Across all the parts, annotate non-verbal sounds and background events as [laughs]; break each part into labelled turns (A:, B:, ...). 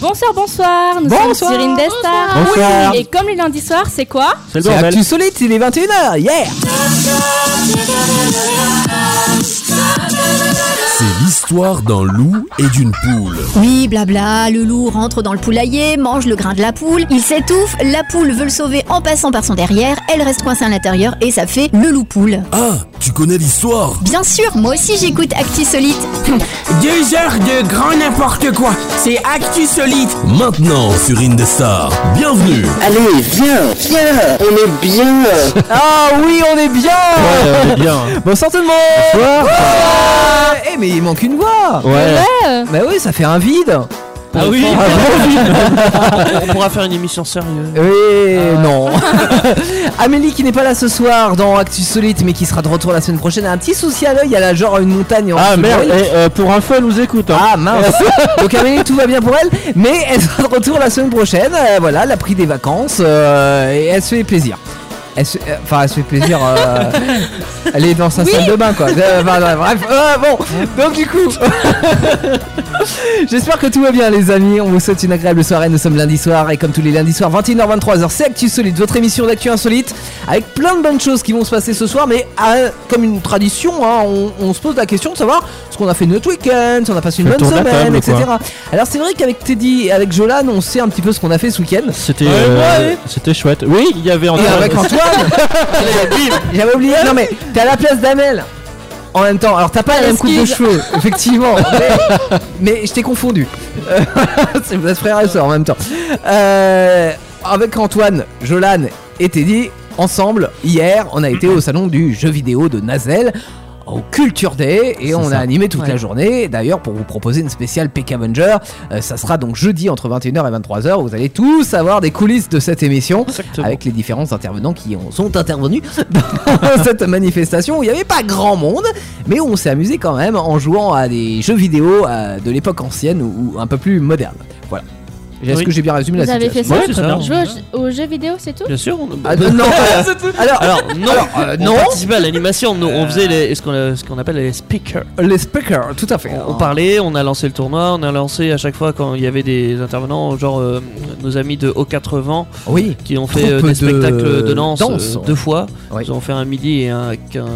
A: Bonsoir, bonsoir. Nous
B: Bonsoir.
A: sommes sur Indestar.
C: Bonsoir.
A: Oui, Et comme les lundis soirs, c'est quoi
C: C'est le
B: C'est
C: bordel.
B: l'actu solide, il est 21h, yeah
D: C'est l'histoire d'un loup et d'une poule.
E: Oui, blabla, le loup rentre dans le poulailler, mange le grain de la poule, il s'étouffe, la poule veut le sauver en passant par son derrière, elle reste coincée à l'intérieur et ça fait le loup-poule.
D: Ah, tu connais l'histoire
E: Bien sûr, moi aussi j'écoute Actisolite.
F: Deux heures de grand n'importe quoi. C'est Actu Solide.
D: Maintenant sur Indestar. Bienvenue
G: Allez, viens, viens, on est bien.
B: Ah oui, on est bien
C: Ouais, bien.
B: [laughs] Bonsoir tout le monde
C: Bonsoir.
B: Bonsoir. Eh mais il manque une voix
C: Ouais.
A: Euh,
B: Bah oui, ça fait un vide
H: Ah oui
C: Ah, bon, vite.
H: On pourra faire une émission sérieuse.
B: Eh non [laughs] Amélie qui n'est pas là ce soir dans Actu Solide mais qui sera de retour la semaine prochaine a un petit souci à l'œil, elle a genre une montagne en
C: Ah,
B: dessous de
C: merde,
B: l'œil.
C: eh, euh, pour info, elle nous écoute. Hein.
B: Ah
C: [laughs]
B: mince Donc Amélie tout va bien pour elle mais elle sera de retour la semaine prochaine, Euh, voilà, elle a pris des vacances euh, et elle se fait plaisir. Elle se- euh, Enfin, elle se fait plaisir. euh, elle est dans sa salle de bain, quoi. Euh, enfin, ouais, bref, euh, bon. Donc, du coup, [laughs] j'espère que tout va bien, les amis. On vous souhaite une agréable soirée. Nous sommes lundi soir et comme tous les lundis soirs, 21h, 23h, c'est Actu Solide, votre émission d'actu insolite, avec plein de bonnes choses qui vont se passer ce soir. Mais euh, comme une tradition, hein, on, on se pose la question de savoir ce qu'on a fait de notre week-end, si on a passé une
C: Le
B: bonne
C: tour de la
B: semaine,
C: table,
B: etc.
C: quoi.
B: Alors, c'est vrai qu'avec Teddy, et avec Jolan, on sait un petit peu ce qu'on a fait ce week-end.
C: C'était
H: Ouais,
C: euh,
H: ouais.
C: c'était chouette. Oui, il y avait en
B: Et avec Antoine [laughs] J'avais oublié Non mais t'es à la place d'Amel En même temps, alors t'as pas la même coupe de
A: Excuse.
B: cheveux, effectivement Mais, mais je t'ai confondu Euh, [laughs] C'est votre frère et soeur en même temps Euh, Avec Antoine, Jolan et Teddy Ensemble, hier, on a été au salon du jeu vidéo de Nazel au Culture Day et on a animé toute la journée. D'ailleurs, pour vous proposer une spéciale PK Avenger, euh, ça sera donc jeudi entre 21h et 23h. Vous allez tous avoir des coulisses de cette émission
H: Exactement.
B: avec les différents intervenants qui ont- sont intervenus [laughs] dans [laughs] cette manifestation où il n'y avait pas grand monde, mais où on s'est amusé quand même en jouant à des jeux vidéo euh, de l'époque ancienne ou, ou un peu plus moderne. Voilà. Est-ce
H: Oui.
B: que j'ai bien résumé
A: vous
B: la
A: avez fait
B: situation
A: ça
H: Ouais, c'est ça.
A: Jouer aux- aux, jeux vidéo, c'est tout
H: Bien sûr. On...
B: Ah, non,
H: [laughs]
B: non, euh, alors,
H: Alors non,
B: Alors, euh,
H: on
B: non.
H: participait à l'animation, nous, on faisait les- ce qu'on a- ce qu'on appelle les speakers.
B: les speakers, tout à fait.
H: On parlait, on a lancé le tournoi, on a lancé à chaque fois quand il y avait des intervenants, genre euh, nos amis de O80
B: Oui,
H: qui ont
B: Troupe
H: fait euh,
B: de
H: des spectacles de danse,
B: danse,
H: euh,
B: ouais.
H: deux fois.
B: Ouais.
H: Ils ont fait un midi et un qu'un.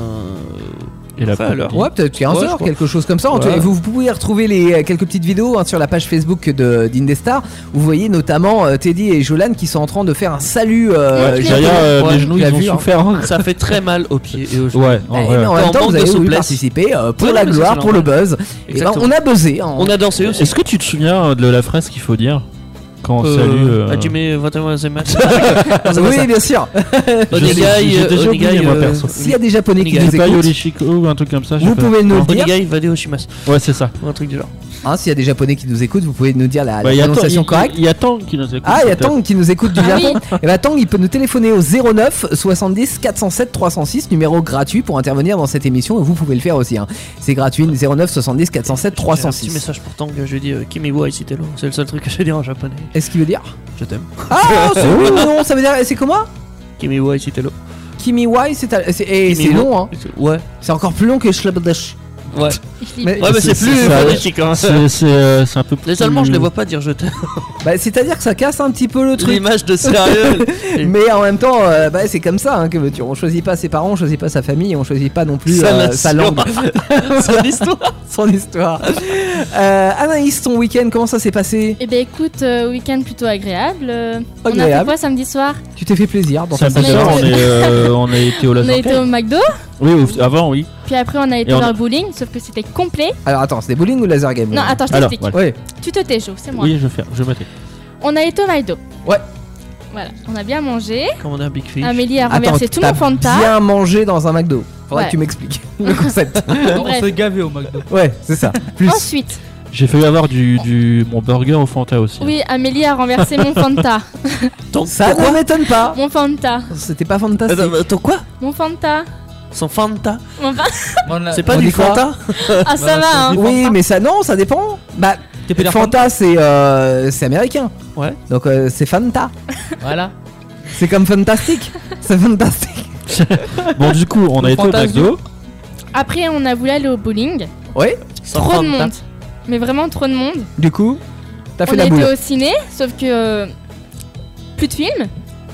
C: Et la
H: Enfin, alors.
B: ouais, peut-être 15
H: Ouais, je
B: heures,
H: crois.
B: quelque chose comme ça. En tout
H: Ouais.
B: cas, Vous, vous pouvez retrouver les, euh, quelques petites vidéos hein, sur la page Facebook de d'Indestar. Vous voyez notamment euh, Teddy et Jolan qui sont en train de faire un salut. euh,
A: Ouais,
C: Ouais,
A: je
C: Jaya,
A: l'ai
C: euh,
H: vu.
C: mes
H: Ouais,
C: genoux,
B: je l'ai
C: ils ont
B: vu, hein.
C: souffert. hein.
H: Ça fait très mal aux pieds et aux genoux.
C: Ouais, en
B: Eh,
C: vrai.
B: mais en même
H: Quand
B: temps, vous
H: on manque de
B: avez voulu
H: souplesse.
B: participer euh, pour
H: Ouais,
B: la
H: mais
B: gloire,
H: c'est
B: pour le buzz. Et ben,
H: Exactement.
B: on a buzzé. hein.
H: On a dansé aussi.
C: Est-ce que tu te souviens euh, de la phrase qu'il faut dire quand on
H: Euh,
C: salue euh,
H: Ah, tu mets 21 SMS.
B: Oui, bien sûr.
C: je sais-
H: Onigai,
C: j'ai déjà
H: euh,
C: oublié,
H: Onigai,
C: moi,
H: euh,
C: perso.
B: S'il y a des Japonais qui
H: Nigel
B: nous
C: C'est pas
B: écoutent,
C: Yorishiko ou un truc comme ça je
B: vous
C: sais pas.
B: pouvez nous le dire.
H: Onigai, Vadeo Shimasu.
C: Ouais, c'est ça.
H: Ou un truc du genre.
B: Hein, S'il y a des Japonais qui nous écoutent, vous pouvez nous dire la
C: Bah,
B: la
C: il y a Tang-
B: prononciation
C: il-
B: correcte.
C: Il y a Tang qui nous écoute.
B: Ah, il y a
C: peut-être.
B: Tang qui nous écoute du
A: Ah oui.
B: Japon. Et bah Tang, il peut nous téléphoner au 09 70 407 306, numéro gratuit pour intervenir dans cette émission. Et vous pouvez le faire aussi. hein. C'est gratuit, 09 70 407
H: J'ai un petit
B: 306.
H: message pour Tang, je lui dis euh, Kimiwa Isitelo. C'est le seul truc que je dis en japonais.
B: Est-ce qu'il veut dire
H: Je t'aime. [laughs]
B: Ah, c'est non, non, ça veut dire. C'est comment
H: Kimiwa Isitelo.
B: Kimi Wai, c'est à- c'est eh, c'est
H: Kimiwa-
B: long, hein.
H: Ouais.
B: C'est encore plus long que Schlabdash.
H: Ouais.
A: Je lis.
B: Mais-
H: Ouais, mais c'est
C: C'est- c'est
H: plus
C: ça, ouais.
H: phonétique, hein.
C: C'est- C'est euh, c'est un peu.
H: Les
C: plus-
H: Allemands, je les vois pas dire je t'aime.
B: Bah, c'est-à-dire que ça casse un petit peu le truc.
H: L'image de sérieux.
B: Mais en même temps, euh, bah, c'est comme ça hein, que tu, on choisit pas ses parents, on choisit pas sa famille, on choisit pas non plus
H: Sa
B: euh,
H: nation.
B: sa
H: [laughs]
B: langue,
H: C'est l'histoire.
B: son histoire. Euh, Anaïs, ton week-end, comment ça s'est passé
A: Eh ben écoute, euh, week-end plutôt agréable. Euh, On a fait
B: Agréable. Bah,
A: quoi samedi soir
B: Tu t'es fait plaisir dans ta
C: Samedi
A: Mais-
C: soir,
B: [laughs]
C: on est, euh, on a été au Las
A: On a été au
C: Arcades.
A: McDo,
C: Oui, au- avant, oui.
A: puis après on a été
C: Et on a-
A: dans le bowling, sauf que c'était complet.
B: Alors attends, c'était bowling ou laser game
A: Non, attends, Ah, je
C: Alors,
A: t'explique.
C: voilà.
B: Ouais.
A: Tu te tais, Jo, c'est moi.
C: Oui, je vais faire. Je vais mater.
A: On a été au McDo.
B: Ouais.
A: Voilà, on a bien mangé.
H: Commandé un Big Fish.
A: Amélie a
B: Attends,
A: renversé tout
B: t'as
A: mon Fanta.
B: bien mangé dans un McDo. Faudrait
A: Ouais.
B: que
A: [laughs]
B: tu m'expliques le concept.
A: Bref.
H: gavé au McDo.
B: ouais, c'est ça. Plus.
A: Ensuite,
C: J'ai failli avoir du, du mon burger au Fanta aussi.
A: oui, Amélie a renversé mon Fanta.
B: ça ne m'étonne pas.
A: Mon Fanta.
B: C'était pas fantastique.
H: Attends, attends, quoi
A: Mon Fanta.
H: Son Fanta
A: Mon Fanta.
H: C'est
B: on
H: pas du
B: dit quoi
H: Fanta
A: Ah, ça va, hein.
B: oui, mais ça non, ça dépend. Bah,
H: Peter
B: Fanta c'est euh, c'est américain.
H: Ouais.
B: Donc euh, c'est Fanta.
H: Voilà.
B: C'est comme fantastique. c'est fantastique.
C: Bon, du coup, on a été au
H: fantasme.
C: McDo.
A: Après, on a voulu aller au bowling.
B: Oui.
A: Trop de monde. Mais vraiment trop de monde.
B: Du coup, T'as fait
A: on a
B: Ah, la boule.
A: été au ciné, sauf que. euh, plus de films.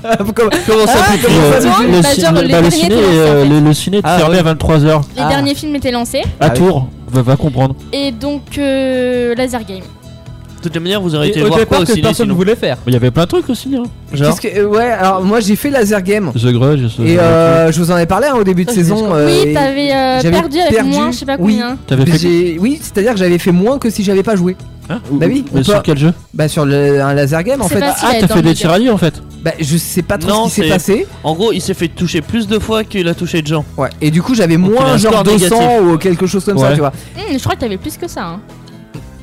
B: Comment-
H: Comment ça
B: Ah,
H: fait
B: comment
A: ça
B: ça fait
A: fait
C: le,
A: bah,
C: ci-
A: genre,
C: le-
A: les
C: bah, le
A: derniers
C: ciné,
A: étaient lancés,
C: euh,
A: en fait.
C: le, le ciné
B: Ah,
C: fermé
B: ouais.
C: à 23h
A: Les
B: Ah.
A: derniers films étaient lancés.
C: à
B: oui.
C: Tours. Va, va comprendre.
A: Et donc, euh, Laser Game.
H: De toute manière, vous aurez
I: Et
H: été
I: au
H: voir quoi
I: départ,
H: au
I: que
H: ciné
I: personne ne
H: sinon
I: voulait faire.
C: Il y avait plein de trucs aussi. Hein. Genre
B: Qu'est-ce que- euh, Ouais, alors moi j'ai fait Laser Game.
C: The Grudge. ce-
B: Et euh, je vous en ai parlé hein, au début de
H: Ah,
B: saison. euh,
A: oui,
B: et-
A: t'avais euh,
B: j'avais
A: perdu avec
B: perdu.
A: moins, je sais pas
B: Oui.
A: combien.
C: T'avais fait.
B: j'ai- Oui, c'est-à-dire que j'avais fait moins que si j'avais pas joué.
C: Hein
B: Bah oui, on
C: Mais sur
B: peut-
C: quel jeu
B: Bah sur le, un laser game en
A: C'est
B: fait.
A: pas-
C: Ah,
A: Ah, si, elle est dans
C: t'as fait
A: le
C: des
A: milieu.
C: tiraillis en fait.
B: Bah je sais pas trop
H: Non,
B: ce qui s'est
H: c'est-
B: passé.
H: En gros, il s'est fait toucher plus de fois qu'il a touché de gens.
B: Ouais. Et du coup j'avais
H: Donc, il a
B: moins
H: un
B: genre
H: score
B: 200
H: négatif.
B: ou quelque chose comme ça,
C: Ouais.
B: tu vois.
A: Hum, je crois que t'avais plus que ça. hein.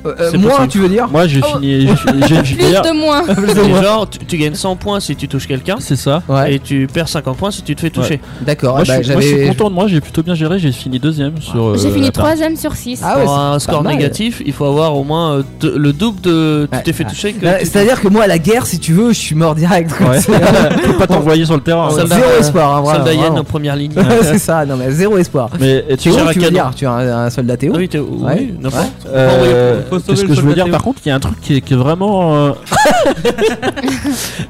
B: Euh, euh,
H: C'est
B: moins
H: possible.
B: tu veux dire
C: Moi j'ai
A: Oh.
C: fini. j'ai-
A: [laughs]
C: j'ai- j'ai-
A: Plus
C: d'ailleurs,
A: de moins.
H: Et genre, tu, tu gagnes 100 points si tu touches quelqu'un.
C: C'est ça.
B: Ouais.
H: Et tu perds 50 points si tu te fais toucher.
B: D'accord.
C: Moi,
B: bah,
C: je suis, moi, je suis
B: j'avais.
C: content de moi, j'ai plutôt bien géré, j'ai fini deuxième sur. euh,
A: J'ai
C: la
A: fini
C: part.
A: troisième sur 6.
B: Ah ouais.
H: Pour
B: c'est
H: un
B: pas
H: score
B: mal.
H: négatif, il faut avoir au moins euh, deux- le double de tu
B: Ouais,
H: t'es fait
B: ouais.
H: toucher que
B: Bah,
H: tu-
B: C'est-à-dire que moi à la guerre si tu veux je suis mort direct. [laughs] quoi.
C: Ouais. [laughs] Faut pas t'envoyer sur le terrain.
H: Ça
C: ouais.
H: va.
B: Zéro espoir. hein,
H: Soldat
B: vraiment,
H: Yen
B: vraiment.
H: en première
B: [laughs]
H: ligne.
B: C'est ça. Non mais zéro espoir.
C: Mais et tu
B: Théo,
H: gères un
B: tu veux
H: canon.
B: dire tu es un, un soldat Théo
H: Ah oui, t'es-
B: Ouais.
H: oui, n'importe.
C: Euh,
I: Faut sauver
C: ce
I: le
C: que je veux
I: soldat
C: dire
I: Théo.
C: par contre, il y a un truc qui est, qui est vraiment. euh, [laughs]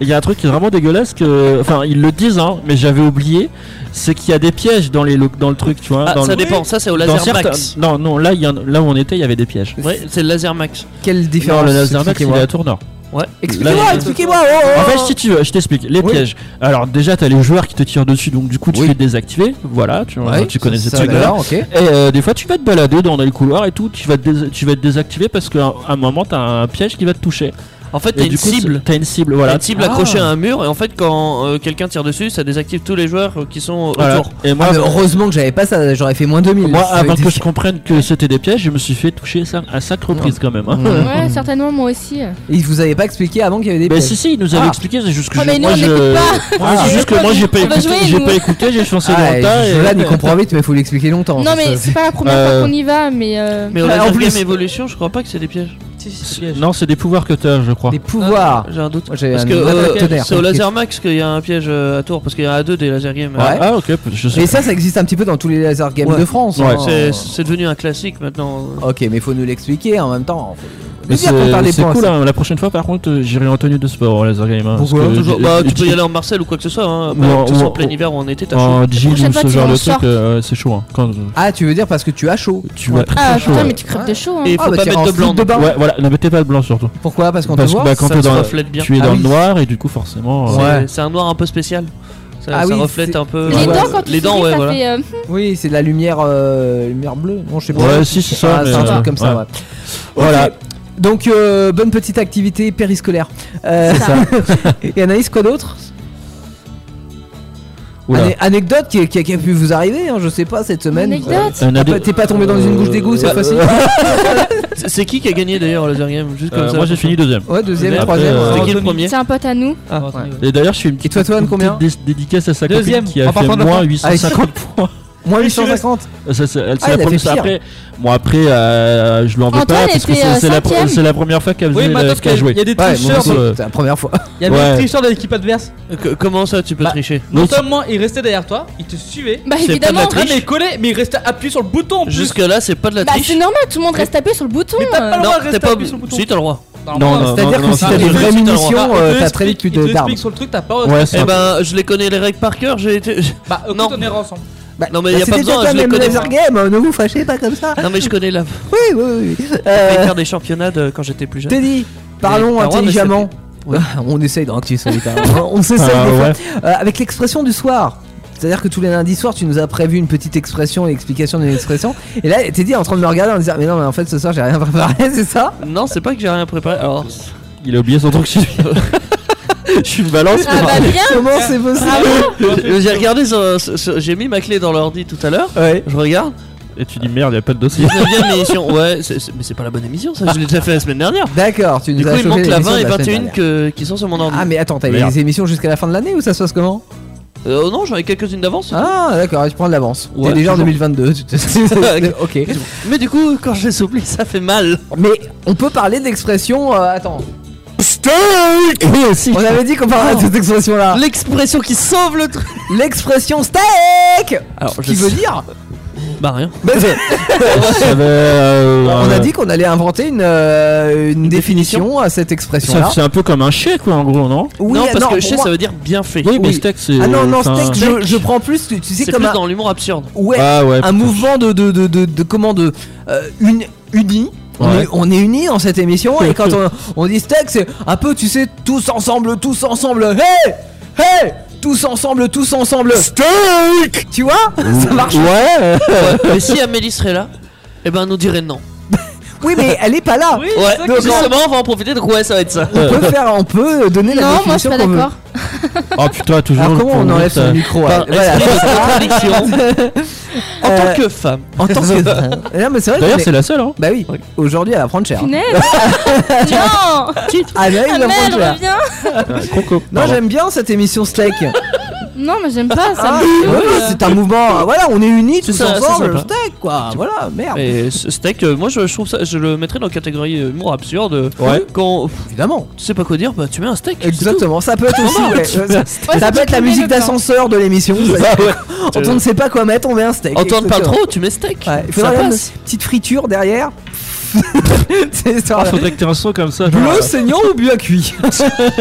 C: Il y a un truc qui est vraiment dégueulasse que. Enfin, ils le disent, hein, mais j'avais oublié. C'est qu'il y a des pièges dans, les lo- dans le truc, tu vois.
H: Ah,
C: dans
H: ça
C: le-
H: dépend, ça c'est au
C: dans
H: laser
C: certains-
H: max.
C: Non, non, là, il y en- là où on était, il y avait des pièges.
H: Ouais, c'est le laser max.
B: Quelle
C: Non,
B: différence
C: le laser max, il est
B: Expliquez-moi.
C: à Tour Nord. Là,
B: Expliquez-moi.
C: il-
B: Expliquez-moi. oh, oh,
C: En fait,
B: oh.
C: si tu veux, je t'explique. Les
B: Oui.
C: pièges. Alors, déjà, t'as les joueurs qui te tirent dessus, donc du coup, tu
B: Oui.
C: les désactives. Voilà, tu,
B: Ouais,
C: tu connais
B: ça,
C: ces trucs-là.
B: d'accord, ok.
C: Et euh, des fois, tu vas te balader dans les couloirs et tout, tu vas te, dés- tu vas te désactiver parce qu'à un moment, t'as un piège qui va te toucher.
H: En fait,
C: Et
H: t'as une
C: du coup,
H: cible.
C: c'est- T'as une cible,
H: T'as
C: voilà.
H: une
B: Ah.
H: cible accrochée à un mur et en fait, quand euh, quelqu'un tire dessus, ça désactive tous les joueurs euh, qui sont
C: Voilà.
H: autour.
C: Et moi,
B: Ah, mais heureusement que j'avais pas ça, j'aurais fait moins 2000.
C: moi
B: ça
C: avant
B: aurait été
C: que je comprenne que c'était des pièges, je me suis fait toucher ça à cinq reprises quand même. hein.
A: Ouais,
H: Euh,
A: certainement, moi aussi.
B: Il vous avait pas expliqué avant qu'il y avait des
C: [laughs] Mais
B: pièges.
C: si, si, il nous avait
B: Ah.
C: expliqué, c'est juste que
A: Oh,
C: je-
A: mais nous,
C: moi,
A: on
C: je-
A: n'écoute pas. Ah,
C: Ouais, c'est juste que [laughs] moi, j'ai pas
A: On va
C: écouté,
A: jouer,
C: j'ai
A: nous.
C: pas écouté, j'ai foncé dans
B: Ah,
C: le tas. et-
B: Jolan, il comprend vite, mais faut lui expliquer
H: Oh,
B: longtemps.
A: non,
B: ça,
A: mais
B: ça,
A: c'est pas la première
C: Euh,
A: fois qu'on y va, mais. euh,
H: Mais au
B: Ah, en
H: laser
B: plus-
H: game evolution, je crois pas que c'est des pièges.
C: Non, c'est des pouvoirs que t'as, je crois.
B: Des pouvoirs.
H: J'ai un doute.
B: Moi, j'ai
H: Parce
B: un
H: que
B: autre
H: euh,
B: tonnerre.
H: c'est au laser max qu'il y a un piège euh, à tour, parce qu'il y en a deux des laser games.
B: Ouais.
C: Ah, ok, je sais.
B: Et ça, ça existe un petit peu dans tous les laser games
C: Ouais.
B: de France.
C: Ouais.
B: hein.
H: C'est- Euh, C'est devenu un classique maintenant.
B: Ok, mais faut nous l'expliquer en même temps. Faut
C: Mais
B: nous dire qu'on perd
C: c'est
B: des
C: c'est
B: points.
C: cool,
B: ça.
C: hein. la prochaine fois par contre euh, j'irai en tenue de sport au laser game. hein, parce
B: Pourquoi
C: que
H: Toujours-
C: j-
H: bah, tu
C: j-
H: peux y aller en Marcel ou quoi que ce soit. Hein.
C: Ou
H: Bah,
C: en-
H: de toute façon,
C: ou en-
H: en plein hiver ou en été, t'as chaud.
C: En jean
A: prochaine
C: ou
A: fois,
C: ce
A: tu
C: genre
A: iras
C: de
A: en
C: truc,
A: short.
C: euh, c'est chaud. hein. Quand euh,
B: Ah, tu veux dire parce que tu as chaud
C: tu vas très
A: Ah
C: très chaud.
A: putain,
C: ouais.
A: mais tu crèves de chaud. hein.
H: Et faut
B: bah,
H: pas
B: t'es
H: mettre
B: en
H: de
B: slip
H: blanc.
B: de bain.
C: Ouais, voilà, ne mettez pas le blanc surtout.
B: Pourquoi Parce qu'on te
C: Parce que
B: voit
C: bah, quand
H: ça
C: t'es
H: se
C: dans la-
H: reflète bien.
C: tu es
B: Ah
C: dans
B: oui.
C: le noir et du coup forcément. euh,
B: Ouais.
H: C'est- C'est un noir un peu spécial. Ça,
B: Ah
H: ça
B: oui,
H: reflète
B: c'est-
H: un peu.
B: Ouais,
A: Les dents, quand tu
H: les dents,
A: souris,
H: euh, ouais,
A: ça
H: voilà.
A: fait, euh,
B: Oui, c'est la lumière, euh, lumière bleue. Non, je sais pas.
C: Ouais, si, c'est ça,
B: Ah,
C: mais,
B: c'est un truc
C: euh,
B: comme ça.
C: ouais.
B: ouais.
C: Voilà.
B: Ok. Donc, euh, bonne petite activité périscolaire. Euh,
A: C'est ça.
B: et Anaïs, quoi d'autre
C: Oula.
B: Ané- Anecdote qui, qui- qui a pu vous arriver, hein, je sais pas, cette semaine.
A: Anecdote.
C: Un
B: Ah,
C: ado-
B: pas- T'es pas tombé dans une bouche d'égout cette fois-ci
H: C'est c'est qui qui a gagné d'ailleurs au laser game Juste comme
C: Euh,
H: ça.
C: Moi j'ai fini deuxième.
B: Ouais, deuxième,
H: Après,
B: troisième.
C: euh,
B: ouais.
H: C'est qui le
I: Anthony.
H: premier
A: C'est un pote à nous. Bah,
H: Ah,
B: ouais.
C: Et d'ailleurs, je fais une petite,
B: toi, Antoine,
C: une petite
B: combien
C: dé- dédicace à sa copine
I: Deuxième,
C: qui a
I: en
C: fait
I: partant de
C: moins
I: point.
C: 850 points.
B: Moins 850
C: Ça, c'est- elle- c'est
B: Ah, il
C: la
B: a
C: première-
B: fait pire.
C: après, bon, après euh, je lui en veux
A: Antoine
C: pas parce que
A: était,
C: c'est
A: euh,
C: c'est la, pre-
A: cinquième.
C: c'est la première fois qu'elle
I: Oui,
C: faisait
I: mais
C: la-
I: attends,
C: qu'elle
I: parce qu'il
C: jouait.
I: y a des
B: Ouais, moi
I: tricheurs.
B: aussi,
I: donc-
B: c'est la première fois.
I: Il y avait
C: Ouais.
I: des tricheurs de l'équipe adverse.
H: Que- Comment ça tu peux
I: Bah,
H: tricher
I: Non
C: Donc,
I: seulement il restait derrière toi, il te suivait.
A: Bah
H: C'est pas
A: évidemment.
H: de la
I: Ah,
H: triche.
I: mais il collait, mais il restait appuyé sur le bouton en plus.
H: Jusque là, c'est pas de la
A: Bah c'est
H: triche.
A: normal, tout le monde reste tapé sur le bouton.
I: Mais t'as pas le
A: euh.
I: droit de rester
H: t'es pas. Ah,
I: appuyé sur le bouton.
H: Si, t'as le droit.
C: Non, non,
B: C'est-à-dire
C: non,
B: que si
C: non,
B: t'as
C: non,
B: des
H: non,
B: vraies
H: non, non,
B: munitions,
I: Ah, il
B: euh,
I: te
B: t'as très vite
I: explique-
B: plus
I: il te
B: de- d'armes.
I: explique sur le truc, t'as pas.
C: Ouais, c'est
H: Eh
C: un-
H: ben, je les connais les règles par cœur. J'ai été. [laughs]
I: Bah, euh,
H: Non.
I: quand on est ensemble.
B: Bah,
H: Non,
B: bah,
H: mais y a
B: c'était
H: pas besoin,
B: déjà
H: je les
B: même
H: connais
B: laser
H: pas.
B: game, euh, ne vous fâchez pas comme ça.
H: Non mais je connais la.
B: Oui,
H: J'ai
B: oui, oui.
H: failli
B: Euh,
H: faire des championnats de- quand j'étais plus jeune.
B: Teddy, parlons
H: t'as le droit,
B: intelligemment.
H: mais [laughs]
B: On essaye de rentrer solitaire. [laughs] On s'essaye
C: Ah,
B: des fois.
C: ouais.
B: Euh, avec l'expression du soir. C'est-à-dire que tous les lundis soirs, tu nous as prévu une petite expression et explication d'une expression. Et là, t'es dit en train de me regarder en disant Mais non, mais en fait, ce soir, j'ai rien préparé, [laughs] c'est ça
H: Non, c'est pas que j'ai rien préparé. [laughs] Alors,
C: Il a oublié son truc chez lui. Je suis une balance.
A: Ah bah bien. Ah,
B: Comment c'est possible
H: j'ai regardé. sur- sur- sur- J'ai mis ma clé dans l'ordi tout à l'heure.
B: Ouais.
H: Je regarde.
C: Et tu dis merde, il a pas de dossier.
H: J'aime bien [laughs] mes émissions. Ouais, c'est- c'est- mais c'est pas la bonne émission. Ça, Ah, je l'ai déjà fait la semaine dernière.
B: D'accord, tu nous
H: Du coup,
B: as
H: il
B: chauffé
H: manque la
B: l'émission
H: 20
B: de
H: et
B: la semaine
H: 21
B: dernière.
H: que, qui sont sur mon ordi.
B: Ah, mais attends, t'as
C: Merde.
B: les émissions jusqu'à la fin de l'année ou ça se passe comment
H: Euh, oh non, j'en ai quelques-unes d'avance.
B: Ah, d'accord, tu prends de l'avance.
H: Ouais,
B: t'es déjà en
H: toujours.
B: 2022. tu
H: [laughs]
B: te- [laughs] ok.
H: Mais du coup, quand je les oublie, ça fait mal.
B: Mais on peut parler d'expressions. euh, attends,
H: Steak
C: Oui aussi.
B: on avait dit qu'on parlerait de cette expression-là.
H: L'expression qui sauve le truc.
B: L'expression steak
H: Alors,
B: Qui veut dire
H: Bah rien. [laughs]
B: Bah, c'est-
C: J'avais, euh,
B: on
C: euh,
B: a dit qu'on allait inventer une, euh, une définition à cette
C: ça,
B: expression-là.
C: c'est un peu comme un chèque, quoi, en gros, non
B: Oui,
H: euh, non, parce
B: non,
H: que
B: pour
H: chez
B: moi-
H: ça veut dire bien fait.
C: Oui, mais
B: Oui.
C: steak, c'est.
B: Ah non, non,
C: enfin,
B: steak, je, je prends plus, tu, tu sais,
H: C'est
B: comme
H: plus
B: un,
H: dans l'humour absurde.
B: ouais,
C: Ah ouais.
B: un mouvement de, de, de, de, de- comment de. euh, une, uni. On,
C: Ouais.
B: est, on est unis dans cette émission et
C: [laughs]
B: quand on, on dit steak, c'est un peu, tu sais, tous ensemble, tous ensemble. Hey Hey Tous ensemble, tous ensemble. Steak Tu vois Ça marche.
C: Ouais.
H: Mais si Amélie serait là, eh ben elle nous dirait non.
B: Oui, mais elle est pas là.
I: Oui,
H: Ouais,
I: c'est ça
B: donc
I: que j'ai- Euh,
H: justement, on va en profiter, donc ouais, ça va être ça.
B: On peut faire, on peut donner la
A: Non, moi je suis
B: définition
A: pas
B: qu'on veut.
A: d'accord.
C: Oh putain, toujours.
B: Alors Ah, comment
C: pour
B: on
C: nous,
B: enlève
C: ça.
B: son micro
H: Par
B: hein Voilà.
H: esprit de contradiction. en
B: Euh,
H: tant que femme,
B: En tant que. [laughs] Non, mais c'est vrai.
C: D'ailleurs,
B: qu'on est-
C: c'est la seule, hein.
B: Bah oui. Aujourd'hui, elle va prendre cher. hein.
A: Punaise Non
B: Anaïs
A: Ah
B: va
A: merde,
B: prendre cher.
A: reviens
C: Croco.
B: Non, j'aime bien cette émission Steak.
A: Non, mais j'aime pas, ça
B: Ah,
A: me
B: ouais,
A: saoule.
B: c'est un mouvement. euh, Voilà, on est unis
H: C'est
B: tous
H: ça, c'est
B: ensemble.
H: sympa.
B: Steak, quoi. Voilà,
I: Ah.
B: merde.
H: mais ce steak, euh, moi je, je trouve ça, je le mettrais dans la catégorie euh, humour absurde.
C: Ouais.
H: Quand pff,
B: Évidemment.
H: tu sais pas quoi dire, bah tu mets un steak. c'est tout.
B: Exactement. Ça peut être aussi. ouais, ouais, ça-
A: Ouais,
B: Ça peut être la
A: tu mets
B: musique
A: le pain.
B: d'ascenseur de l'émission.
C: Ah
B: [laughs] Quand on ne sait pas quoi mettre, on met un steak.
H: En tant que pas
B: Exactement.
H: trop, tu mets steak.
B: Ouais, Il
H: ça
B: faudrait une
H: passe.
B: petite friture derrière. [laughs] C'est ça.
C: Ah, faudrait que t'aies un son
I: [laughs]
C: comme ça. genre,
B: Bleu saignant ou bien cuit [laughs]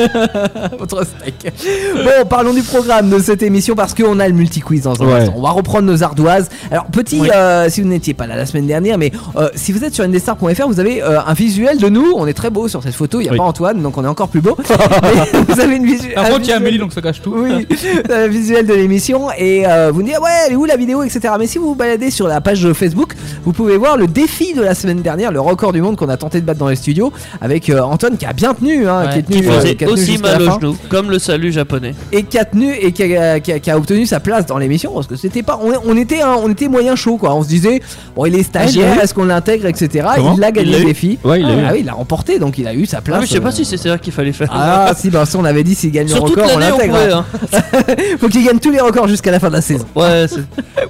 B: Votre steak. Bon, parlons du programme de cette émission parce qu'on a le multi-quiz dans un
C: Ouais.
B: instant. On va reprendre nos ardoises. Alors, petit,
H: Oui.
B: euh, si vous n'étiez pas là la semaine dernière, mais euh, si vous êtes sur ndestar.fr, vous avez euh, un visuel de nous. On est très beau sur cette photo. Il n'y a
C: Oui.
B: pas Antoine, donc on est encore
I: [laughs]
B: plus beau. Mais vous avez une visu-
I: Par
B: un
I: contre, il y a
B: visuel-
I: Amélie, donc ça cache tout.
B: oui,
H: [laughs]
B: euh, visuel de l'émission et euh, vous me dites ah ouais elle est où la vidéo etc. Mais si vous vous baladez sur la page Facebook, vous pouvez voir le défi de la semaine dernière, le record du monde qu'on a tenté de battre dans les studios avec euh, Antoine qui a bien tenu, hein,
I: Ouais.
B: qui, est tenu,
H: Qui
B: euh,
H: faisait
B: qui a tenu
H: aussi
B: jusqu'à la
H: mal au
B: fin,
H: genou, comme le salut japonais.
B: et qui a tenu et qui a, qui a- qui a obtenu sa place dans l'émission parce que c'était pas on, on était hein, on était moyen chaud quoi. On se disait bon il est
C: Ah, il
B: stagiaire,
C: l'a eu
B: est-ce qu'on l'intègre etc.
C: Comment
B: il a
C: Il
B: gagné
C: l'a
B: le
C: eu
B: défi.
C: Ouais, il l'a eu.
B: ah oui, il l'a remporté donc il a eu sa place.
H: Ah, mais je sais pas
B: euh,
H: si c'est ça qu'il fallait faire.
B: ah si bah si on avait dit s'il
H: [laughs]
B: gagne
H: Sur
B: le
H: toute
B: record on
H: l'année, on
B: l'intègre.
H: pourrait. hein.
B: Faut qu'il gagne tous les records jusqu'à la fin de la saison.
H: Ouais,
B: [laughs]
H: c'est-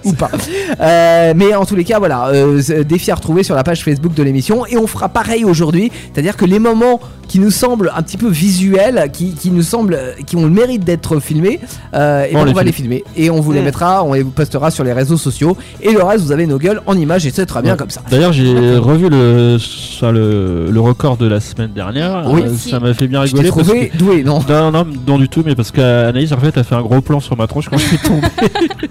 B: ou pas. Euh, mais en tous les cas, voilà, euh, ce défi à retrouver sur la page Facebook de l'émission. Et on fera pareil aujourd'hui, c'est-à-dire que les moments qui nous semblent un petit peu visuels, qui, qui nous semblent, euh, qui ont le mérite d'être filmés, euh, eh ben,
C: On
B: on,
C: les
B: va les filmer et on vous les
H: Mm.
B: mettra, on les postera sur les réseaux sociaux. Et le reste, vous avez nos gueules en images et c'est très bien
C: Ouais.
B: comme ça.
C: euh, D'ailleurs, j'ai revu le, ça, le, le record de la semaine dernière.
B: Oui.
C: Euh, ça m'a fait bien
B: Je t'ai
C: rigoler. parce
B: trouvé doué,
C: [laughs]
B: non
C: que- Non, non, non du tout, mais parce qu'Anaïs, en fait, a fait un gros plan sur ma tronche quand je
B: [laughs]
C: suis tombé.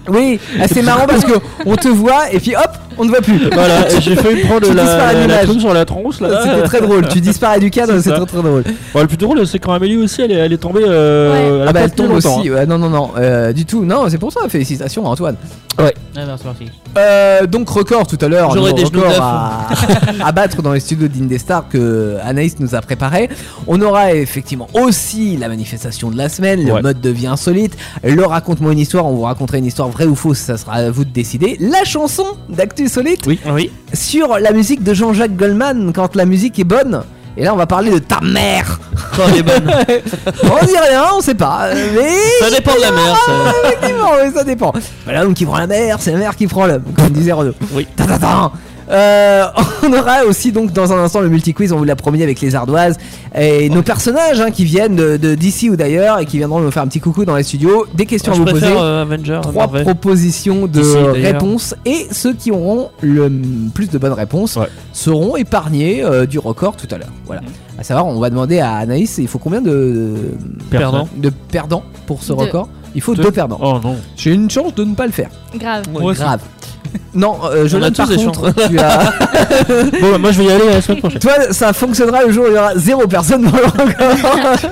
B: Oui, ah, c'est marrant parce que on te voit et puis hop, on ne voit plus.
C: voilà, et j'ai failli prendre
B: Tu
C: la,
B: disparais de
C: la,
B: l'image.
C: tronche sur la tronche, là.
B: [laughs] C'était très drôle, tu disparais du cadre,
C: C'est
B: c'est
C: ça.
B: très très drôle.
C: Bon, le plus drôle, c'est quand Amélie aussi, elle est, elle est tombée. euh, elle a
B: Ah bah
C: pas
B: elle
C: tenu
B: tombe
C: longtemps,
B: aussi, ouais, non non non, euh, du tout, non c'est pour ça, félicitations à Antoine.
I: Ah, non, c'est parti.
B: Euh, donc record tout à l'heure,
H: J'aurais
B: nous,
H: des genoux
B: record à, à [laughs] battre dans les studios d'Indestar que Anaïs nous a préparé. On aura effectivement aussi la manifestation de la semaine, le
C: Ouais.
B: mode de vie insolite, le raconte-moi une histoire, on vous racontera une histoire vraie ou fausse, ça sera à vous de décider. La chanson d'actu solite
C: Oui, oui.
B: sur la musique de Jean-Jacques Goldman quand la musique est bonne. Et là on va parler de ta mère.
H: quand elle est bonne.
B: [laughs] On dit rien, on sait pas, mais
H: Ça dépend de la mère. ça.
B: Effectivement, oui, ça dépend. Pas l'homme qui prend la mer, c'est la mer qui prend l'homme, comme disait Renaud.
H: Oui.
B: Ta, ta, ta. Euh, [laughs] on aura aussi donc dans un instant le multi-quiz, on vous l'a promis avec les ardoises et nos personnages hein, qui viennent de de- d'ici ou d'ailleurs et qui viendront nous faire un petit coucou dans les studios. Des questions à
H: Je
B: vous poser,
H: préfère euh, Avenger.
B: trois
H: Marvel.
B: propositions de
H: D'ici, d'ailleurs.
B: réponses et ceux qui auront le m- plus de bonnes réponses
C: Ouais.
B: seront épargnés euh, du record tout à l'heure. Voilà.
H: Mhm.
B: À savoir, on va demander à Anaïs, il faut combien de,
H: Perdant.
B: de perdants pour ce
A: Deux.
B: record Il faut
C: Deux.
B: deux perdants.
C: Oh non.
B: J'ai une chance de ne pas le faire.
A: Grave.
H: Moi aussi. [laughs]
B: Grave. Non, euh, Jolan,
H: tous
B: par
H: des
B: contre, tu
H: [laughs]
B: as-
C: Bon, bah, moi, je vais y aller la semaine prochaine.
B: toi, ça fonctionnera le jour où il y aura zéro personne dans le
H: [laughs]
B: record.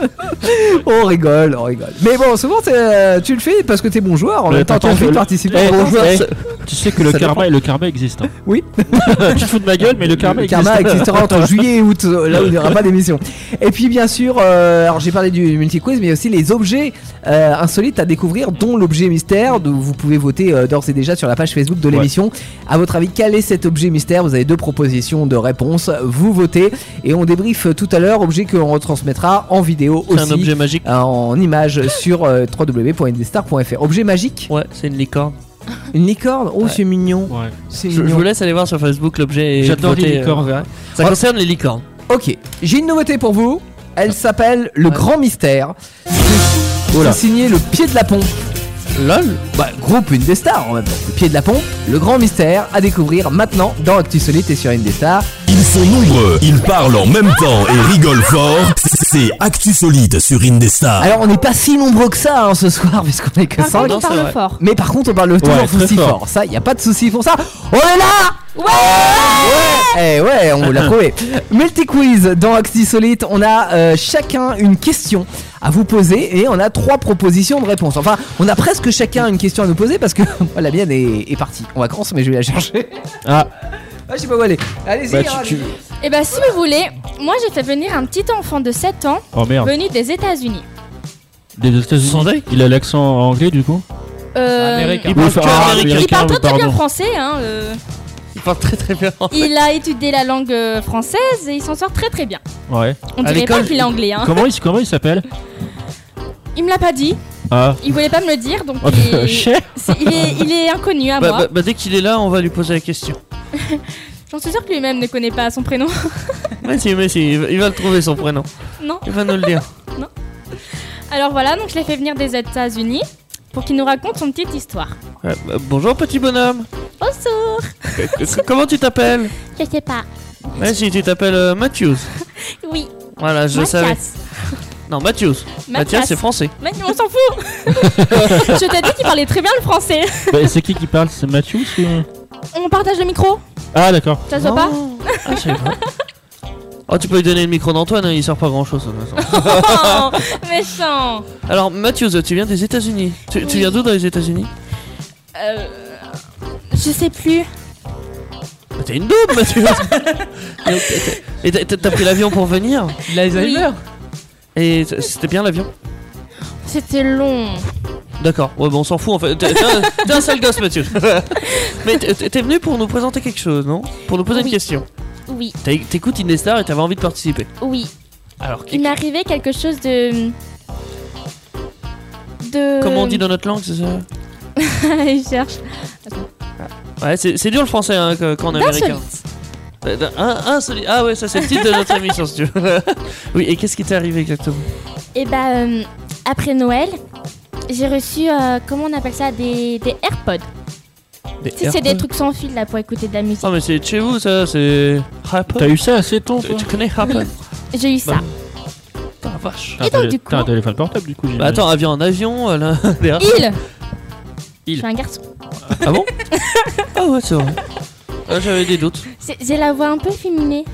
B: on rigole, on rigole. Mais bon, souvent, t'es, euh, tu le fais parce que t'es bon joueur. En
C: Mais
B: même temps, t'as
C: t'entends
B: envie de
C: que-
B: participer.
C: Eh,
B: au bon joueur.
C: eh, tu sais que le
B: Ça
C: karma, le karma existe. hein.
B: Oui.
C: [laughs] tu te fous de ma gueule, mais le karma
B: Le
C: existe.
B: karma existera
H: [laughs]
B: entre juillet et août, euh, là où il n'y aura pas d'émission. Et puis bien sûr, euh, alors j'ai parlé du multi-quiz, mais aussi les objets euh, insolites à découvrir, dont l'objet mystère. dont vous pouvez voter euh, d'ores et déjà sur la page Facebook de
C: Ouais.
B: l'émission. À votre avis, quel est cet objet mystère Vous avez deux propositions de réponse. Vous votez et on débriefe euh, tout à l'heure, objet que l'on retransmettra en vidéo
H: C'est
B: aussi.
H: un objet magique.
B: euh, En image sur euh, www.indestar.fr. Objet magique
H: Ouais, c'est une licorne.
B: Une licorne Oh,
H: Ouais.
B: c'est mignon.
C: [laughs] Ouais.
B: C'est
H: Je, je
B: mignon.
H: vous laisse aller voir sur Facebook l'objet. et
C: J'adore
H: voter,
C: les licornes.
H: euh, Ça
B: Oh.
H: concerne les licornes.
B: Ok, j'ai une nouveauté pour vous. Elle s'appelle Le Grand Mystère. C'est- C'est signé le pied de la pompe. LOL Bah, groupe une des stars en même temps. Le pied de la pompe, le grand mystère à découvrir maintenant dans Actu Solite et sur une des stars.
D: Ils sont nombreux, ils parlent en même temps et rigolent fort. C'est Actu Solide sur Indestar.
B: Alors, on n'est pas si nombreux que ça hein, ce soir, [laughs] puisqu'on est que
A: Par
B: 5.
A: contre, on
H: c'est
A: parle
H: vrai.
A: fort.
B: Mais par contre, on parle toujours
C: Ouais, très
B: aussi fort.
C: fort.
B: Ça, il n'y a pas de souci pour ça. On est là Ouais Eh ouais, on vous l'a prouvé. Multi-quiz dans Axis Solite. On a euh, chacun une question à vous poser et on a trois propositions de réponse. Enfin, on a presque chacun une question à nous poser parce que [laughs] moi, la mienne est, est partie en vacances, mais je vais la chercher.
C: Ah,
B: Ah, je sais pas où elle est. Allez-y,
C: bah,
B: hein,
C: tu- tu-
A: Et bah, si vous voulez, moi j'ai fait venir un petit enfant de 7 ans
C: Oh merde.
A: venu des États-Unis.
C: Des États-Unis. Il a l'accent anglais du coup
A: Euh,
I: Américain.
C: peut faire- ah,
A: il
C: américain,
A: parle très très
C: pardon.
A: bien français. Hein, euh,
H: Il parle très très bien.
A: il a étudié la langue euh, française et il s'en sort très très bien.
C: Ouais.
A: On
H: À
A: dirait pas
H: l'école,
A: qu'il est anglais. Hein.
C: Comment il, comment il s'appelle
A: Il me l'a pas dit.
C: Ah.
A: Il voulait pas me le dire, donc
C: Oh,
A: il,
C: cher.
A: c'est- il est, il est inconnu à
H: Bah,
A: moi.
H: bah- bah, dès qu'il est là, on va lui poser
A: [laughs]
H: la question.
A: J'en suis sûre que lui-même ne connaît pas son prénom.
H: Mais si, mais si, il va, il va le trouver son prénom.
A: non.
H: Il va nous
A: [laughs]
H: le dire.
A: Alors voilà, donc je l'ai fait venir des États-Unis pour qu'il nous raconte son petite histoire.
H: Ouais, bah, bonjour petit bonhomme.
A: Bonjour.
H: C- Comment
A: [laughs]
H: tu t'appelles
A: Je sais pas.
H: Ouais, si tu t'appelles euh, Matthews.
A: Oui.
H: Voilà, je le savais.
A: Mathias.
H: Non, Matthews. Mathias,
A: Mathias.
H: c'est français.
A: Mais on s'en fout.
H: [laughs]
A: je t'ai dit qu'il parlait très bien le français.
C: Bah, c'est qui qui parle C'est Mathieu ou...
A: On partage le micro
C: Ah d'accord.
A: Ça se voit pas
H: Non. Ah, je savais pas. Oh, tu peux lui donner le micro d'Antoine, hein, il sert pas grand chose.
A: [laughs] Oh, méchant.
H: Alors, Matthews, tu viens des États-Unis. Tu, tu
A: Oui.
H: viens d'où dans les États-Unis
A: Euh, je sais plus.
H: Bah, T'es une
A: [laughs]
H: double, Matthews Et t'as- t'as t'as pris l'avion pour venir
I: Il a Alzheimer.
H: Et c- c'était bien l'avion
A: C'était long.
H: D'accord, ouais, bon, on s'en fout en fait. T'es t'es un, t'es un sale gosse, Mathieu. Mais t'es- t'es t'es venu pour nous présenter quelque chose, non Pour nous poser une
A: Oui.
H: question.
A: Oui,
H: T'as- T'écoutes Indestar et t'avais envie de participer.
A: oui.
H: Alors, qui-
A: Il m'est arrivé quelque chose de. De.
H: comment on dit dans notre langue, c'est ça
A: [laughs] Je cherche.
H: Ouais, c'est c'est dur le français hein, quand quand on est américain. Euh, d'un- Un, un soli- Ah ouais, ça c'est le titre de notre émission, si tu veux. [laughs] oui, et qu'est-ce qui t'est arrivé exactement
A: Et bah, euh, après Noël, j'ai reçu, euh, comment on appelle ça, des, des AirPods.
H: Des
A: Tu sais, c'est des
H: AirPods
A: trucs sans fil là pour écouter de la musique.
H: Oh, mais c'est de chez vous, ça, c'est. Happen
C: T'as eu ça assez tôt
H: Tu connais Happen
A: J'ai eu ça.
H: Bah. Putain, la vache.
A: Et donc, du coup-
C: T'as un téléphone portable du coup.
H: Bah attends, avion en avion, euh, là. derrière.
A: Il
H: Il.
A: Je suis un garçon.
H: Ah bon Ah ouais, c'est vrai. Ah, J'avais des doutes.
A: C'est- J'ai la voix un peu féminée.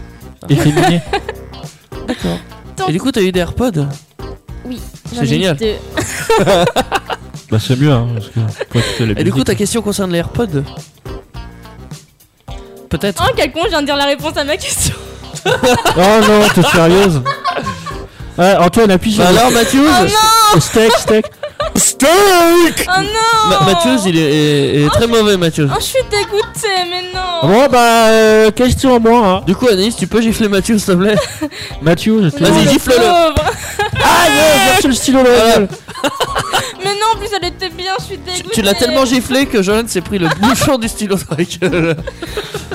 C: Efféminé.
H: D'accord.
A: Donc-
H: Et du coup, t'as eu des AirPods
A: Oui.
H: C'est
A: j'en ai eu
H: génial.
A: deux.
C: [laughs] bah c'est mieux hein. Parce que faut écouter la
H: Et du coup,
C: musique.
H: ta question concerne les AirPods Peut-être.
A: Oh, quel con, je viens de dire la réponse à ma
H: [laughs]
A: question.
C: Oh non, t'es sérieuse Ouais, Antoine, appuie sur
H: Bah
C: le-
H: alors, Mathieu
C: Oh, Steak, steak
A: Oh non
H: Mathieu, il est, est- est très mauvais, Mathieu.
A: Oh, je suis dégoûtée, mais non
H: Ah
C: Bon bah, euh, question à moi hein.
H: Du coup, Anaïs, tu peux gifler Mathieu, s'il
A: [laughs]
H: te plaît
C: Mathieu, je te
H: Vas-y,
A: Oh, le
H: gifle-le.
A: pauvre.
H: Ah,
C: Aïe, sur le stylo dans la
H: Voilà.
C: gueule.
A: Mais non, en plus, elle était bien, je suis
H: Tu,
A: dégoûtée.
H: tu l'as tellement giflé que Jolan s'est pris le bouchon du stylo dans la gueule.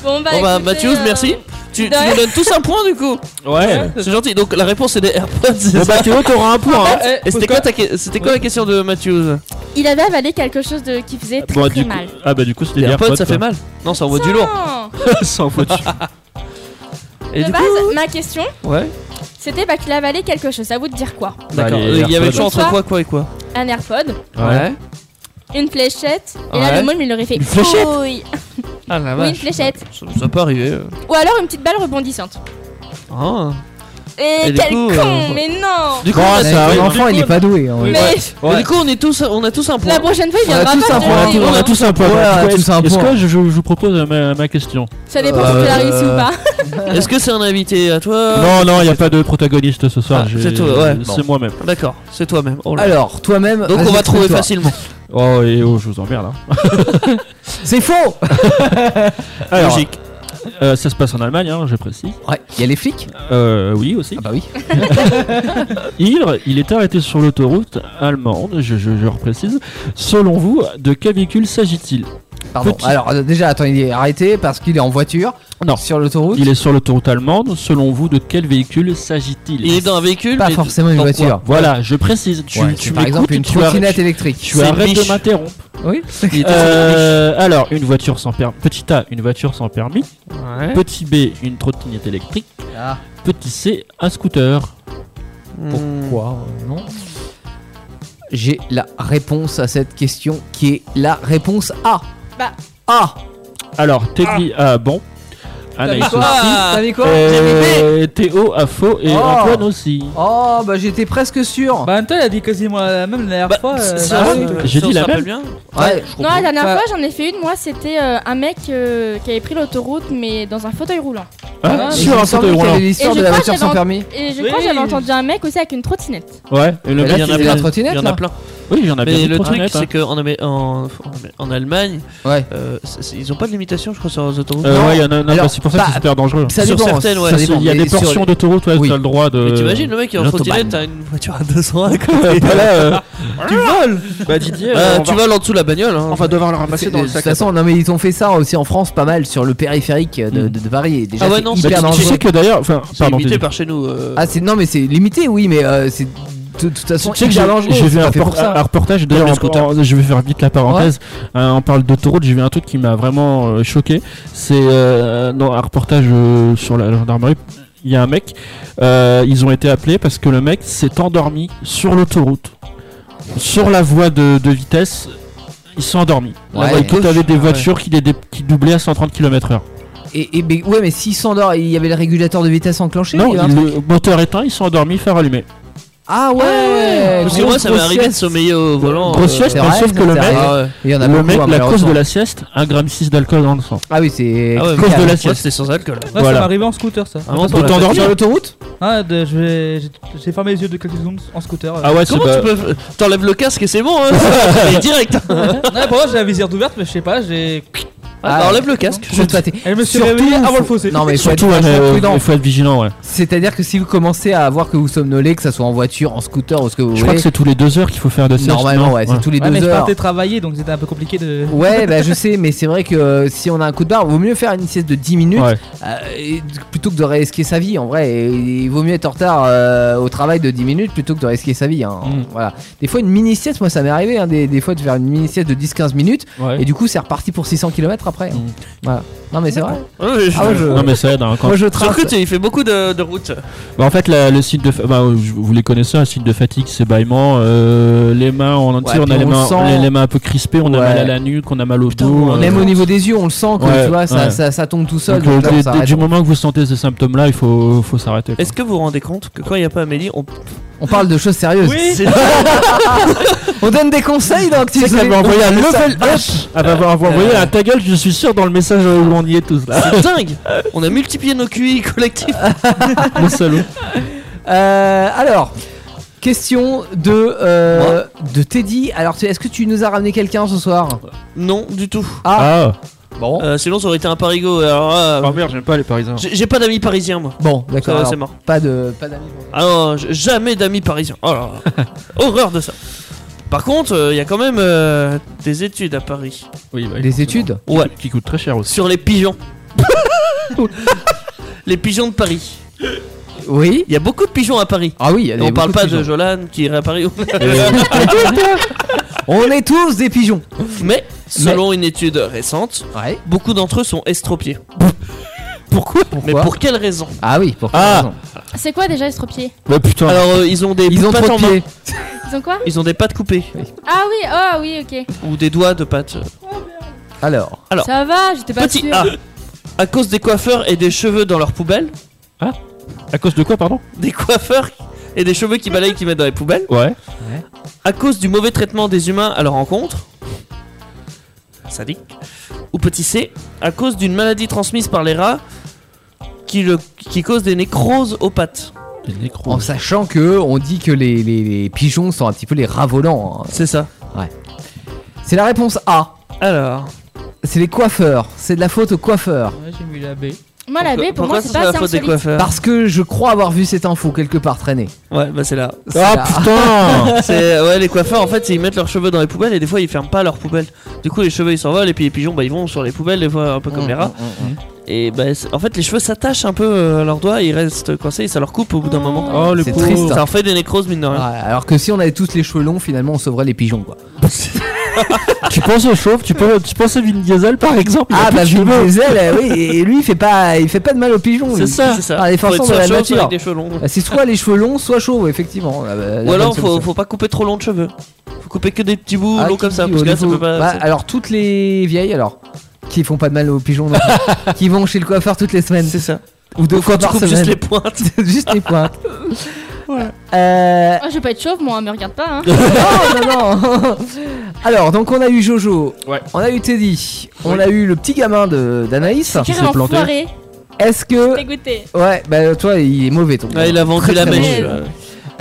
A: Bon bah,
H: Bon bah,
A: écoutez,
H: Mathieu,
A: euh,
H: merci. Tu, tu
A: de-
H: nous donnes tous un point,
A: [laughs]
H: du coup
C: Ouais
H: C'est gentil. Donc, la réponse, c'est des AirPods, c'est
C: Bon bah,
H: ça
C: Théo, t'auras un point hein.
H: Et c'était quoi, ta que- c'était quoi la question de Mathieu
A: Il avait avalé quelque chose de... qui faisait très
C: Bon,
A: très
C: du coup...
A: mal.
C: Ah bah du coup, c'était
H: Les
C: des
H: AirPods,
C: AirPods,
H: ça fait mal Non, ça envoie du lourd.
C: [laughs]
A: Non.
C: mal Sans faute
H: [laughs] Et
A: de
H: du
A: base,
H: coup,
A: ma question,
H: ouais.
A: c'était bah, qu'il avalait quelque chose. À vous de dire quoi
H: D'accord. Euh,
C: les
H: Il y avait le
C: AirPods.
H: choix entre
A: Bonsoir.
H: quoi, quoi et quoi
A: Un AirPod,
C: Ouais
A: une fléchette, et là
H: Ouais.
A: le môme il aurait fait.
C: Une fléchette
A: Fouille.
H: Ah la
A: Oui, une
H: vache.
A: fléchette.
H: Ça, ça peut arriver. euh.
A: Ou alors une petite balle rebondissante.
H: Ah.
A: Et,
H: Et du
A: quel
H: coup,
A: con,
H: euh,
A: mais non
H: Du coup, on
B: Bon,
H: a-
B: c'est
C: ça
B: un
C: arrive.
B: enfant, il est pas doué. hein.
I: Oui.
A: Mais
H: Mais du coup, on est tous, on a tous un point.
A: la prochaine fois il
B: On a
A: viendra
B: tous un
A: pas
B: point,
A: te
B: on a
A: dire.
B: tous-
C: On a tous un point.
B: Ouais,
C: Du coup,
B: on a
C: est-ce-
B: tous un
C: Est-ce
B: point.
C: que je, je vous propose ma, ma question
A: Ça dépend si tu l'as réussi ou pas.
H: Est-ce que c'est un invité à toi
C: Non, non, il n'y a pas de protagoniste ce soir.
H: Ah,
C: j'ai-
H: c'est toi, ouais.
C: C'est moi-même.
H: D'accord, c'est toi-même. Oh là.
B: Alors, toi-même.
H: Donc
B: vas-y,
H: on va trouver
B: trouve-toi.
H: facilement.
C: Oh, et oh, je vous emmerde. Hein.
B: C'est faux
C: Alors,
H: Logique.
C: euh, ça se passe en Allemagne, hein, je précise.
B: Ouais, il y a les flics.
C: Euh, oui, aussi.
B: Ah bah oui.
C: Il, il est arrêté sur l'autoroute allemande, je, je, je reprécise. Selon vous, de quel véhicule s'agit-il
B: Pardon.
C: Petit-
B: Alors euh, déjà, attends, il est arrêté parce qu'il est en voiture
C: Non.
B: sur l'autoroute.
C: Il est sur l'autoroute allemande. Selon vous, de quel véhicule s'agit-il
H: Il est dans un véhicule.
B: Pas
H: mais-
B: forcément une
H: dans quoi
B: voiture.
C: Voilà, je précise. Tu,
B: Ouais,
C: tu
B: c'est par exemple
C: m'écoutes,
B: une
C: tu, arrêtes-
B: trottinette électrique.
C: tu
H: C'est
C: arrêtes
H: biche.
C: de m'interrompre. [laughs]
B: Oui.
H: Il est dans un
C: Euh, alors, une voiture sans permis. Petit A, une voiture sans permis.
H: véhicule. Ouais.
C: Petit B, une trottinette électrique.
B: Ah.
C: Petit C, un scooter.
B: Pourquoi euh, Non. J'ai la réponse à cette question qui est la réponse A.
I: Bah.
B: A.
C: Alors, Teddy
B: Ah.
C: a bon. Anaïs
I: mis
A: Bah,
I: quoi
C: aussi.
B: T'as mis quoi
C: Bah, Euh, Théo a faux et
B: Oh.
C: Antoine aussi.
B: Oh bah j'étais presque sûr.
I: Bah, Antoine a dit quasiment la même la dernière
H: Bah,
I: fois. euh,
H: si
B: Ah,
I: bah,
H: on-
I: oui.
H: si
C: Ah, J'ai
H: on
C: dit
H: se
C: la
H: rappelle
C: même.
H: bien.
B: Ouais.
A: Non, la dernière
I: Bah-
A: fois, j'en ai fait une. Moi, c'était euh, un mec euh, qui avait pris l'autoroute, mais dans un fauteuil roulant.
C: Ah,
I: Ah,
B: Il
C: sur
B: me semblait
C: un fauteuil
B: qu'il y avait
C: roulant.
B: l'histoire
A: Et je
B: de la
A: crois
B: voiture
A: que
B: sans
A: j'avais
B: permis.
A: Et je
I: Oui.
A: crois que j'avais entendu un mec aussi avec une trottinette.
C: Ouais, et le
B: Mais là,
H: Il y en a
B: c'était
H: plein.
B: la trottinette,
H: Il y en
B: là. Ah,
H: a plein.
C: Oui, il y en a bien
H: Mais
C: des
H: le truc,
C: trottinettes, hein.
H: c'est qu'en en, en Allemagne,
B: Ouais.
H: euh, c'est- c'est- ils ont pas de limitation, je crois, sur les autoroutes.
C: Euh,
B: Non.
C: ouais, il y en a, non,
B: Alors,
C: bah, c'est pour ça que
B: bah,
C: c'est super dangereux.
B: Ça
H: Sur
B: dépend.
H: certaines, ouais,
B: ça
H: sur-
B: dépend,
C: Il y a
B: mais
C: des
B: sur-
C: portions d'autoroute, ouais,
B: Oui.
C: t'as le droit de.
H: Mais t'imagines, le mec qui est en
C: l'autobahn.
H: trottinette, t'as une voiture à 200 à côté. [laughs]
B: [laughs]
C: Voilà, euh, Tu voles Bah, Didier,
H: Bah,
C: euh, on
H: tu
C: va-
H: vas en dessous de la bagnole. Hein.
C: on va devoir le
B: C'est-
C: ramasser
B: De
C: dans le
B: toute
C: sac. à
B: façon, non mais ils ont fait ça aussi en France pas mal sur le périphérique euh, de,
C: Mm.
B: de, de Paris. Et Déjà,
H: Ah ouais,
B: c'est
H: non,
B: hyper
H: c'est-
C: dos. Tu
B: dangereux.
C: sais que d'ailleurs. Enfin,
H: C'est
C: pardon,
H: imité
C: Didier.
H: par chez nous. euh.
B: Ah c'est non mais c'est limité oui mais euh, c'est de de toute façon
C: Tu sais que
B: hyper
C: j'ai-
B: dangereux.
C: j'ai vu
B: c'est
C: un,
B: pas fait
C: repor-
B: pour ça.
C: un reportage, d'ailleurs,
H: le
C: en-
H: scooter.
C: en- je vais faire vite la parenthèse. Euh, on parle d'autoroute, j'ai vu un truc qui m'a vraiment euh, choqué. C'est euh, dans un reportage euh, sur la gendarmerie. Il y a un mec, euh, ils ont été appelés parce que le mec s'est endormi sur l'autoroute, sur la voie de, de vitesse. Ils sont endormis.
B: Ouais.
C: la voie toute avec des
H: Ah ouais.
C: voitures qui, les dé- qui doublaient à 130 km/h.
B: Et, et mais- ouais mais s'ils s'endort il y avait le régulateur de vitesse enclenché.
C: Non,
B: il y avait un
C: il-
B: truc.
C: le moteur éteint, ils sont endormis, faire allumer.
B: Ah ouais.
H: Parce que
B: grosse
H: moi, ça m'est arrivé de
B: grossesse.
H: sommeiller au volant.
C: Grosse
H: euh,
C: sieste,
B: c'est
C: hein,
B: vrai,
C: sauf
B: ça,
C: que le
B: c'est
C: mec,
B: vrai.
H: Ah ouais.
B: Il y en a
C: le
B: beaucoup,
C: mec,
B: hein,
C: la cause
B: malheureusement.
C: de la sieste, 1,6 d'alcool dans le sang.
B: Ah oui c'est.
H: Ah ouais,
C: cause de la
H: Moi,
C: sieste.
H: c'était sans alcool.
I: Ouais,
C: voilà.
I: ça m'est arrivé en scooter ça.
H: Ah, vraiment,
C: Autant
H: sur la
C: dormir.
H: fatigue.
B: Sur l'autoroute.
I: Ah, de- je vais- j'ai- j'ai fermé les yeux de quelques secondes en scooter. euh.
C: Ah ouais, c'est
H: Comment
C: pas...
H: tu peux. T'enlèves le casque et c'est bon, [laughs] hein Et direct
I: Ouais, pour moi, j'ai la visière ouverte, mais je sais pas, j'ai.
B: Ah,
H: Alors, lève le casque.
B: Je te
I: Elle [laughs] me suis
B: Surtout,
I: réveillé avant
B: faut-
I: le fossé.
B: Non mais faut
C: Surtout,
B: être
C: ouais, mais,
B: vachement
C: euh,
B: prudent.
C: il faut être vigilant, ouais.
B: C'est-à-dire que si vous commencez à voir que vous somnolez, que ça soit en voiture, en scooter ou ce que vous
C: Je crois
B: voulez,
C: que c'est tous les deux heures qu'il faut faire de sieste.
B: normalement
C: non
B: ouais, c'est tous les
I: Ouais, mais
B: deux
I: je
B: heures.
I: partais travailler donc c'était un peu compliqué de.
B: Ouais, bah je sais, mais c'est vrai que euh, si on a un coup de barre, vaut mieux faire une sieste de 10 minutes
C: Ouais.
B: euh, et- plutôt que de risquer sa vie en vrai. Et il vaut mieux être en retard euh, au travail de 10 minutes plutôt que de risquer sa vie. hein.
C: Mm.
B: Voilà. Des fois, une mini sieste, moi ça m'est arrivé, hein, des, des fois de faire une mini sieste de 10-15 minutes
C: Ouais.
B: et du coup c'est reparti pour 600 km après. hein.
C: Mm.
B: Voilà. Non, mais c'est vrai.
H: Ouais, je-
B: Ah ouais, je-
C: Non mais ça aide hein, quand-
B: Moi je
H: Sur
B: trace.
H: route, il fait beaucoup de, de route.
C: Bah, en fait la- le site de fa- bah, euh, je- vous les connaissez un site de fatigue c'est bâillement euh, les mains on, tu sais,
B: puis
C: on a les
B: on le
C: mains,
B: sent.
C: on a les mains un peu crispées on
B: Ouais.
C: a mal à la nuque on a mal au
B: Putain,
C: dos euh,
B: même au niveau des yeux, on le sent que
C: Ouais,
B: tu vois, ça,
C: ouais.
B: ça, ça tombe tout seul.
C: donc, euh,
B: donc là,
C: dès-
B: on
C: dès-
B: s'arrête.
C: du moment que vous sentez ces symptômes là il faut faut s'arrêter quoi.
H: Est-ce que vous vous rendez compte que quand il n'y a pas Amélie, on.
B: on parle de choses sérieuses.
H: C'est- [laughs]
B: On donne des conseils dans Actu
C: Tu sais qu'elle
B: Solide.
C: m'a envoyé un
B: Donc, ça-
C: level up Elle va envoyé un ta gueule je suis sûr dans le message où on y est tous là
H: C'est dingue On a multiplié nos QI collectifs. [laughs]
C: Mon salaud
B: Euh, alors, question de euh, de Teddy. Alors, tu- est-ce que tu nous as ramené quelqu'un ce soir
H: Non, du tout.
C: Ah
B: Bon,
H: Euh, sinon, ça aurait été un parigo. Alors, euh,
C: Oh merde j'aime pas les parisiens
H: j'ai j'ai pas d'amis parisiens, moi.
B: bon,
H: Ça,
B: d'accord. alors,
H: C'est mort.
B: Pas de, pas d'amis. pour-
H: Ah non, j- jamais d'amis parisiens. Oh là [laughs] là. Horreur de ça. Par contre, il y a quand même euh, des études à Paris
C: Oui, bah,
B: Des
C: écoute,
B: études
C: non.
H: Ouais.
C: Qui coûte très cher aussi
H: sur les pigeons. les pigeons de Paris.
B: Oui.
H: Il y a beaucoup de pigeons à Paris.
B: Ah oui. il y a
H: Et
B: des-
H: on parle
B: beaucoup
H: pas de
B: pigeons.
H: Jolan qui irait à Paris. [laughs]
B: [laughs] On est tous des pigeons.
H: Mais, selon une étude récente,
B: Ouais.
H: beaucoup d'entre eux sont estropiés.
C: Pourquoi
H: Mais pour quelle raison
B: Ah oui. Pour quelle
C: Ah.
B: raison
A: C'est quoi déjà estropié
C: Bah putain
H: Alors, euh, ils ont des
B: Ils ont
H: pattes
B: trop
H: en
B: de
H: main.
B: pieds.
A: Ils ont quoi
H: Ils ont des pattes coupées
A: Ah oui, oh oui, ok.
H: ou des doigts de pattes.
B: Alors.
H: Alors,
A: Ça va, j'étais pas
H: Petit
A: sûre.
H: A. À cause des coiffeurs et des cheveux dans leurs poubelles.
C: À cause de quoi pardon
H: Des coiffeurs et des cheveux qui balayent qui mettent dans les poubelles.
C: Ouais
H: À cause du mauvais traitement des humains à leur rencontre. Sadique. Ou petit C. À cause d'une maladie transmise par les rats qui, le- qui cause des nécroses aux pattes.
C: Des nécros
B: En sachant que on dit que les, les- les pigeons sont un petit peu les rats volants. hein.
H: C'est ça.
B: C'est la réponse A.
H: Alors.
B: C'est les coiffeurs. C'est de la faute aux coiffeurs.
I: Ouais, j'ai mis la B.
A: Moi, la baie, pour
H: Pourquoi
A: moi,
H: ça
A: c'est
H: serait
A: pas
H: la
A: assez
H: faute des
A: insolite.
H: coiffeurs
B: Parce que je crois avoir vu cette info quelque part traîner.
H: Ouais, bah c'est là.
B: C'est là.
C: putain
H: [laughs] C'est ouais, les coiffeurs en fait, ils mettent leurs cheveux dans les poubelles et des fois ils ferment pas leurs poubelles. Du coup, les cheveux ils s'envolent et puis les pigeons bah ils vont sur les poubelles des fois un peu comme les rats. Et bah c'est- en fait, les cheveux s'attachent un peu euh, à leurs doigts, ils restent coincés et ça leur coupe au bout d'un moment.
C: Oh, le
B: C'est
C: pauvre.
B: triste.
H: Ça en fait des nécroses mine de
B: Ouais,
H: rien.
B: alors que si on avait tous les cheveux longs, finalement, on sauverait les pigeons, quoi.
C: Tu penses au chauve, tu penses, tu penses à Vin Diesel par exemple il a
B: Ah
C: plus
B: bah
C: de
B: Vin
C: cheveux.
B: Diesel, euh, oui, et lui, il fait pas, il fait pas de mal aux pigeons.
H: C'est
B: lui.
H: ça, c'est ça.
B: Ah, les
H: Faut
B: forçons
H: être
B: de
H: soit
B: la
H: chaud, soit
B: nature.
H: avec des cheveux longs.
B: Bah, C'est soit les cheveux longs, soit chauds, effectivement. Ah, bah, la
H: Ou
B: bonne
H: alors
B: solution.
H: faut, faut pas couper trop long de cheveux. Faut couper que des petits bouts
B: Ah,
H: longs
B: qui
H: comme ça
B: dit,
H: parce
B: au
H: que là ça
B: niveau-
H: peut pas.
B: Bah,
H: c'est-
B: alors toutes les vieilles, alors, qui font pas de mal aux pigeons,
H: [laughs]
B: non plus, qui vont chez le coiffeur toutes les semaines
H: c'est ça.
B: ou deux fois
H: Quand tu
B: par
H: coupes juste les
B: semaine,
H: pointes.
B: [laughs] juste les pointes. Euh,
A: Ah, je vais pas être chauve, moi, me regarde pas. Hein.
B: non, non, non. Oh, [laughs] Alors, donc on a eu Jojo,
C: Ouais.
B: on a eu Teddy, on a eu le petit gamin de- d'Anaïs.
A: Carrément foiré.
B: Est-ce que.
A: Dégoûté.
B: Ouais, bah toi, il est mauvais ton
H: Ouais,
B: gamin.
H: il a vendu
B: Très,
H: la
B: très
H: mèche.
A: bon.
H: ouais.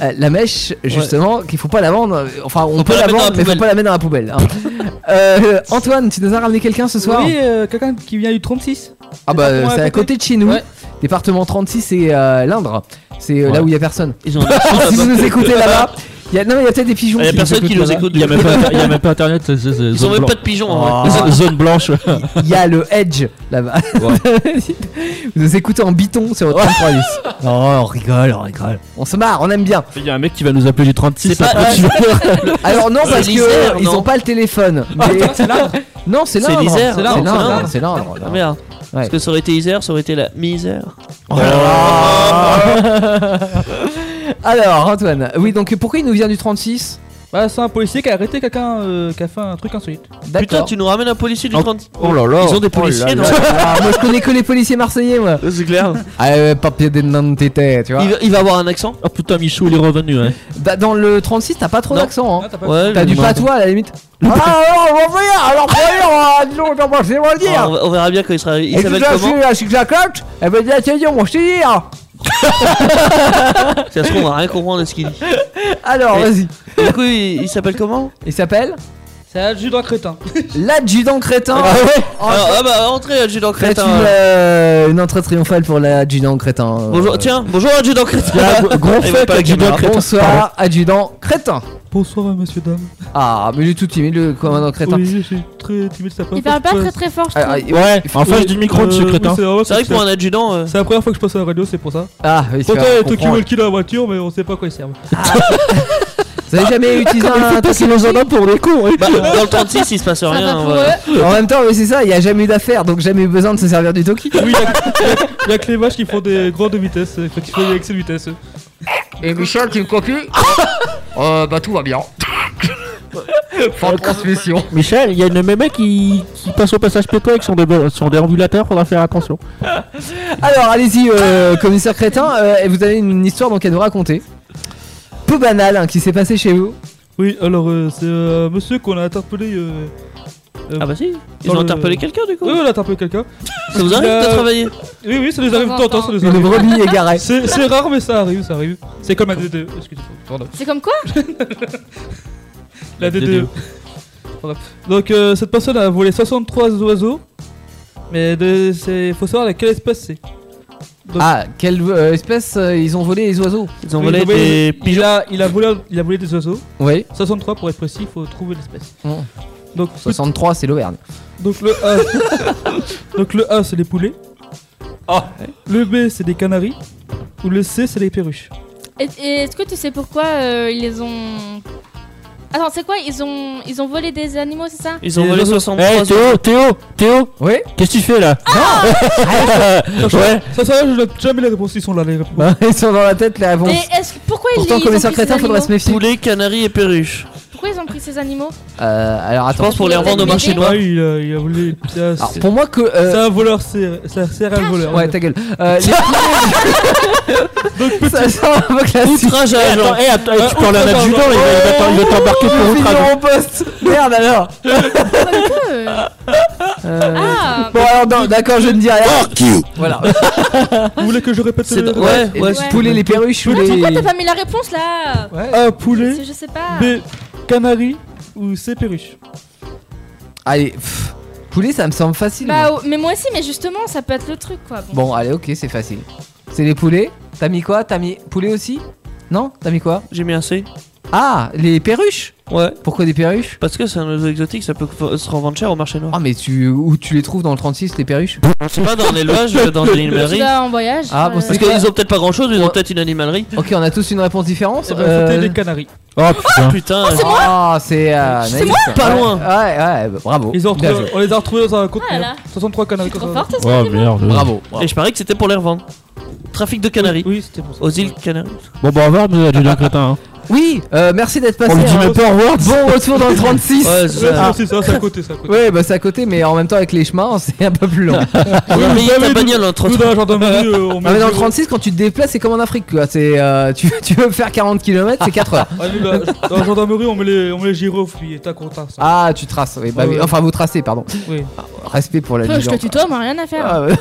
B: Euh, la mèche, justement, qu'il faut pas la vendre. Enfin, on
H: Faut
B: peut
H: pas
B: la
H: la mettre
B: vendre,
H: dans la
B: mais faut
H: poubelle.
B: pas la mettre dans la poubelle. hein.
H: [laughs]
B: Euh, Antoine, tu nous as ramené quelqu'un ce soir
I: Oui, euh, quelqu'un qui vient du 36.
B: Ah bah
I: département
B: c'est à côté de chez nous.
I: Ouais.
B: Département 36, c'est euh, l'Indre. C'est euh, là
C: Ouais.
B: où il y a personne.
H: Ils ont [laughs] un
B: [laughs] Ah, si vous nous écoutez
H: [laughs]
B: là-bas, il y a, non mais il y a peut-être des pigeons.
H: Ah, bah. Il y a
B: qui
H: personne
B: nous
H: qui nous
B: là-bas.
H: écoute. euh,
C: Il y a même pas, il y a même pas internet, c'est- c'est- c'est
H: Ils ont
C: zone,
H: même pas
C: blanche.
H: de pigeons en vrai.
B: Ah.
C: Zone blanche.
B: Il y a le Edge là-bas. [laughs] vous nous écoutez en biton sur votre 33 10. Oh, on rigole, on rigole. On se marre, on aime bien.
C: Il y a un mec qui va nous appeler du 36.
H: C'est pas-
C: après, tu vas-
B: Alors non
H: C'est
B: parce que
H: l'Isère,
B: ils
H: non
B: ont pas le téléphone. Mais- Non, Ah, c'est
H: C'est
B: l'Indre.
H: l'Isère,
B: c'est
H: non,
B: l'Indre,
H: c'est l'Indre.
B: c'est l'Indre.
H: Ah, merde. Parce que ça aurait été Isère, ça aurait été la misère.
B: Oh là là.
H: Ah,
B: Alors Antoine, oui donc pourquoi il nous vient du 36
I: Bah, c'est un policier qui a arrêté quelqu'un euh, qui a fait un truc insolite.
H: Putain,
B: D'accord.
H: tu nous ramènes un policier du
C: Oh.
H: 30.
C: Oh là là.
H: Ils ont des policiers dans
B: Ah, moi je connais que les policiers marseillais moi.
H: C'est clair.
B: Ah ouais,
C: euh,
B: papier de nantité, tu vois.
H: Il va, il va avoir un accent
C: Ah putain, Michou, il est revenu. hein.
B: Bah, Dans le 36, t'as pas trop
H: Non.
B: d'accent, hein.
I: Ah, t'as pas-
H: Ouais,
B: T'as
H: mais
B: du
H: bon.
B: patois à la limite. Ah, alors, on va venir, alors, on va venir, dis donc, comment je vais vous le
H: Ah, on, va- on verra bien quand il sera. Il
B: Et tout
H: s'appelle
B: ça,
H: comment
B: c'est la chic-clacotte, elle va dire, attention, je te dis, hein.
H: Ça se trouve, on va rien comprendre de ce qu'il dit.
B: Alors,
H: Et-
B: vas-y.
H: Du coup, il, il s'appelle comment
B: Il s'appelle
I: C'est un adjudant crétin.
B: l'adjudant
C: Ah
B: crétin. Oh,
H: Alors, Ah bah, entrez, adjudant
B: Faites
H: crétin.
B: une, euh, une entrée triomphale pour l'adjudant crétin. euh.
H: Bonjour, tiens, bonjour, adjudant crétin. Ah,
C: Il y a un gros- gros
H: Il voit
C: fuck
H: pas la
C: adjudant
H: caméra.
C: crétin. Pardon.
B: Ah, Bonsoir, adjudant crétin.
I: Bonsoir, monsieur, dame.
B: Ah, mais il est tout timide, le commandant crétin.
I: Oui, je suis très timide, ça
A: Il parle pas très très fort, je
B: Alors,
A: trouve.
B: il-
C: Ouais, en face du micro
I: Euh,
H: euh,
C: de ce crétin.
H: C'est vrai que pour un adjudant. euh,
I: C'est la première fois que je passe à la radio, c'est pour ça.
B: Ah, oui, c'est
I: Pourtant,
B: vrai,
I: il y
B: on
I: a Tokyo
B: comprend.
I: Walkie dans la voiture, mais on sait pas à quoi ils
H: [laughs]
I: servent.
B: Vous avez jamais utilisé
C: Il
B: un
C: faut passer les ordres pour les cons. hein.
H: Bah, dans le 36, il se passe
A: Ça va
H: rien.
A: pour
H: voilà.
A: eux.
B: En même temps, mais c'est ça, il n'y a jamais eu d'affaires, donc jamais eu besoin de se servir du Toki.
I: Oui, il y a que les vaches qui font des grandes vitesses, euh, qui font des excès de vitesse.
B: Et Michel, tu me copies Euh, bah tout va bien. Fin de transmission.
C: Michel, il y a une mémé qui, qui passe au passage péto avec son, dé- son déambulateur, faudra faire attention.
B: Alors, allez-y, euh, commissaire Crétin, euh, et vous avez une histoire donc à nous raconter. Peu banale, hein, qui s'est passée chez vous.
I: Oui, alors euh, c'est euh, un monsieur qu'on a interpellé. euh, euh,
H: Ah bah si, ils
I: Dans
H: ont
I: le-
H: interpellé quelqu'un du coup.
I: Oui, on a interpellé quelqu'un.
H: Ça vous arrive de
I: Euh,
H: travailler
I: Oui, oui, ça nous arrive
A: De
I: de
A: temps
I: temps
A: en
I: en temps, ça nous
B: Une
I: arrive.
B: brebis égarée.
I: C'est c'est rare, mais ça arrive, ça arrive. C'est comme la DDE. Excusez-moi, pardon.
A: C'est comme quoi
I: La
H: La E.
I: DDE. [laughs]
H: DDE.
I: Pardon. Donc, euh, cette personne a volé 63 oiseaux, mais il faut savoir laquelle espèce c'est.
B: Ah, quelle euh, espèce euh, ils ont volé les oiseaux
H: Ils ont
I: Oui,
H: volé
I: il a volé-
H: des
I: il
H: pigeons.
I: a, il, a volé, il a volé des oiseaux,
B: Oui,
I: 63 pour être précis, il faut trouver l'espèce.
B: Oh.
I: Donc,
B: 63, c'est l'Auvergne.
I: donc le A, [laughs] donc le A c'est les poulets,
B: Ah.
I: le B c'est des canaris, ou le C c'est les perruches.
A: Et- et Est-ce que tu sais pourquoi euh, ils les ont. Attends, c'est quoi ils ont... ils ont volé des animaux, c'est ça
H: Ils ont
I: Ils
H: volé
I: ont-
C: Eh
H: 63
C: Théo, Théo, Théo,
B: Oui
C: qu'est-ce que tu fais
H: Ah!
C: là [laughs] eh, Ouais,
I: Ça, ça, je n'ai jamais les réponses, ils sont là les réponses.
B: Bah, Ils sont dans la tête, les réponses.
A: Et est-ce que- pourquoi ils,
B: Pourtant,
A: ils ont
B: commissaire
A: pris ces
B: Crétin, faudrait
A: animaux
B: se méfier.
H: Poulet, canaris et perruche.
A: Pourquoi ils ont pris ces animaux
B: Euh, alors,
H: Je
B: attends.
H: pense pour les revendre au marché noir.
I: Ouais, Ah il a, il a volé. C'est un,
B: Alors, pour moi que... euh,
I: c'est un voleur, c'est c'est un serial voleur.
B: Ouais, ta gueule. [laughs] Euh, les... ça, ça invoque la suite.
H: Outrage à agent.
C: Attends, eh, attends, eh, tu
I: Euh,
C: parles à un
I: outrage,
C: adjudant, il va- il va t'em- il va t'embarquer pour
B: Finir
C: outrage.
B: en poste. Merde alors.
A: Euh,
B: Euh,
A: Ah
B: Bon alors non, d'accord, je ne dis rien.
G: Fuck you.
B: Voilà.
I: Vous voulez que je répète
H: C'est
I: le
H: ouais, ouais,
A: Ouais.
H: c'est-
B: Poulet les perruches ou
A: Ah,
B: les
A: Pourquoi t'as pas mis la réponse là
I: A poulet,
A: C'est- Je sais pas.
I: B canari ou C perruche.
B: Allez. pff. Poulet, ça me semble facile.
A: Bah,
B: moi.
A: oh, mais moi aussi, mais justement, ça peut être le truc, quoi. Bon.
B: Bon, allez, ok, c'est facile. C'est les poulets. T'as mis quoi T'as mis poulet aussi Non T'as mis quoi
H: J'ai mis un C.
B: Ah, les perruches
H: Ouais.
B: Pourquoi des perruches
H: Parce que c'est un oiseau exotique, ça peut f- se revendre cher au marché noir.
B: Ah, mais tu, où tu les trouves dans le 36, les perruches
H: C'est pas dans l'élevage, euh, dans une
A: Tu
H: animalerie.
A: vas en voyage
B: Ah, bon,
A: euh,
H: Parce qu'ils ont peut-être pas grand chose, ils ont
B: Ouais.
H: peut-être une animalerie.
B: Ok, on a tous une réponse différente.
I: Eh ben,
B: Euh,
I: C'était les Canaries.
C: Oh putain.
H: Putain, euh,
B: Ah, c'est. euh,
H: C'est
B: Naïs.
H: moi Pas
B: Ouais,
H: loin.
B: Ouais, ouais, bah, bravo.
I: Ils ont
B: Bien
I: retrouvé-
B: joué.
I: on les a retrouvés dans un conteneur.
A: Voilà.
I: 63
A: Je
I: Canaries.
A: suis trop forte, ça
C: Oh merde.
B: Bravo. bravo.
H: et je parie que c'était pour les revendre. Trafic de canaries.
I: Oui, c'était pour ça.
H: Aux îles Canaries.
C: Bon, bah, au revoir, monsieur Julien Crétin. hein.
B: Oui, euh, merci d'être passé.
C: On lui dit
B: hein.
C: même pas au revoir.
B: Bon retour dans le
I: [laughs]
B: 36.
H: Ouais, c'est ça.
I: Ah, c'est ça, c'est à côté, c'est à côté.
B: Ouais, bah c'est à côté, mais en même temps avec les chemins, [laughs] c'est un peu plus long.
H: On a payé ta
I: avez
H: bagnole entre
I: Nous, dans la gendarmerie, euh, on met
B: Ah, mais dans le
I: zéro.
B: 36, quand tu te déplaces, c'est comme en Afrique, quoi. C'est, euh, tu, tu veux faire 40 km, c'est 4 heures.
I: Ah, nous, dans la- dans la gendarmerie, on met les, on met les girofles, puis tac, on tasse.
B: Ah, tu traces. oui, bah,
I: Ouais,
B: oui,
I: ouais.
B: Enfin, vous tracez, pardon.
I: Oui.
B: Respect pour la
A: Faut que Je
B: légende.
A: te tutoie, moi, rien à faire.
B: Ah, ouais.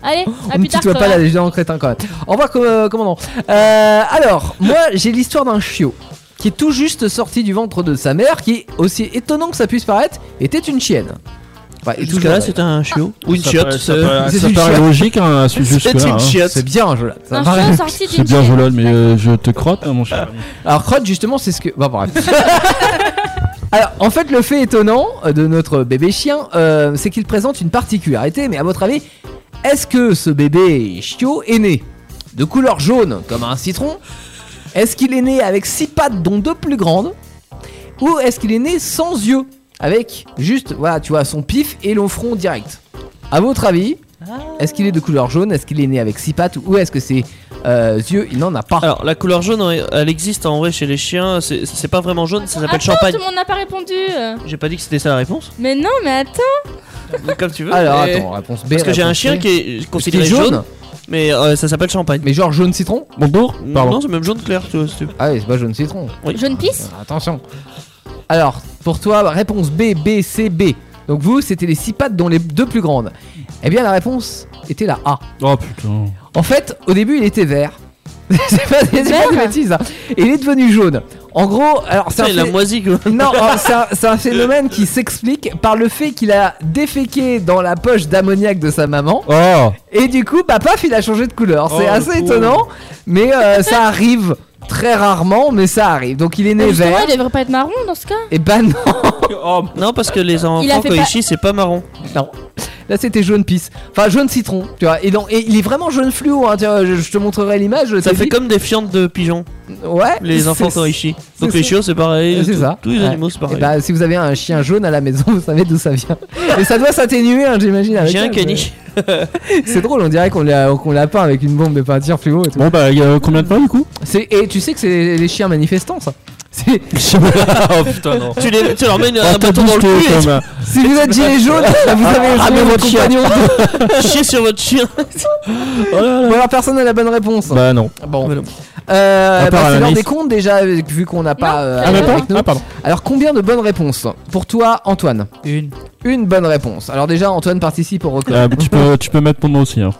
A: Allez, à
B: [laughs] On ne
A: plus tard.
B: tutoie pas
A: Cora.
B: la légende en crétin quand même. Au revoir, com- euh, commandant. Euh, alors, moi, j'ai l'histoire d'un chiot qui est tout juste sorti du ventre de sa mère, qui, aussi étonnant que ça puisse paraître, était une chienne. Ouais, et tout
H: Jusque-là, c'était un chiot. Ou une
C: Ça
H: chiotte.
C: paraît- ça
H: euh,
C: paraît-
B: c'est
C: Ça
B: une
C: paraît
B: chiotte.
C: logique, hein, à suivre
H: C'était
C: jusque-là.
H: une
C: hein.
H: chiotte.
B: C'est bien, Jolan. Ça
A: Un
B: va.
A: chien sorti
C: C'est
A: d'une
C: bien,
A: chaîne.
C: Jolol, mais euh, je te crotte, hein, mon cher.
B: Alors crotte justement c'est ce que... Bah bref. [laughs] Alors en fait le fait étonnant euh, de notre bébé chien euh, c'est qu'il présente une particularité mais à votre avis est-ce que ce bébé chiot est né de couleur jaune comme un citron Est-ce qu'il est né avec six pattes dont deux plus grandes Ou est-ce qu'il est né sans yeux avec juste voilà tu vois son pif et le front direct À votre avis est-ce qu'il est de couleur jaune Est-ce qu'il est né avec six pattes ou est-ce que ses euh, yeux il n'en a pas
H: Alors, la couleur jaune, en- elle existe en vrai chez les chiens. C'est c'est pas vraiment jaune, ça s'appelle
A: Attends,
H: champagne.
A: Tout le monde n'a pas répondu. euh.
H: J'ai pas dit que c'était ça la réponse.
A: Mais non, mais attends.
H: Comme tu veux.
B: Alors
H: mais-
B: attends, réponse B.
H: Parce que j'ai un
B: réponse
H: chien
B: C.
H: qui est
B: Parce qu'il
H: considéré
B: est
H: jaune, mais euh, ça s'appelle champagne.
B: Mais genre jaune citron
C: Bonjour. Pardon.
H: Non, c'est même jaune clair, tu vois. c'est-
B: Ah oui, c'est pas jaune citron.
A: Jaune pisse
B: attention. Alors, pour toi, bah, réponse B, B, C, B. Donc vous, c'était les six pattes dont les deux plus grandes. Eh bien, la réponse était la A.
C: Oh putain.
B: En fait, au début, il était vert. [laughs] c'est pas, c'est pas
A: Vert
B: des bêtises. hein. Et il est devenu jaune. En gros, alors c'est un
H: Putain, il a
B: phé-
H: moisi, quoi.
B: Non, oh, c'est un- c'est un, phénomène qui s'explique par le fait qu'il a déféqué dans la poche d'ammoniac de sa maman.
C: Oh.
B: Et du coup, bah paf, il a changé de couleur. C'est
I: Oh,
B: assez
I: le pauvre.
B: étonnant, mais euh, ça arrive très rarement, mais ça arrive. Donc il est né
A: Justement,
B: vert.
A: il devrait pas être marron dans ce cas.
B: Et bah non, [laughs]
I: Oh,
H: Non, parce que les enfants,
A: Il a fait
H: quand
A: pas-
H: ils chient, c'est pas marron.
B: là c'était jaune pisse. Enfin jaune citron, tu vois. Et, non, et il est vraiment jaune fluo. Hein, tu vois, je, je te montrerai l'image.
H: Ça
B: t'es
H: fait
B: dit.
H: comme des fientes de pigeons,
B: ouais.
H: les
B: c'est-
H: enfants quand ils chient.
B: c'est
H: Donc les
B: ça.
H: chiots, c'est pareil.
B: C'est
H: tout-
B: ça.
H: Tous les
B: Ouais.
H: animaux, c'est
B: Et
H: pareil.
B: bah si vous avez un chien jaune à la maison, vous savez d'où ça vient. Et ça doit s'atténuer, hein, j'imagine. avec
H: J'ai un
B: l'âge.
H: caniche.
B: C'est drôle, on dirait qu'on l'a qu'on l'a peint avec une bombe de peinture fluo et tout.
C: Bon, bah, il y a combien de temps du coup
B: C'est- Et tu sais que c'est les chiens manifestants, ça. C'est-
C: Oh putain, non.
H: Tu, les, tu leur
B: Oh,
H: mets une-
C: Ah,
H: un
C: t'as
H: bâton dans le
C: boosté,
H: cul
C: comme, euh,
B: Si vous êtes gilet jaune, vous avez
C: Ah,
B: jamais
C: mais
B: votre
C: votre chien.
B: compagnon.
H: et chier sur votre chien.
B: [laughs]
C: [laughs] oh là là.
B: Ou alors personne n'a la bonne réponse.
C: Bah, non.
B: Bon.
H: Voilà.
B: Euh,
C: À part
B: bah, c'est l'heure
C: Anaïs.
B: des comptes déjà, vu qu'on n'a pas.
A: Non,
B: euh,
A: Ah,
C: Ah,
A: mais
B: avec
A: attends.
B: nous.
C: Ah, pardon.
B: Alors combien de bonnes réponses Pour toi, Antoine
I: une.
B: Une bonne réponse. Alors déjà, Antoine participe au record.
C: Euh, tu, peux, tu peux mettre mon nom aussi. Hein.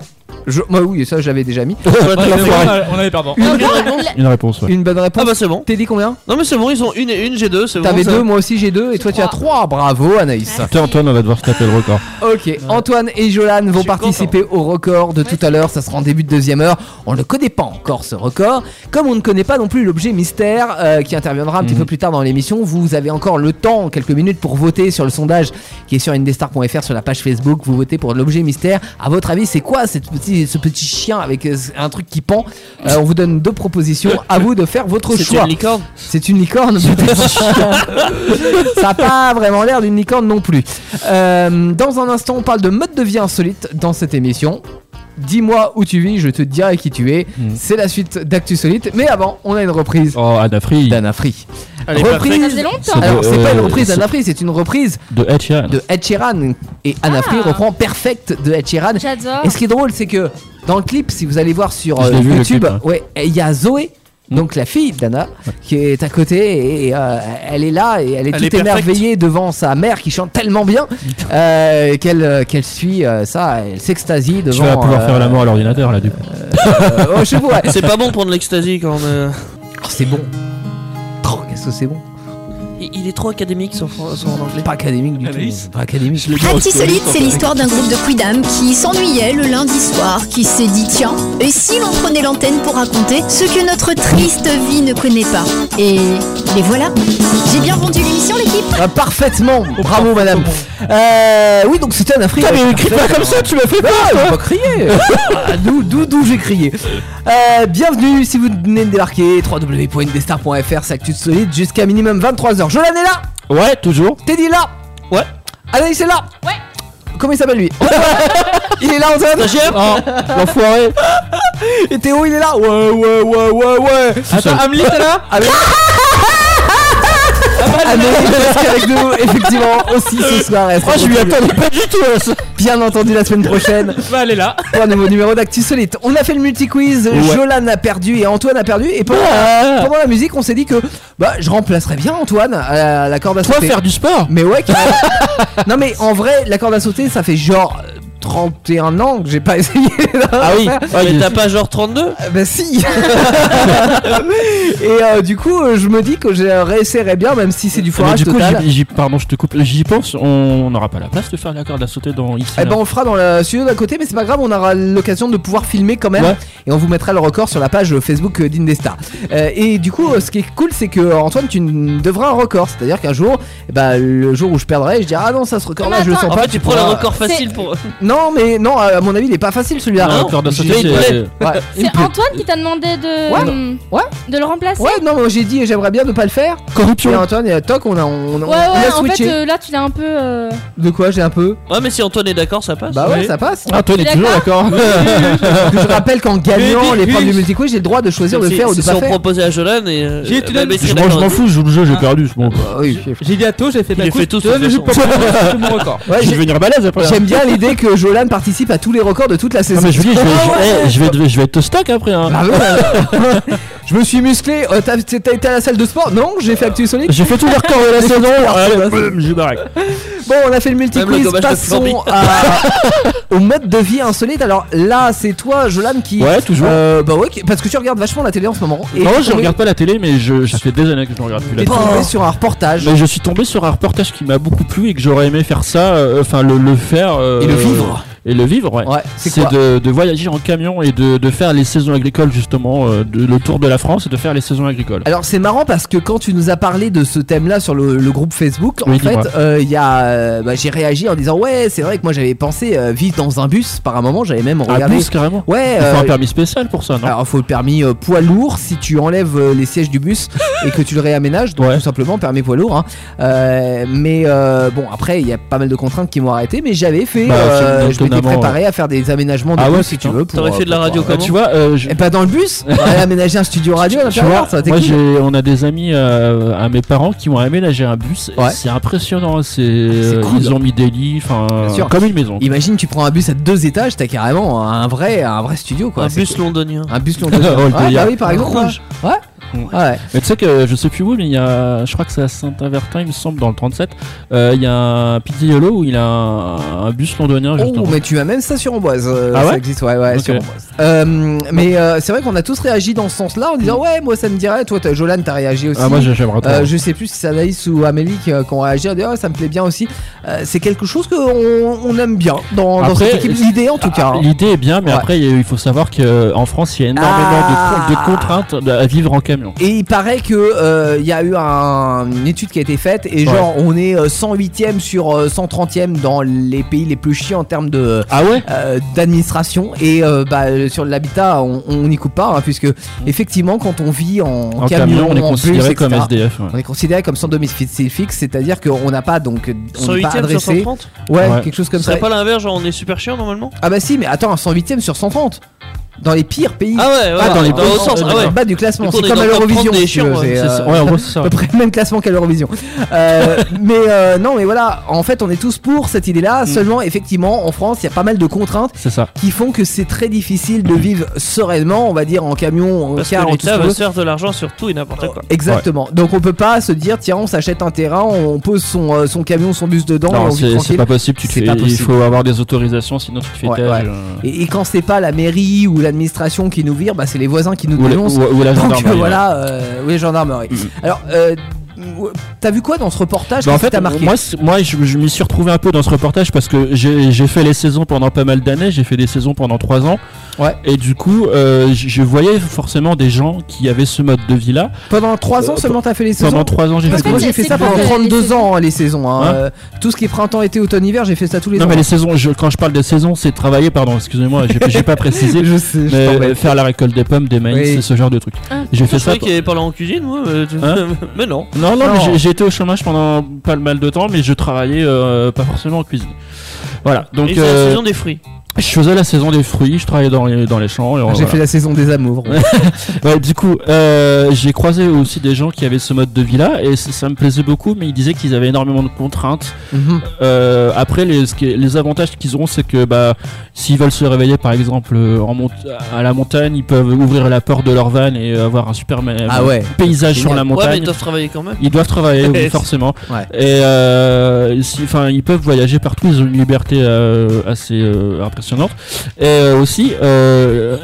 B: Je- Moi, oui, ça j'avais déjà mis.
I: Ouais, mais on a- on avait perdant.
B: Une,
A: Non, la-
C: Une réponse, ouais.
B: une bonne réponse.
H: Ah bah c'est bon.
B: T'es dit combien
H: Non mais c'est bon, ils ont une et une, j'ai deux, c'est bon.
B: T'avais
H: ça.
B: deux, moi aussi j'ai deux, et toi tu as trois. Bravo, Anaïs.
C: Putain, Antoine, on va devoir se taper le record.
B: Ok, Antoine et Jolan vont
I: suis
B: participer au record de tout à l'heure, ça sera en début de deuxième heure. On ne connaît pas encore ce record, comme on ne connaît pas non plus l'objet mystère euh, qui interviendra un petit peu plus tard dans l'émission. Vous avez encore le temps, quelques minutes pour voter sur le sondage qui est sur indestar.fr sur la page Facebook. Vous votez pour l'objet mystère. À votre avis, c'est quoi cette petit, ce petit chien avec euh, un truc qui pend Euh, On vous donne deux propositions, à vous de faire votre
H: C'est
B: choix.
H: une licorne.
B: C'est une
C: [laughs]
B: licorne peut-être. Ça n'a pas vraiment l'air d'une licorne non plus. Euh, dans un instant, on parle de mode de vie insolite dans cette émission. Dis-moi où tu vis, je te dirai qui tu es.
C: Mm.
B: C'est la suite d'Actu Solite. Mais avant, on a une reprise
C: Oh, Adafri.
B: d'Anafri.
H: Allez,
B: Reprise.
A: Ça faisait longtemps.
C: de-
B: Alors, c'est pas une
C: euh,
B: reprise
C: c'est-
B: d'Anafri, c'est une reprise
C: De Ed Sheeran.
B: de Ed Sheeran. Et Anafri
A: Ah.
B: reprend Perfect de Ed Sheeran.
A: J'adore.
B: Et ce qui est drôle, c'est que dans le clip, si vous allez voir sur
C: Je
B: euh,
C: l'ai vu, le
B: YouTube,
C: clip, hein. Mm.
B: ouais, il y a Zoé. Donc la fille d'Anna qui est à côté et euh, elle est là et elle est
H: Elle
B: toute
H: est perfecte.
B: émerveillée devant sa mère qui chante tellement bien
C: [laughs]
B: euh, qu'elle euh, qu'elle suit euh, ça, elle s'extasie devant.
C: Tu vas pouvoir
B: euh,
C: faire la mort à l'ordinateur là du coup.
B: euh, [laughs] oh, je sais pas, ouais.
H: C'est pas bon de prendre de l'extasie quand on. euh,
B: Oh, c'est bon. Oh, qu'est-ce que c'est bon.
H: Il, il est trop académique son, fran- son anglais.
B: Pas académique du
H: Anaïs
B: tout. Pas académique.
E: Actisolite, c'est l'histoire d'un groupe de quidam qui s'ennuyait le lundi soir, qui s'est dit tiens, et si l'on prenait l'antenne pour raconter ce que notre triste vie ne connaît pas Et les voilà. J'ai bien vendu l'émission, l'équipe
B: Ah, parfaitement. Bravo, madame. Euh, oui, donc c'était en Afrique.
C: Putain, Ah, mais
B: Parfait.
C: crie pas comme ça, tu m'as fait
B: Ah,
C: peur,
B: j'ai
C: toi
B: pas crié Ah, D'où d'où- d'où j'ai crié Euh, Bienvenue si vous venez de débarquer, www.indestar.fr, c'est actu de solide jusqu'à minimum 23h. Jolan est là
C: Ouais, toujours.
B: Teddy est là
H: Ouais.
B: Anaïs est là
A: Ouais.
B: Comment il s'appelle lui [laughs] Il est là Antoine
H: Stagiaire
B: L'enfoiré Et Théo il est là Ouais ouais ouais ouais ouais Ah,
C: seul. Ah,
B: Amélie est là Ah, Amélie Amélie est avec nous effectivement aussi ce soir. Elle sera
C: Moi, Oh, je lui
B: avec nous,
C: attendais pas du tout à ça.
B: Bien entendu la semaine
C: [laughs]
B: prochaine.
H: Bah elle est là
B: pour un nouveau numéro d'Actu Solite. On a fait le multi-quiz, Jolan a perdu et Antoine a perdu. Et pendant,
C: Ah.
B: la, pendant la musique, on s'est dit que bah, je remplacerais bien Antoine à la, à la corde à
C: Toi,
B: sauter.
C: faire du sport
B: Mais ouais, carrément. [laughs] non, mais en vrai, la corde à sauter, ça fait genre euh, 31 ans que j'ai pas [laughs] essayé.
C: Ah oui, ah,
H: Mais
C: il-
H: t'as pas genre 32
B: bah
C: [laughs]
B: si Et euh, du coup, euh, je me dis que je réessayerais bien, même si c'est du
C: Mais
B: foirage
C: Eh ben, du coup,
B: total.
C: j'y- j'y- pardon, je te coupe. J'y pense, on n'aura pas la place de faire la corde à sauter dans ici. hein.
B: Eh
C: là.
B: ben on fera dans le studio d'à côté mais c'est pas grave on aura l'occasion de pouvoir filmer quand même
C: Ouais.
B: et on vous mettra le record sur la page Facebook euh, d'Indestar. Euh, et du coup euh, ce qui est cool c'est que euh, Antoine tu n- devras un record c'est-à-dire qu'un jour eh ben, le jour où je perdrai je dirai ah non ça ce record là
A: Mais
B: je le
A: attends,
B: sens
H: En
B: pas.
H: fait tu prends le
B: pourras-
H: record facile pour...
B: Non mais non à mon avis il est pas facile celui-là.
C: Non, Ah, la corde à
B: J'ai-
C: sauter,
H: il
C: c'est-
B: Ouais, il me
A: C'est
B: plaît.
A: Antoine qui t'a demandé de,
B: Ouais,
A: hum,
B: ouais.
A: de le remplacer
B: Ouais non moi j'ai dit j'aimerais bien ne pas le faire. Et
C: corruption.
B: Antoine et euh, toc on a on, on-
A: Ouais,
B: on a
A: ouais, en
B: switché.
A: fait, euh, là, tu l'as un peu. euh,
B: De quoi j'ai un peu
H: Ouais mais si Antoine est d'accord ça passe
B: Bah ouais
C: Oui.
B: ça passe.
C: Antoine Ah, est toujours d'accord.
B: je rappelle qu'en gagnant les du multi-quiz j'ai le droit de choisir de le
H: Si-
B: faire ou
H: si
B: de pas
H: on
B: faire.
H: proposait à Jolan et... euh,
I: J'ai été
H: bah,
I: donné-
H: mais c'est
C: Je m'en- je
H: d'accord.
C: m'en fous, je joue le jeu, j'ai perdu.
B: [laughs]
C: Bon, bah,
B: Ah oui,
I: J'ai dit à Théo, j'ai fait de
B: Bah
H: Il
I: la
H: est fait tous, de toute
I: Théo, j'ai
H: façon.
I: pas proposé mon record.
C: [laughs]
B: Ouais,
C: je vais
B: j'ai-
C: devenir balèze après. hein.
B: J'aime bien l'idée que Jolan participe à tous les records de toute la saison.
C: Non, mais je vous dis, je vais,
B: Ah
C: je-
B: ouais.
C: eh, je vais, je vais être au stock après. hein.
B: Ah ouais. [laughs] je me suis musclé. Euh, T'as t'as- t'as été à la salle de sport Non, j'ai fait Actu Solide.
C: J'ai fait tout le record
B: [laughs]
C: de la saison. Allez, boum, je barre.
B: Bon, on a fait le
H: Même le
B: multi-quiz.
H: gommage de Furby.
B: Passons à- [laughs] au mode de vie insolite. Alors là, c'est toi, Jolan, qui.
C: Ouais, toujours.
B: Euh, bah ouais, qui- parce que tu regardes vachement la télé en ce moment.
C: Non, je
B: tombé-
C: regarde pas la télé, mais je, ça fait des années que je ne regarde plus la
B: T'es
C: télé.
B: tombé sur un reportage.
C: Mais je suis tombé sur un reportage qui m'a beaucoup plu et que j'aurais aimé faire ça, euh, enfin le, le faire. euh,
B: Et le vivre.
C: Et le vivre, ouais.
B: Ouais, c'est
C: C'est
B: quoi
C: de, de voyager en camion et de, de faire les saisons agricoles justement, euh, de- le tour de la France et de faire les saisons agricoles.
B: Alors c'est marrant parce que quand tu nous as parlé de ce thème-là sur le, le groupe Facebook, en
C: Oui,
B: fait,
C: dis-moi.
B: euh, il y a, euh, bah, j'ai réagi en disant ouais, c'est vrai que moi j'avais pensé euh, vivre dans un bus. Par un moment, j'avais même
C: Ah
B: regardé.
C: bus carrément.
B: ouais.
C: Il faut
B: euh,
C: un permis spécial pour ça, non
B: alors faut le permis euh, poids lourd si tu enlèves euh, les sièges du
C: [laughs]
B: bus et que tu le réaménages, donc
C: Ouais.
B: tout simplement permis poids lourd. hein. Euh, mais euh, bon après il y a pas mal de contraintes qui m'ont arrêté, mais j'avais fait,
C: Bah,
B: euh,
C: c'est
B: je m'étais
C: étonnamment,
B: préparé à faire des aménagements de
C: Ah ouais,
B: bus si tu
C: putain.
B: veux. pour,
H: T'aurais
B: euh,
H: fait de la
B: pour,
H: radio
B: euh,
C: Ah,
H: comment
C: tu vois, euh, je-
B: Et pas dans le
C: [laughs]
B: bus, on aurait aménagé un studio radio à
C: tu
B: l'intérieur,
C: vois,
B: ça aurait été
C: moi
B: cool.
C: j'ai, on a des amis euh, à mes parents qui ont aménagé un bus. et
B: Ouais. Ah,
C: C'est impressionnant, c'est, euh,
B: C'est cool.
C: ils ont mis des lits, enfin
B: Bien sûr.
C: comme une maison. [laughs]
B: Imagine tu prends un bus à deux étages, t'as carrément un vrai, un vrai studio quoi.
H: Un
B: C'est
H: bus
B: cool.
H: londonien.
B: Un bus long.
C: [laughs] Oh, le
B: ouais, bah
C: délire.
B: oui par exemple.
H: Rouge.
B: Ouais. Ouais.
C: Mm.
B: Ouais.
C: Mais tu sais que je sais plus où, mais il y a, je crois que c'est à Saint-Avertin, il me semble, dans le 37. euh, Il y a un Pizziolo où il a un, un bus londonien, justement.
B: Oh, mais tu as même ça sur Amboise. euh,
C: Ah
B: ça
C: ouais
B: existe, ouais, ouais,
C: Ok.
B: sur Amboise. Euh, mais euh, c'est vrai qu'on a tous réagi dans ce sens-là en disant ouais, moi ça me dirait. Toi, t'as- Jolan, t'as réagi aussi.
C: Ah, moi j'ai- j'aimerais trop.
B: Euh, je sais plus si c'est Anaïs ou Amélie qui, euh, qui ont réagi en disant Ah, ça me plaît bien aussi. Euh, c'est quelque chose qu'on on aime bien dans, dans
C: Après, ah,
B: cette équipe. L'idée en tout cas. hein.
C: L'idée est bien, mais
B: Ouais.
C: après, il y a- il faut savoir qu'en France, il y a énormément
B: Ah.
C: de, con- de contraintes de- à vivre en camion.
B: Et il paraît que euh, il y a eu un- une étude qui a été faite et genre on est euh, 108e sur euh, 130e dans les pays les plus chiants en termes de
C: Ah ouais
B: euh, d'administration et euh, bah, sur l'habitat on, on n'y coupe pas hein, puisque effectivement quand on vit en,
C: En camion, on est
B: en
C: considéré
B: bus,
C: comme
B: etc.,
C: SDF. ouais.
B: On est considéré comme sans domicile fixe, c'est-à-dire qu'on n'a pas donc on n'est
H: 108
B: pas
H: sur
B: adressé.
H: 130
B: Ouais,
C: Ouais.
B: quelque chose
H: Ce
B: comme ça.
H: serait pas l'inverse, genre on est super chiant normalement
B: Ah bah si, mais attends, un 108e sur 130 dans les pires pays.
H: Ah ouais, ouais,
B: Ah, dans les
H: dans le
B: bas-
H: sens,
B: dans
H: ah
B: les
H: ouais.
B: bas du classement,
H: Du coup,
B: c'est
H: on est
B: comme
H: dans
B: à
H: le top
B: l'eurovision.
H: 30 des
B: si tu
H: chiens,
B: veux,
H: ouais.
B: c'est,
C: C'est
B: euh,
C: ça. euh, Ouais, en gros, c'est
B: à
C: ça.
B: peu près le même classement qu'à l'Eurovision. Euh, mais euh, non, mais voilà, en fait, on est tous pour cette
C: Mm.
B: idée-là. Seulement, effectivement, en France, il y a pas mal de contraintes
C: C'est ça.
B: qui font que c'est très difficile de vivre sereinement, on va dire, en camion, en
H: Parce
B: car,
H: que
B: en tout ce
H: l'État
B: qu'on
H: va
B: veut.
H: se faire de l'argent sur tout et n'importe quoi.
B: Exactement. Donc on peut pas se dire tiens on s'achète un terrain, on pose son, euh, son camion, son bus dedans, et on
C: Non,
B: vit
C: c'est c'est
B: tranquille.
C: pas possible. Tu te
B: C'est
C: fais-
B: pas
C: il
B: possible.
C: faut avoir des autorisations, sinon tu te fais
B: Ouais,
C: têche,
B: ouais.
C: euh,
B: Et, et quand c'est pas la mairie ou l'administration qui nous vire, bah c'est les voisins qui nous
C: Ou la-
B: dénoncent.
C: ou- ou la
B: Donc
C: gendarmerie.
B: voilà, euh, oui, gendarmerie. Alors, euh, T'as vu quoi dans ce reportage
C: Mm. Bah,
B: qui
C: en fait,
B: t'a marqué
C: moi, c'est- moi je, je m'y suis retrouvé un peu dans ce reportage parce que j'ai j'ai fait les saisons pendant pas mal d'années, j'ai fait des saisons pendant 3 ans.
B: Ouais.
C: Et du coup, euh, j- je voyais forcément des gens qui avaient ce mode de vie là.
B: Pendant 3 ans seulement, t'as fait les saisons
C: Euh, Pendant 3 ans, j'ai
B: Parce
C: fait
B: que
A: En
B: moi
A: fait,
B: j'ai fait
A: c'est
B: ça
A: pas
B: pendant
A: les
B: 32
A: saisons.
B: ans, hein, les saisons. hein.
C: Hein
B: Euh, tout ce qui est printemps, été, automne, hiver, j'ai fait ça tous les
C: Non,
B: ans.
C: mais les saisons, je- quand je parle de saison, c'est travailler, pardon, excusez-moi, j'ai j'ai
B: [laughs]
C: pas précisé.
B: Je sais, je
C: Mais euh,
B: t'embête.
C: faire la récolte des pommes, des maïs,
B: Oui.
C: c'est ce genre de truc.
A: Ah.
C: J'ai
H: Je
C: fait ça.
H: croyais qu'il y avait parlé en cuisine, moi. euh, tu-
C: Hein
H: [laughs] mais non.
C: Non, non, mais
B: Non.
C: j'ai- j'ai été au chômage pendant pas mal de temps, mais je travaillais euh, pas forcément en cuisine. Voilà, donc
H: Et c'est la
C: euh,
H: saison des fruits.
C: je faisais la saison des fruits, je travaillais dans les, dans les champs. et
B: J'ai
C: voilà.
B: fait la saison des amours.
C: euh, Ouais, du coup, euh, j'ai croisé aussi des gens qui avaient ce mode de vie là, et c- ça me plaisait beaucoup, mais ils disaient qu'ils avaient énormément de contraintes.
B: Mhm.
C: Euh, après, les, ce qui est- les avantages qu'ils auront, c'est que bah, s'ils veulent se réveiller par exemple euh, en mont- à la montagne, ils peuvent ouvrir la porte de leur van et avoir un super ma-
B: Ah ouais.
C: paysage sur
B: Génial.
C: la
H: Ouais, mais
C: montagne.
H: ils doivent travailler quand même.
C: Ils doivent
B: [laughs]
C: travailler, oui,
H: Ouais.
C: forcément.
B: Ouais.
C: Et euh, si- enfin, ils peuvent voyager partout. Ils ont une liberté euh, assez euh, impressionnante. Et euh, aussi euh,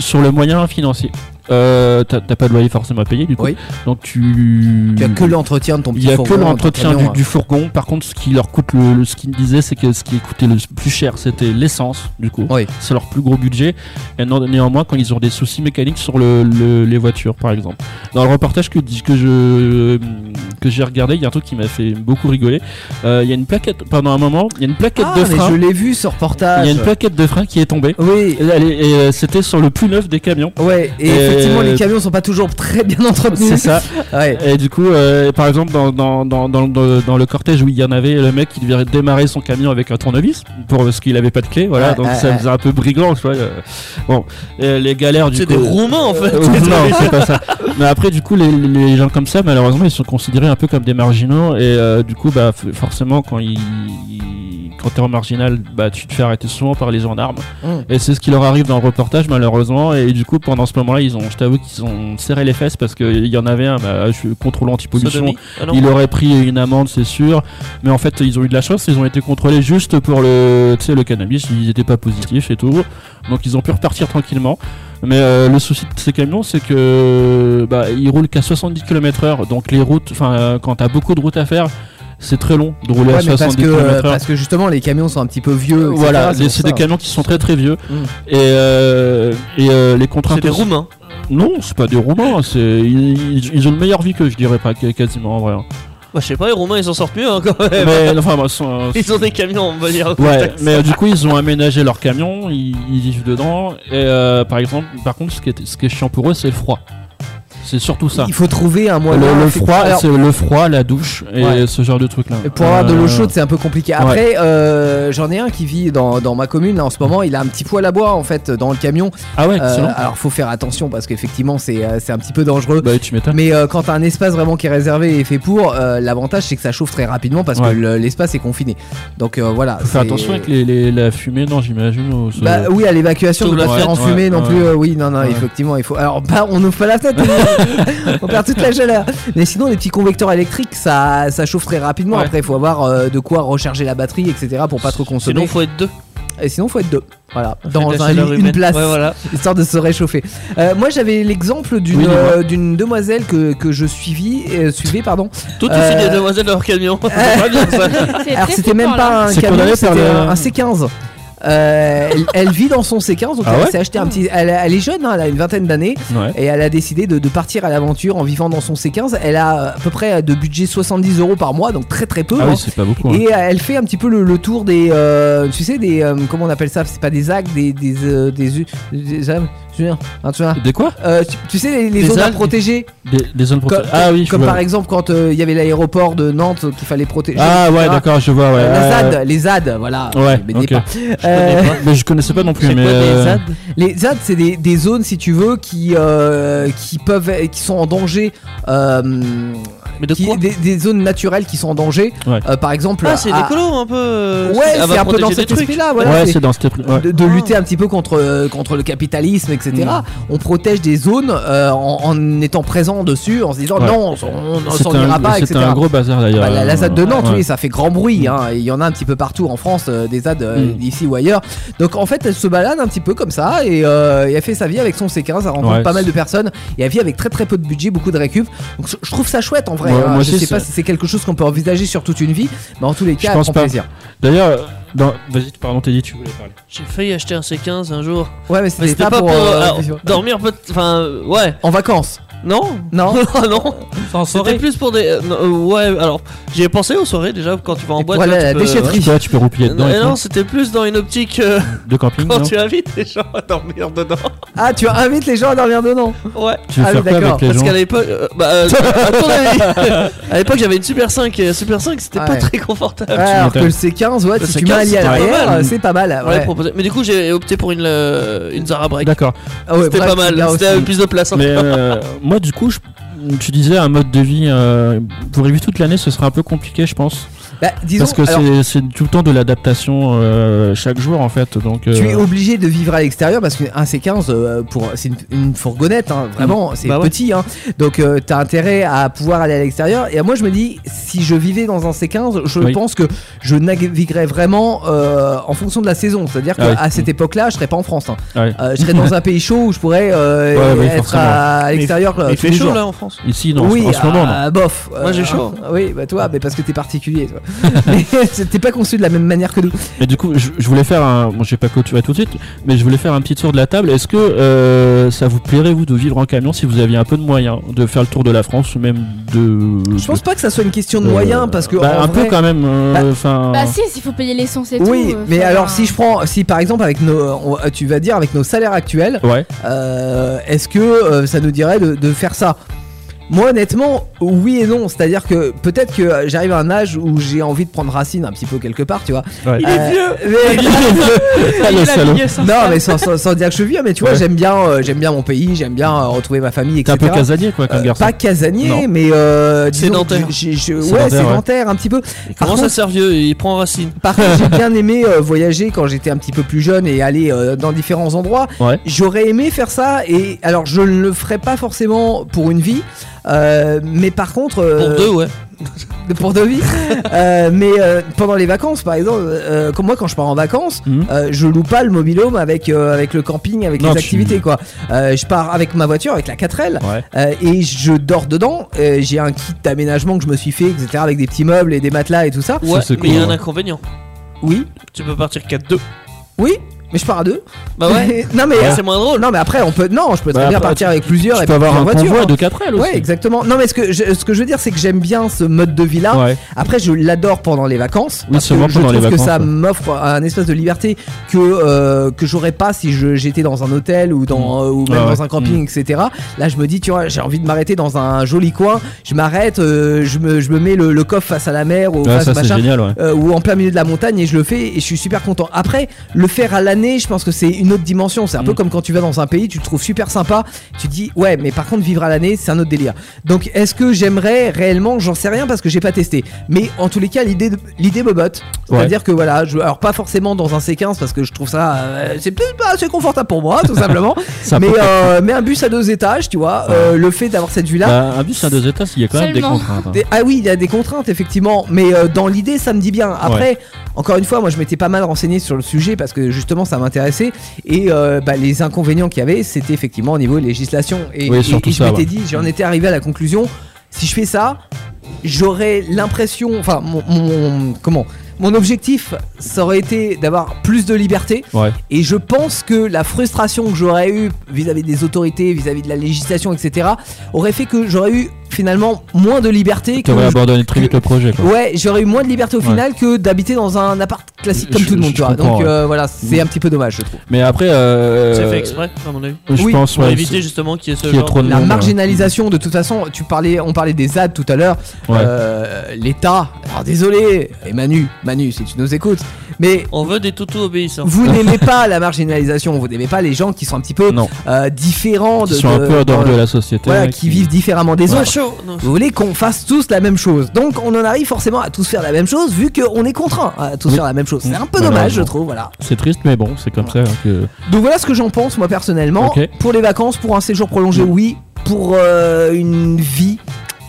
C: sur le moyen financier. Euh, t'as t'as pas de loyer forcément à payer du coup.
B: Oui.
C: Donc tu.
B: Il y a que l'entretien de ton
C: Il
B: petit
C: y a que
B: fourgon, ton
C: l'entretien du,
B: camion, hein.
C: du fourgon. Par contre, ce qui leur coûte le, le- ce qu'ils me disaient, c'est que ce qui coûtait le plus cher, c'était l'essence. Du coup,
B: Oui.
C: c'est leur plus gros budget. Et non- néanmoins, quand ils ont des soucis mécaniques sur le- le- les voitures, par exemple. Dans le reportage que dis- que je que j'ai regardé, il y a un truc qui m'a fait beaucoup rigoler. Euh, Il y a une plaquette pendant un moment, il y a une plaquette
B: Ah,
C: de
B: mais je
C: frein.
B: l'ai vu ce
C: Il
B: reportage.
C: y a une plaquette de frein qui est tombée.
B: Oui.
C: Et, elle est- et, euh, c'était sur le plus neuf des camions.
B: Ouais, et
C: Euh,
B: effectivement, les camions sont pas toujours très bien entretenus.
C: C'est ça.
B: Ouais.
C: Et du coup, euh, par exemple, dans, dans, dans, dans, dans- dans le cortège où il y en avait, le mec, il devait démarrer son camion avec un tournevis pour, parce qu'il avait pas de clé. Voilà,
B: Ouais,
C: donc
B: ouais,
C: ça
B: ouais.
C: faisait un peu brigand, tu vois. euh. Bon, Et les galères du
H: C'est
C: coup,
H: des Roumains en
C: [laughs]
H: fait.
C: Euh, non, c'est pas ça. Mais après, du coup, les, les gens comme ça, malheureusement, ils sont considérés un peu comme des marginaux. Et euh, du coup, bah, f- forcément, quand ils. Quand t'es en marginal, bah, tu te fais arrêter souvent par les gendarmes.
B: Mm.
C: Et c'est ce qui leur arrive dans le reportage, malheureusement. Et du coup, pendant ce moment-là, ils ont, je t'avoue qu'ils ont serré les fesses parce qu'il y en avait un, bah, je suis contrôle anti-pollution.
H: Sodomie Ah non.
C: Il aurait pris une amende, c'est sûr. Mais en fait, ils ont eu de la chance. Ils ont été contrôlés juste pour le, tu sais, le cannabis. Ils n'étaient pas positifs et tout. Donc, ils ont pu repartir tranquillement. Mais euh, le souci de ces camions, c'est que bah, ils roulent qu'à 70 km/h. Donc, les routes, enfin, euh, quand t'as beaucoup de routes à faire, c'est très long de rouler
B: Ouais,
C: à
B: mais parce
C: 70
B: que, euh,
C: km/h.
B: parce que justement, les camions sont un petit peu vieux. etc.,
C: Voilà,
B: c'est
C: les-
B: pour
C: c'est
B: ça.
C: des camions qui sont très très vieux
B: Mm.
C: et, euh, et euh, les
H: C'est
C: contraintes.
H: des
C: aussi-
H: Roumains.
C: Non, c'est pas des Roumains. c'est- Ils, ils- ils ont une meilleure vie que je dirais pas qu- quasiment en vrai. hein.
H: Bah, je sais pas, les Roumains ils s'en sortent mieux hein, quand même.
C: Mais enfin, bah, sont-
H: [laughs] Ils ont des camions, on va dire.
C: Ouais, mais euh, du coup ils ont aménagé leur camion, ils, ils vivent dedans et euh, par exemple, par contre, ce qui est, ce qui est chiant pour eux, c'est le froid. C'est surtout ça.
B: Il faut trouver un moyen.
C: le, le froid,
B: Alors,
C: c'est le froid, la douche et
B: Ouais.
C: ce genre de Euh, truc là.
B: Et Pour avoir de l'eau chaude, c'est un peu compliqué.
C: ouais.
B: Après, euh, j'en ai un qui vit dans, dans ma commune là en ce moment. Il a un petit poêle à bois en fait dans le camion.
C: Ah ouais,
B: Euh,
C: excellent.
B: alors, faut faire attention parce qu'effectivement, c'est euh, c'est un petit peu dangereux.
C: Bah tu m'étonnes.
B: Mais euh, quand t'as un espace vraiment qui est réservé et fait pour, euh, l'avantage c'est que ça chauffe très rapidement parce
C: Ouais.
B: que le- l'espace est confiné. Donc euh, voilà.
C: Faut Faire
B: c'est-
C: attention avec les, les- la fumée, non, j'imagine. ou ce-
B: Bah oui, à l'évacuation,
C: Surtout
B: de
C: la
B: pas faire en
C: fenêtre,
B: fumée
C: ouais,
B: non
C: ouais.
B: plus. euh, oui, non, non,
C: Ouais.
B: effectivement, il faut. Alors, pas, on n'ouvre pas la fenêtre, on perd toute la chaleur. Mais sinon, les petits convecteurs électriques, ça, ça chauffe très rapidement.
C: Ouais.
B: Après, il faut avoir euh, de quoi recharger la batterie, etc. pour pas trop consommer.
H: Sinon, faut être deux.
B: Et sinon, faut être deux. Voilà,
H: Faut
B: dans
H: être la
B: un
H: chaleur
B: lit, une
H: humaine.
B: place,
H: Ouais, voilà.
B: histoire de se réchauffer. Euh, moi, j'avais l'exemple d'une
C: Oui, dis-moi.
B: euh, d'une demoiselle que, que je suivis, euh, suivais, pardon.
H: Tout aussi
B: Euh,
H: des demoiselles dans leur camion. [laughs] C'est pas bien, ça.
B: [laughs]
A: C'est
B: Ah, Alors
A: très
B: c'était
A: flippant,
B: même
A: là.
B: pas un
C: C'est
B: camion,
C: condamné par
B: c'était
C: le-
B: un un C15. Euh, elle, elle vit dans son C15, donc
C: Ah
B: elle
C: ouais
B: s'est acheté un petit. Elle, elle est jeune, hein, elle a une vingtaine d'années,
C: Ouais.
B: et elle a décidé de, de partir à l'aventure en vivant dans son C15. Elle a euh, à peu près de budget 70 euros par mois, donc très très peu.
C: Ah
B: hein.
C: oui, c'est pas beaucoup. hein.
B: Et euh, elle fait un petit peu le, le tour des, euh, tu sais, des, euh, comment on appelle ça C'est pas des algues, des, des, euh, des, u- des, algues, tu vois, hein, tu vois.
C: Des quoi
B: Euh, tu, tu sais les, les
C: Des
B: zones à
C: algues
B: protéger,
C: Des, des zones
B: comme,
C: protégées. Ah oui, je
B: comme
C: vois.
B: par exemple quand euh, il y avait l'aéroport de Nantes qu'il fallait protéger.
C: Ah ouais,
B: etc.
C: d'accord, je vois. Ouais.
B: Euh,
C: Euh,
B: la ZAD, les ZAD, voilà.
C: Ouais,
B: Mais n'est
C: ok.
B: pas. Euh,
C: Mais- mais je connaissais pas non plus.
H: C'est
C: mais
H: quoi des
C: euh,
H: ZAD
B: les ZAD, c'est des, des zones, si tu veux, qui, euh, qui peuvent, qui sont en danger. euh,
H: Mais de
B: qui-
H: quoi
B: des, des zones naturelles qui sont en danger.
C: Ouais.
B: Euh, par exemple.
H: Ah, c'est
B: à-
H: des colos un peu. euh,
B: Ouais,
H: elle va
B: c'est un peu
H: protéger
B: dans
H: des
B: cet
H: trucs.
B: esprit-là, voilà.
C: Ouais,
B: c'est-
C: c'est dans cette. ouais.
B: de, de
H: Ah. contre
B: lutter un petit peu contre, euh, contre le capitalisme, etc.
C: Mm.
B: On protège des zones euh, en, en étant présent dessus, en se disant
C: Ouais.
B: non, on on
C: C'était
B: s'en ira
C: un,
B: pas,
C: c'était
B: etc.
C: un gros bazar d'ailleurs.
B: Bah, la, la ZAD de Nantes,
C: Ouais.
B: oui, ça fait grand bruit. hein. Il y en a un petit peu partout en France, euh, des ZAD euh,
C: Mm.
B: ici ou ailleurs. Donc en fait, elle se balade un petit peu comme ça et, euh, et elle fait sa vie avec son C15. Elle rencontre
C: Ouais,
B: pas mal
C: c'est-
B: de personnes et elle vit avec très très peu de budget, beaucoup de récup. Donc je- je trouve ça chouette en vrai. mais
C: Moi-
B: euh,
C: moi
B: je sais
C: aussi,
B: pas
C: c'est-
B: si c'est quelque chose qu'on peut envisager sur toute une vie, mais en tous les
C: Je
B: cas, elles
C: pense
B: font
C: pas.
B: plaisir.
C: D'ailleurs, euh, dans- vas-y, pardon, t'es dit, tu voulais parler.
H: J'ai failli acheter un C15 un jour.
B: Ouais, mais
H: Mais
B: c'était
H: C'était
B: pas, pour. euh,
H: alors, dormir peut Enfin, euh, ouais.
B: en vacances,
H: Non
B: non
H: [laughs] Ah non
I: Sans
H: C'était
I: soirée.
H: plus pour des. euh, non, euh, ouais, alors, j'y ai pensé aux soirées déjà quand tu vas en
B: Et
H: boîte.
B: pour
H: là,
B: aller à
H: tu
B: la
H: peux- euh,
B: déchetterie.
H: ouais.
C: Tu vois, tu peux roupiller dedans et
H: Non, non,
C: tout,
H: c'était plus dans une optique euh,
C: de
H: [laughs]
C: camping,
H: quand
C: non
H: tu invites les gens à dormir dedans.
B: Ah, tu invites les gens à dormir dedans
H: [laughs] Ouais.
C: Tu veux
B: Ah oui,
C: faire quoi
B: d'accord,
C: avec les
H: Parce
C: gens
H: qu'à l'époque, euh, bah, [laughs] euh, à ton avis, [laughs] à l'époque j'avais une Super 5 et la Super 5 c'était
B: Ouais.
H: pas très confortable.
B: Ouais, Ah, Alors que
C: Ah, m'étonnes.
B: le C15, ouais,
H: Le
B: si tu
H: C15,
B: mets un lit à
H: c'est pas
B: l'arrière,
H: mal.
B: euh, c'est pas mal.
H: On l'avait
B: Ouais.
H: proposé. Mais du coup j'ai opté pour une, euh, une Zara
B: [laughs]
H: Break.
C: D'accord.
B: Ah ouais,
H: c'était
B: bref,
H: pas
B: c'est bien
H: mal, c'était
B: aussi.
H: plus de place. hein.
C: Mais euh, moi, du coup, je- tu disais un mode de vie euh, pour y vivre toute l'année, ce serait un peu compliqué, je pense,
B: Bah, disons,
C: parce que
B: alors,
C: c'est- c'est tout le temps de l'adaptation euh, chaque jour en fait. Donc, euh,
B: tu es obligé de vivre à l'extérieur parce qu'un C15, euh, pour, c'est une, une fourgonnette, hein,
C: Mm.
B: vraiment, c'est
H: Bah ouais.
B: petit. Hein. Donc, euh, t'as intérêt à pouvoir aller à l'extérieur. Et moi, je me dis, si je vivais dans un C15, je
C: Oui.
B: pense que je naviguerais vraiment euh, en fonction de la saison. C'est-à-dire
C: Ah oui.
B: qu'à cette époque-là, je serais pas en France. hein.
C: Ah oui.
B: Euh, je serais dans un pays chaud où je pourrais euh,
C: Ouais, oui,
B: être
C: forcément.
B: à, à l'extérieur. euh,
H: Il
B: tous
H: fait
B: les
H: chaud
B: jours.
H: là en France.
C: ici, non,
B: oui,
C: en ce moment, non.
B: ah, bof.
H: Moi, j'ai chaud.
B: ah, [laughs] oui, bah toi, mais parce que t'es particulier. Toi. [laughs] mais t'es pas conçu de la même manière que nous.
C: Mais du coup, je, je voulais faire un. Bon, je sais pas que tu vas tout de suite, mais je voulais faire un petit tour de la table. Est-ce que euh, ça vous plairait, vous, de vivre en camion si vous aviez un peu de moyens de faire le tour de la France ou même de.
B: Je pense pas que ça soit une question de
C: Euh,
B: moyens parce que
C: bah,
B: en
C: un
B: vrai-
C: peu quand même.
B: Bah-
C: euh, Enfin.
A: Bah si, s'il faut payer l'essence et tout.
B: Oui,
A: euh,
B: mais
A: faut
B: alors
A: avoir
B: si je prends, si par exemple avec nos, on- euh, tu vas dire avec nos salaires actuels,
C: ouais.
B: euh, est-ce que euh, ça nous dirait de, de faire ça Moi honnêtement, oui et non. C'est-à-dire que peut-être que j'arrive à un âge où j'ai envie de prendre racine un petit peu quelque part, tu vois.
C: Ouais.
B: Il est vieux. [laughs]
C: Ah, le salaud.
B: non, mais sans, sans- sans dire que je suis vieux, mais tu vois,
C: Ouais.
B: j'aime bien, euh, j'aime bien mon pays, j'aime bien euh, retrouver ma famille,
C: T'es
B: etc.
C: un peu casanier, quoi, comme
B: Euh,
C: garçon.
B: pas casanier,
C: Non.
B: mais euh, disons que
H: Sédentaire.
B: j'ai- j'ai- ouais,
C: Sédentaire, ouais.
B: sédentaire un petit peu. Par
H: Comment
B: contre,
H: ça sert vieux Il prend racine.
B: Par contre, j'ai bien aimé euh, voyager quand j'étais un petit peu plus jeune et aller euh, dans différents endroits.
C: Ouais.
B: J'aurais aimé faire ça et alors je ne le ferai pas forcément pour une vie, euh, mais par contre
H: Pour
B: euh,
H: deux, ouais.
B: pour
C: [laughs]
B: deux vies. Euh, mais euh, pendant les vacances, par exemple, euh, comme moi quand je pars en vacances,
C: Mhm.
B: euh, je loue pas le mobilhome avec euh, avec le camping, avec
C: Non,
B: les
C: tu-
B: activités quoi. Euh, je pars avec ma voiture, avec la 4L.
C: Ouais.
B: Euh, et je dors dedans, Euh, j'ai un kit d'aménagement que je me suis fait, etc., avec des petits meubles et des matelas et tout ça.
H: Ouais,
C: c'est
H: mais il y a
C: cool,
H: un
C: ouais.
H: inconvénient.
B: Oui,
H: Tu peux partir 4-2.
B: oui, mais je pars à deux. [laughs]
H: Bah ouais.
B: non mais
H: C'est moins drôle.
B: non mais après on peut non, je peux très
C: Ah Bah,
B: bien
C: après,
B: partir avec plusieurs
C: Tu
B: et
C: peux avoir un
B: plusieurs voitures,
C: convoi
B: hein.
C: de 4 L aussi.
B: Ouais, exactement. Non mais ce que je, ce que je veux dire c'est que j'aime bien ce mode de vie là.
C: Ouais.
B: Après je l'adore pendant les vacances
C: Oui,
B: parce que
C: souvent
B: je
C: pendant
B: trouve
C: les
B: que
C: vacances,
B: ça
C: ouais.
B: m'offre un espace de liberté que euh, que j'aurais pas si je- j'étais dans un hôtel ou dans euh, ou même dans
C: Ah ouais.
B: un camping etc. Là je me dis tu vois, j'ai envie de m'arrêter dans un joli coin, je m'arrête, euh, je me je me mets le, le coffre face à la mer ou
C: Ah,
B: face
C: ça, c'est
B: machin.
C: génial, ouais.
B: Euh, ou en plein milieu de la montagne et je le fais et je suis super content. Après, le faire à l'année, je pense que c'est une autre dimension. C'est un peu
C: Mm.
B: comme quand tu vas dans un pays, tu le trouves super sympa, tu te dis ouais, mais par contre vivre à l'année, c'est un autre délire. Donc est-ce que j'aimerais réellement J'en sais rien parce que j'ai pas testé. Mais en tous les cas, l'idée de- l'idée me botte. C'est-à-dire que voilà, je, alors pas forcément dans un C15 parce que je trouve ça euh, c'est peut-être pas assez confortable pour moi tout simplement.
C: Ça
B: mais
C: peut-
B: euh, mais un bus à deux étages, tu vois, euh, le fait d'avoir cette vue là.
C: Bah, un bus à deux états, il y a quand même des
A: Seulement.
C: contraintes. hein.
B: Des- ah oui, il y a des contraintes effectivement, mais euh, dans l'idée ça me dit bien. Après, encore une fois, moi je m'étais pas mal renseigné sur le sujet parce que justement ça m'intéressait et euh, bah, les inconvénients qu'il y avait, c'était effectivement au niveau de législation. Et,
C: Oui,
B: et-
C: surtout
B: et je
C: ça,
B: m'étais
C: ouais.
B: dit, j'en étais arrivé à la conclusion, si je fais ça, j'aurais l'impression, enfin mon, mon- comment, mon objectif, ça aurait été d'avoir plus de liberté.
C: Ouais.
B: Et je pense que la frustration que j'aurais eue vis-à-vis des autorités, vis-à-vis de la législation, etc., aurait fait que j'aurais eu finalement moins de liberté.
C: Tu
B: Que
C: aurais
B: je-
C: abandonné très vite le projet, quoi.
B: Ouais, j'aurais eu moins de liberté au
C: Ouais.
B: final que d'habiter dans un appart classique comme
C: Je-
B: tout le
C: je-
B: monde,
C: je
B: tu vois.
C: comprends,
B: Donc euh, voilà, c'est un petit peu dommage, je trouve.
C: Mais après, euh,
H: C'est fait exprès, à mon avis.
C: je
B: Oui.
C: pense,
H: Pour
C: ouais,
H: éviter justement qu'il y ait ce
C: qu'il y ait
H: genre
C: trop de
B: La
C: monde, ouais.
B: marginalisation, de toute façon, tu parlais, on parlait des ZAD tout à l'heure.
C: Ouais.
B: Euh, L'État, alors désolé, et Manu, Manu, si tu nous écoutes, mais
H: On veut des toutous obéissants.
B: vous n'aimez pas la marginalisation, vous n'aimez pas les gens qui sont un petit peu
C: Non.
B: euh, différents de.
C: qui sont un
B: de-
C: peu en dehors
B: de-
C: de la société. hein,
B: voilà,
C: ouais,
B: qui vivent différemment des
H: Pas
B: autres.
H: chaud non.
B: Vous voulez qu'on fasse tous la même chose. Donc on en arrive forcément à tous faire la même chose vu qu'on est contraints à tous
C: Oui.
B: faire la même chose. C'est un peu
C: Malheureusement.
B: dommage je trouve, voilà.
C: C'est triste, mais bon, c'est comme ça hein, que.
B: Donc voilà ce que j'en pense moi personnellement.
C: Ok.
B: Pour les vacances, pour un séjour prolongé, oui. Pour euh, une vie,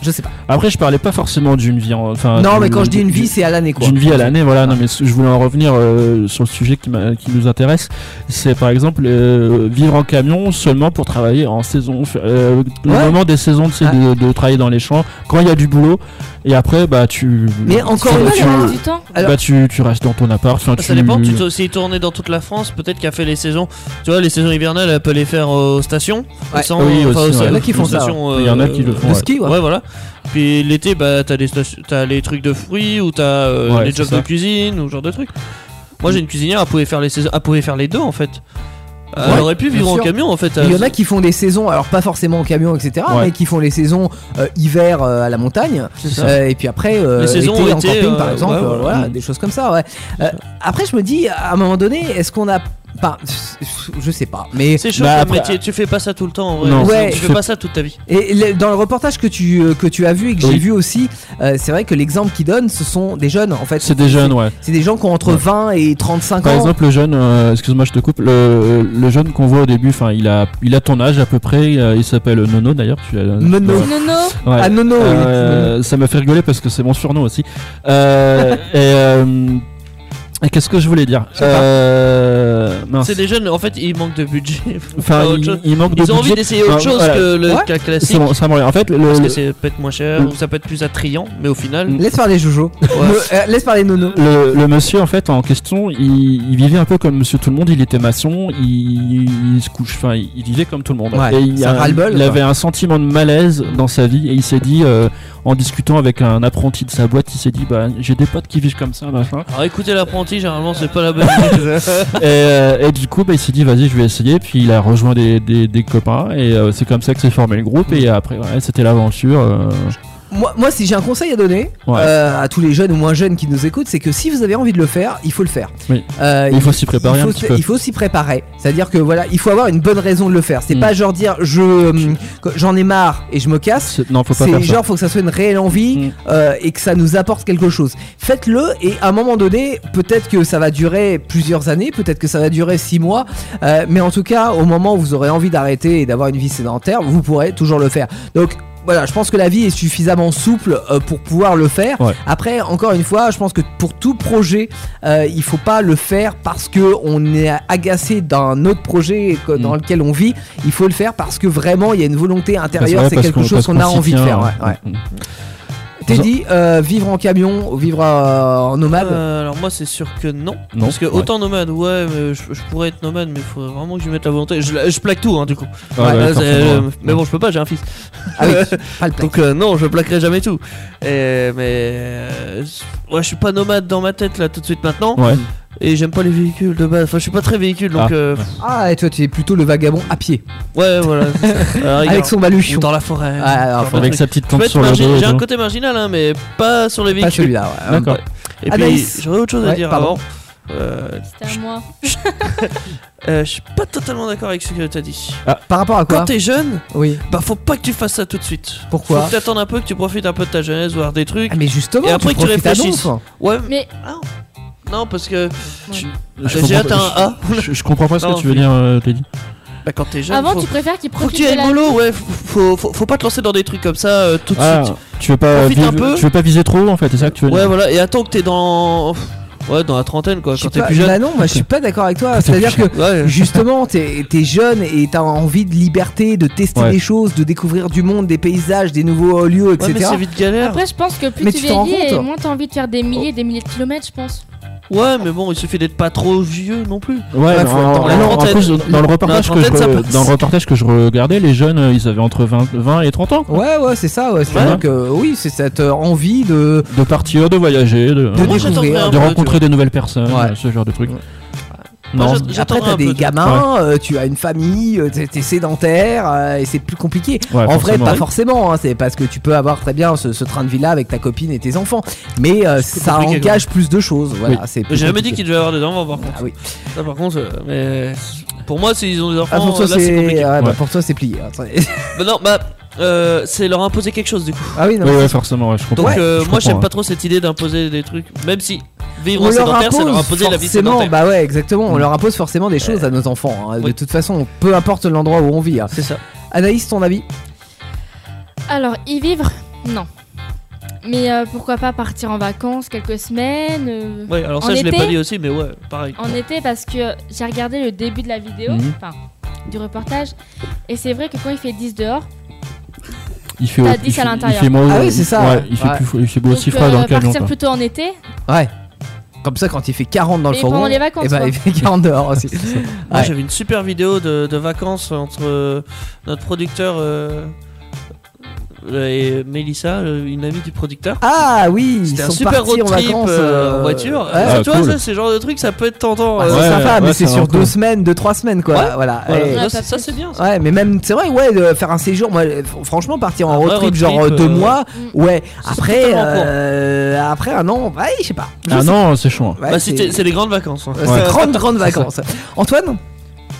B: Je sais pas.
C: Après, je parlais pas forcément d'une Ah, vie. en- Enfin,
B: non,
C: d'une-
B: mais quand je dis une vie, c'est à l'année quoi.
C: d'une vie à l'année, voilà. Non,
B: Ah.
C: mais ce- je voulais en revenir euh, sur le sujet qui, m'a- qui nous intéresse. C'est par exemple euh, vivre en camion seulement pour travailler en saison, euh, au
B: Ouais.
C: moment des saisons, tu sais,
B: Ah.
C: de, de travailler dans les champs quand il y a du boulot. Et après, bah tu, bah,
B: Mais encore une
A: Pourquoi
C: tu-
A: le reste du temps
B: Alors-
C: bah tu, tu restes dans ton appart. enfin,
H: Ça dépend, tu t'es aussi tourné dans toute la France, peut-être qu'elle fait les saisons. Tu vois, les saisons hivernales, elle peut les faire aux stations.
B: Ouais.
H: Au centre,
C: Ah Oui,
H: enfin,
C: aussi,
H: aux
B: Il
C: ouais.
B: y en a qui
H: aux
B: font ça,
H: stations, euh,
C: ouais. Il y en a qui le font,
B: Le ski, ouais.
H: Ouais, voilà. Puis l'été, bah, t'as les, stations- t'as les trucs de fruits ou t'as euh,
C: Ouais,
H: les
C: c'est
H: jobs
C: ça.
H: de cuisine ou ce genre de trucs. Moi, j'ai une cuisinière, elle pouvait faire les, saisons, elle pouvait faire les deux en fait. Elle
B: Ouais,
H: aurait pu
B: bien
H: vivre en
B: sûr.
H: camion en fait.
B: Il y en a qui font des saisons, alors pas forcément en camion, etc.,
C: Ouais.
B: mais qui font les saisons euh, hiver euh, à la montagne,
H: C'est ça.
B: euh, et puis après euh,
H: Les saisons
B: été en
H: été,
B: camping
H: euh,
B: par exemple,
H: ouais,
B: euh,
H: voilà.
B: voilà,
H: Mm.
B: des choses comme ça. Ouais. Euh, après, je me dis, à un moment donné, est-ce qu'on a pas, je sais pas, mais
H: C'est chaud
C: Bah,
H: comme
C: après-
H: métier, tu fais pas ça tout le temps en vrai.
C: Non.
B: Ouais.
H: tu fais pas ça toute ta vie.
B: Et le- dans le reportage que tu, euh, que tu as vu et que
C: Oui.
B: j'ai vu aussi, euh, c'est vrai que l'exemple qu'ils donnent, ce sont des jeunes en fait.
C: C'est des jeunes, ouais.
B: C'est des gens qui ont entre
C: Ouais.
B: 20 et 35
C: Par
B: ans.
C: exemple, le jeune, euh, excuse-moi, je te coupe, le, le jeune qu'on voit au début, enfin, il a, il a ton âge à peu près, euh, il s'appelle Nono d'ailleurs. tu l'as-
B: Nono.
C: Ouais.
A: Nono
C: Ouais.
B: Ah non, non, oui.
C: Euh, ça m'a fait rigoler parce que c'est mon surnom aussi. Euh, et euh, et qu'est-ce que je voulais dire Euh, mince.
H: C'est des jeunes, en fait, ils manquent de
C: [laughs]
H: budget.
C: Enfin,
H: Pas autre chose.
C: il, il manque de
H: Ils ont envie
C: budget.
H: d'essayer autre
C: Enfin,
H: chose
C: voilà.
H: que le
B: Ouais.
H: cas classique.
C: C'est bon, ça me revient. En fait, le-
H: Parce que
C: le,
H: c'est peut-être moins cher
C: Mm.
H: ou ça peut être plus attrayant, mais au final.
B: Laisse parler Jojo. Me- euh, laisse parler Nono.
C: le, le monsieur en fait en question, il, il vivait un peu comme Monsieur Tout le Monde. Il était maçon, il, il se couche, enfin, il, il vivait comme tout le monde.
B: Ouais,
C: et il,
B: c'est un ras-le-bol,
C: il
B: quoi.
C: avait un sentiment de malaise dans sa vie et il s'est dit, euh, en discutant avec un apprenti de sa boîte, il s'est dit, bah, j'ai des potes qui vivent comme ça, machin.
B: [laughs]
H: Alors Ah, écoutez l'apprenti, généralement c'est pas la bonne
C: [laughs]
H: idée.
C: et, euh, et du coup, bah, il s'est dit, vas-y, je vais essayer. Puis il a rejoint des, des, des copains et euh, c'est comme ça que s'est formé le groupe. Et après, ouais, c'était l'aventure. euh,
B: Moi, moi, si j'ai un conseil à donner
C: Ouais.
B: euh, à tous les jeunes ou moins jeunes qui nous écoutent, c'est que si vous avez envie de le faire, il faut le faire.
C: Oui.
B: Euh,
C: il faut s'y préparer
B: il faut,
C: un petit peu.
B: il faut s'y préparer. C'est-à-dire que voilà, il faut avoir une bonne raison de le faire. C'est
C: Mm.
B: pas genre dire je hum, j'en ai marre et je me casse.
C: C'est- Non, faut pas
B: C'est
C: faire ça.
B: genre faut que ça soit une réelle envie
C: Mm.
B: euh, et que ça nous apporte quelque chose. Faites-le et à un moment donné, peut-être que ça va durer plusieurs années, peut-être que ça va durer six mois, euh, mais en tout cas, au moment où vous aurez envie d'arrêter et d'avoir une vie sédentaire, vous pourrez toujours le faire. Donc voilà, je pense que la vie est suffisamment souple euh, pour pouvoir le faire.
C: Ouais.
B: Après, encore une fois, je pense que pour tout projet, euh, il faut pas le faire parce que on est agacé d'un autre projet que- dans
C: Mm.
B: lequel on vit. Il faut le faire parce que vraiment il y a une volonté
C: Parce-
B: intérieure,
C: ouais,
B: c'est
C: parce
B: quelque chose
C: parce
B: qu'on a
C: s'y
B: envie de
C: tient, hein. Mm.
B: faire. ouais, ouais. Teddy, euh, vivre en camion, vivre euh, en nomade
H: Euh, alors moi c'est sûr que non.
C: Non,
H: Parce que
C: Mm. ouais.
H: autant nomade, ouais, mais je, je pourrais être nomade, mais il faudrait vraiment que je lui mette la volonté. Je, la- je plaque tout, hein, du coup.
C: Ah, ouais,
H: Euh, c'est- euh,
C: forcément.
H: mais bon, je peux pas, j'ai un fils.
B: Ah
H: [laughs]
B: oui, pas le plaisir.
H: Donc euh, non, je plaquerai jamais tout. Et, mais euh, ouais, je suis pas nomade dans ma tête là tout de suite maintenant.
C: Ouais.
H: Et j'aime pas les véhicules de base. Enfin, je suis pas très véhicule, donc
C: Ah,
H: euh,
B: Ah, et toi, tu es plutôt le vagabond à pied,
H: ouais, voilà. À la rigueur.
B: avec son
H: Ou
B: baluchon.
H: dans la forêt.
B: Ah, alors,
H: Genre de
C: Avec
H: trucs.
C: sa petite
H: Je peux
C: tente
H: être
C: sur le
H: margin-
C: dos.
H: J'ai un
C: donc.
H: côté marginal, hein, mais pas sur les
B: Pas
H: véhicules.
B: celui-là, ouais.
C: D'accord.
H: Et
B: Anaïs.
H: puis, j'aurais autre chose à
B: Ouais,
H: dire
B: pardon.
H: avant. Euh,
A: C'était à moi.
H: euh, je suis pas totalement d'accord avec ce que t'as dit.
B: Ah, Par rapport à
H: Quand
B: quoi
H: t'es jeune,
B: Oui,
H: bah faut pas que tu fasses ça tout de suite.
B: pourquoi
H: faut que t'attendes un peu, que tu profites un peu de ta jeunesse, voir des trucs.
B: Ah, mais justement,
H: Et après
B: tu
H: que tu
B: profites à
H: réfléchisses.
B: donf.
H: Ouais.
A: Mais-
H: Ah. Non, parce que
B: Ah,
C: Je
H: j'ai
C: comprends
H: hâte
C: pas-
H: un A.
C: je- je- je comprends pas ce
H: Non,
C: que tu veux dire, euh, Teddy.
H: Bah quand t'es jeune,
A: Avant,
H: faut,
A: tu préfères qu'il
H: faut que
A: profite
H: tu
A: de
H: ailles
A: la
H: mollo. Ouais, faut, faut, faut pas te lancer dans des trucs comme ça euh, tout de
C: Ah,
H: suite.
C: tu veux pas
H: Profite un
C: vivre-
H: peu.
C: tu veux pas viser trop haut, en fait, c'est ça que tu veux
H: Ouais,
C: dire.
H: voilà. Et attends que t'es dans. Ouais, dans la trentaine quoi.
B: Je
H: Quand
B: sais
H: t'es
B: pas-
H: plus jeune.
B: Bah non, bah, je suis pas d'accord avec toi.
C: Quand t'es
B: C'est-à-dire que
C: plus
H: Ouais.
B: Justement, t'es es jeune et t'as envie de liberté, de tester
C: Ouais.
B: des choses, de découvrir du monde, des paysages, des nouveaux lieux,
H: Ouais, mais
B: etc.
H: c'est vite galère.
A: Après, je pense que plus
B: Mais
A: tu
B: tu t'en rends
A: vieillis, et
B: compte
A: moins t'as envie de faire des milliers et des milliers de kilomètres, je pense.
H: Ouais, mais bon, il suffit d'être pas trop vieux non plus.
C: Ouais,
B: Ouais,
C: mais
B: faut
C: en-
B: attendre la
C: en- en
H: trentaine.
C: plus, dans le reportage
H: Dans
C: que
H: la
C: je
H: trentaine, ça
C: re-
H: passe.
C: dans le reportage que je regardais, les jeunes, euh, ils avaient entre 20, 20 et 30 ans. quoi.
B: ouais, ouais, c'est ça. Ouais. C'est-à-dire que oui, c'est cette euh, envie de.
C: De partir, de voyager, de,
B: De
H: Moi,
B: découvrir,
H: j'attendrai un
C: de
H: peu, tu
C: rencontrer des nouvelles personnes,
B: Ouais.
C: euh, ce genre de truc.
H: Moi,
C: Non,
H: j'att-
B: Après,
H: j'attendrai
B: t'as
H: un peu,
B: des
H: tu-
B: gamins, euh, tu as une famille, euh, t'es t'es sédentaire euh, et c'est plus compliqué.
C: ouais,
B: en vrai,
C: forcément.
B: pas forcément. hein, c'est parce que tu peux avoir très bien ce, ce train de vie là avec ta copine et tes enfants, mais euh,
H: plus
B: ça
H: compliqué,
B: engage plus de choses. Voilà, c'est. plus
H: J'ai jamais dit
B: compliqué.
H: qu'il devait avoir des enfants par contre.
B: Ah oui.
H: Ça, par contre, euh, mais pour moi, s'ils ont des enfants,
B: Ah, pour toi,
H: là c'est
B: c'est.
H: compliqué.
B: ouais, bah,
C: Ouais.
B: Pour toi, c'est plié. Attends.
H: Bah non, bah euh, c'est leur imposer quelque chose du coup.
B: [laughs] Ah oui, non.
C: Ouais, ouais, forcément, ouais, je comprends.
H: Donc euh,
C: je
H: moi, j'aime
C: comprends,
H: pas trop cette idée d'imposer des trucs, même si vivre
B: on
H: en
B: leur
H: sédentaire,
B: impose
H: c'est leur imposer la vie
B: forcément,
H: sédentaire.
B: bah ouais, exactement. On leur impose forcément des choses à nos enfants. hein, De
H: oui.
B: toute façon, peu importe l'endroit où on vit. hein.
H: C'est ça.
B: Anaïs, ton avis
A: Alors, y vivre, Non. Mais euh, pourquoi pas partir en vacances quelques semaines euh,
H: Ouais, alors
A: en
H: ça, je l'ai
A: été.
H: pas dit aussi, mais ouais, pareil.
A: En été, parce que j'ai regardé le début de la vidéo,
C: Mhm.
A: enfin, du reportage, et c'est vrai que quand il fait 10 dehors,
C: Il fait,
A: T'as
C: il
A: 10 à
C: fait-
A: l'intérieur.
C: Il fait, moins-
B: Ah oui, c'est ça,
C: ouais,
B: ouais.
C: il, fait
B: Ouais.
C: plus, il fait beau aussi
A: donc,
C: froid
A: euh,
C: dans le camion.
A: partir
C: quoi.
A: plutôt en été,
B: Ouais. Comme ça, quand il fait 40 dans le
A: Mais
B: fourgon,
A: pendant les vacances,
B: eh ben,
A: quoi.
B: il fait 40 dehors aussi. [laughs]
H: Moi,
B: Ouais.
H: j'avais une super vidéo de, de vacances entre euh, notre producteur euh, et Mélissa, euh, une amie du producteur.
B: Ah oui, ils
H: C'était un
B: sont
H: super
B: partis
H: road
B: en
H: trip
B: vacances
H: euh,
B: euh,
H: en voiture.
B: ouais.
H: Euh,
C: Ah,
H: tu vois,
C: cool.
H: ça, c'est le genre de truc, ça peut être tentant.
B: Ah,
H: euh,
B: c'est
C: ouais,
B: sympa,
C: ouais,
B: mais
C: ouais,
B: c'est
C: c'est
B: sur
C: encore.
B: deux semaines, deux trois semaines quoi.
H: Ouais.
B: Voilà.
H: voilà.
B: Et-
H: Ça,
A: Ouais,
H: c'est-
A: pas
H: ça,
A: plus.
H: c'est bien. ça.
B: Ouais, mais même, c'est vrai, ouais, de faire un séjour, moi, euh, fr- franchement, partir en
H: Un
B: road
H: vrai
B: trip,
H: road
B: genre
H: trip,
B: euh, deux
H: euh,
B: mois, ouais,
H: c'est
B: après,
H: totalement court.
B: euh, après un an, ouais, je sais pas. Je
C: Ah
B: sais
C: non, c'est chiant.
B: pas. Ouais,
H: Bah,
B: c'est
H: c'était- c'est les grandes vacances. hein.
B: euh, c'est grande, grande vacances. Antoine,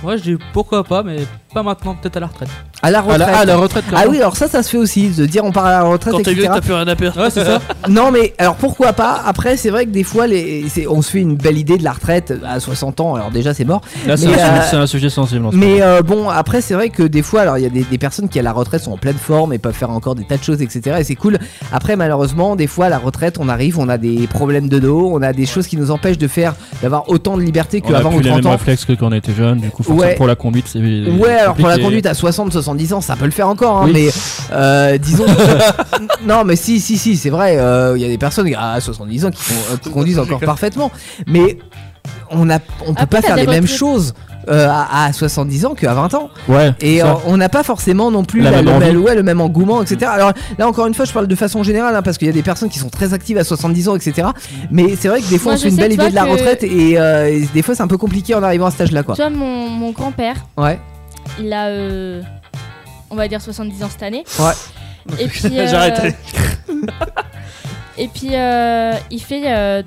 I: Moi, je dis pourquoi pas, mais pas maintenant, peut-être à la retraite.
B: à la
C: À
B: retraite.
C: la, ah, la retraite, quand
B: Ah
C: même.
B: oui, alors ça, ça se fait aussi, de dire on part à la retraite,
H: Quand t'es vieux,
B: etc.
H: t'as plus rien à perdre.
I: Ouais, c'est ça.
B: Non, mais alors pourquoi pas Après, c'est vrai que des fois, les, c'est- on se fait une belle idée de la retraite à 60 ans, alors déjà, c'est mort.
C: Là, c'est
B: Mais,
C: un,
B: euh,
C: c'est un sujet sensible. en ce
B: Mais euh, bon, après, c'est vrai que des fois, alors il y a des, des personnes qui à la retraite sont en pleine forme et peuvent faire encore des tas de choses, etc. Et c'est cool. Après, malheureusement, des fois, à la retraite, on arrive, on a des problèmes de dos, on a des choses qui nous empêchent de faire, d'avoir autant de liberté
C: On a
B: qu'avant
C: plus
B: ou
C: les
B: 30
C: mêmes
B: ans.
C: réflexes que quand on était jeune, du coup forcément,
B: Ouais.
C: pour la conduite c'est
B: Ouais, alors pour la conduite à 60-70 ans, ça peut le faire encore, hein,
C: Oui.
B: mais euh, disons.
C: [laughs]
B: que- non, mais si, si, si, c'est vrai, euh, il y a des personnes à 70 ans qui, font- euh, qui conduisent encore parfaitement, mais on a, on peut
A: Après,
B: pas
A: t'as
B: faire
A: des
B: les mêmes
A: retraites.
B: choses euh, à, à 70 ans qu'à 20 ans.
C: Ouais,
B: Et
C: ça.
B: on- on n'a pas forcément non plus
C: La
B: la-
C: même
B: le,
C: envie.
B: même- ouais, le même engouement, etc. Alors là, encore une fois, je parle de façon générale, hein, parce qu'il y a des personnes qui sont très actives à 70 ans, etc. Mais c'est vrai que des fois,
A: Moi,
B: on se fait
A: je
B: une
A: sais,
B: belle
A: tu
B: idée
A: vois,
B: de la
A: que-
B: retraite, et, euh, et des fois, c'est un peu compliqué en arrivant à cet âge-là, quoi.
C: Bah.
A: tu vois, mon, mon grand-père,
B: Ouais.
A: il a, euh, on va dire, 70 ans cette année.
B: Ouais.
C: [laughs]
A: Et puis, euh,
H: J'arrête.
A: [laughs] Et puis, euh, il fait euh,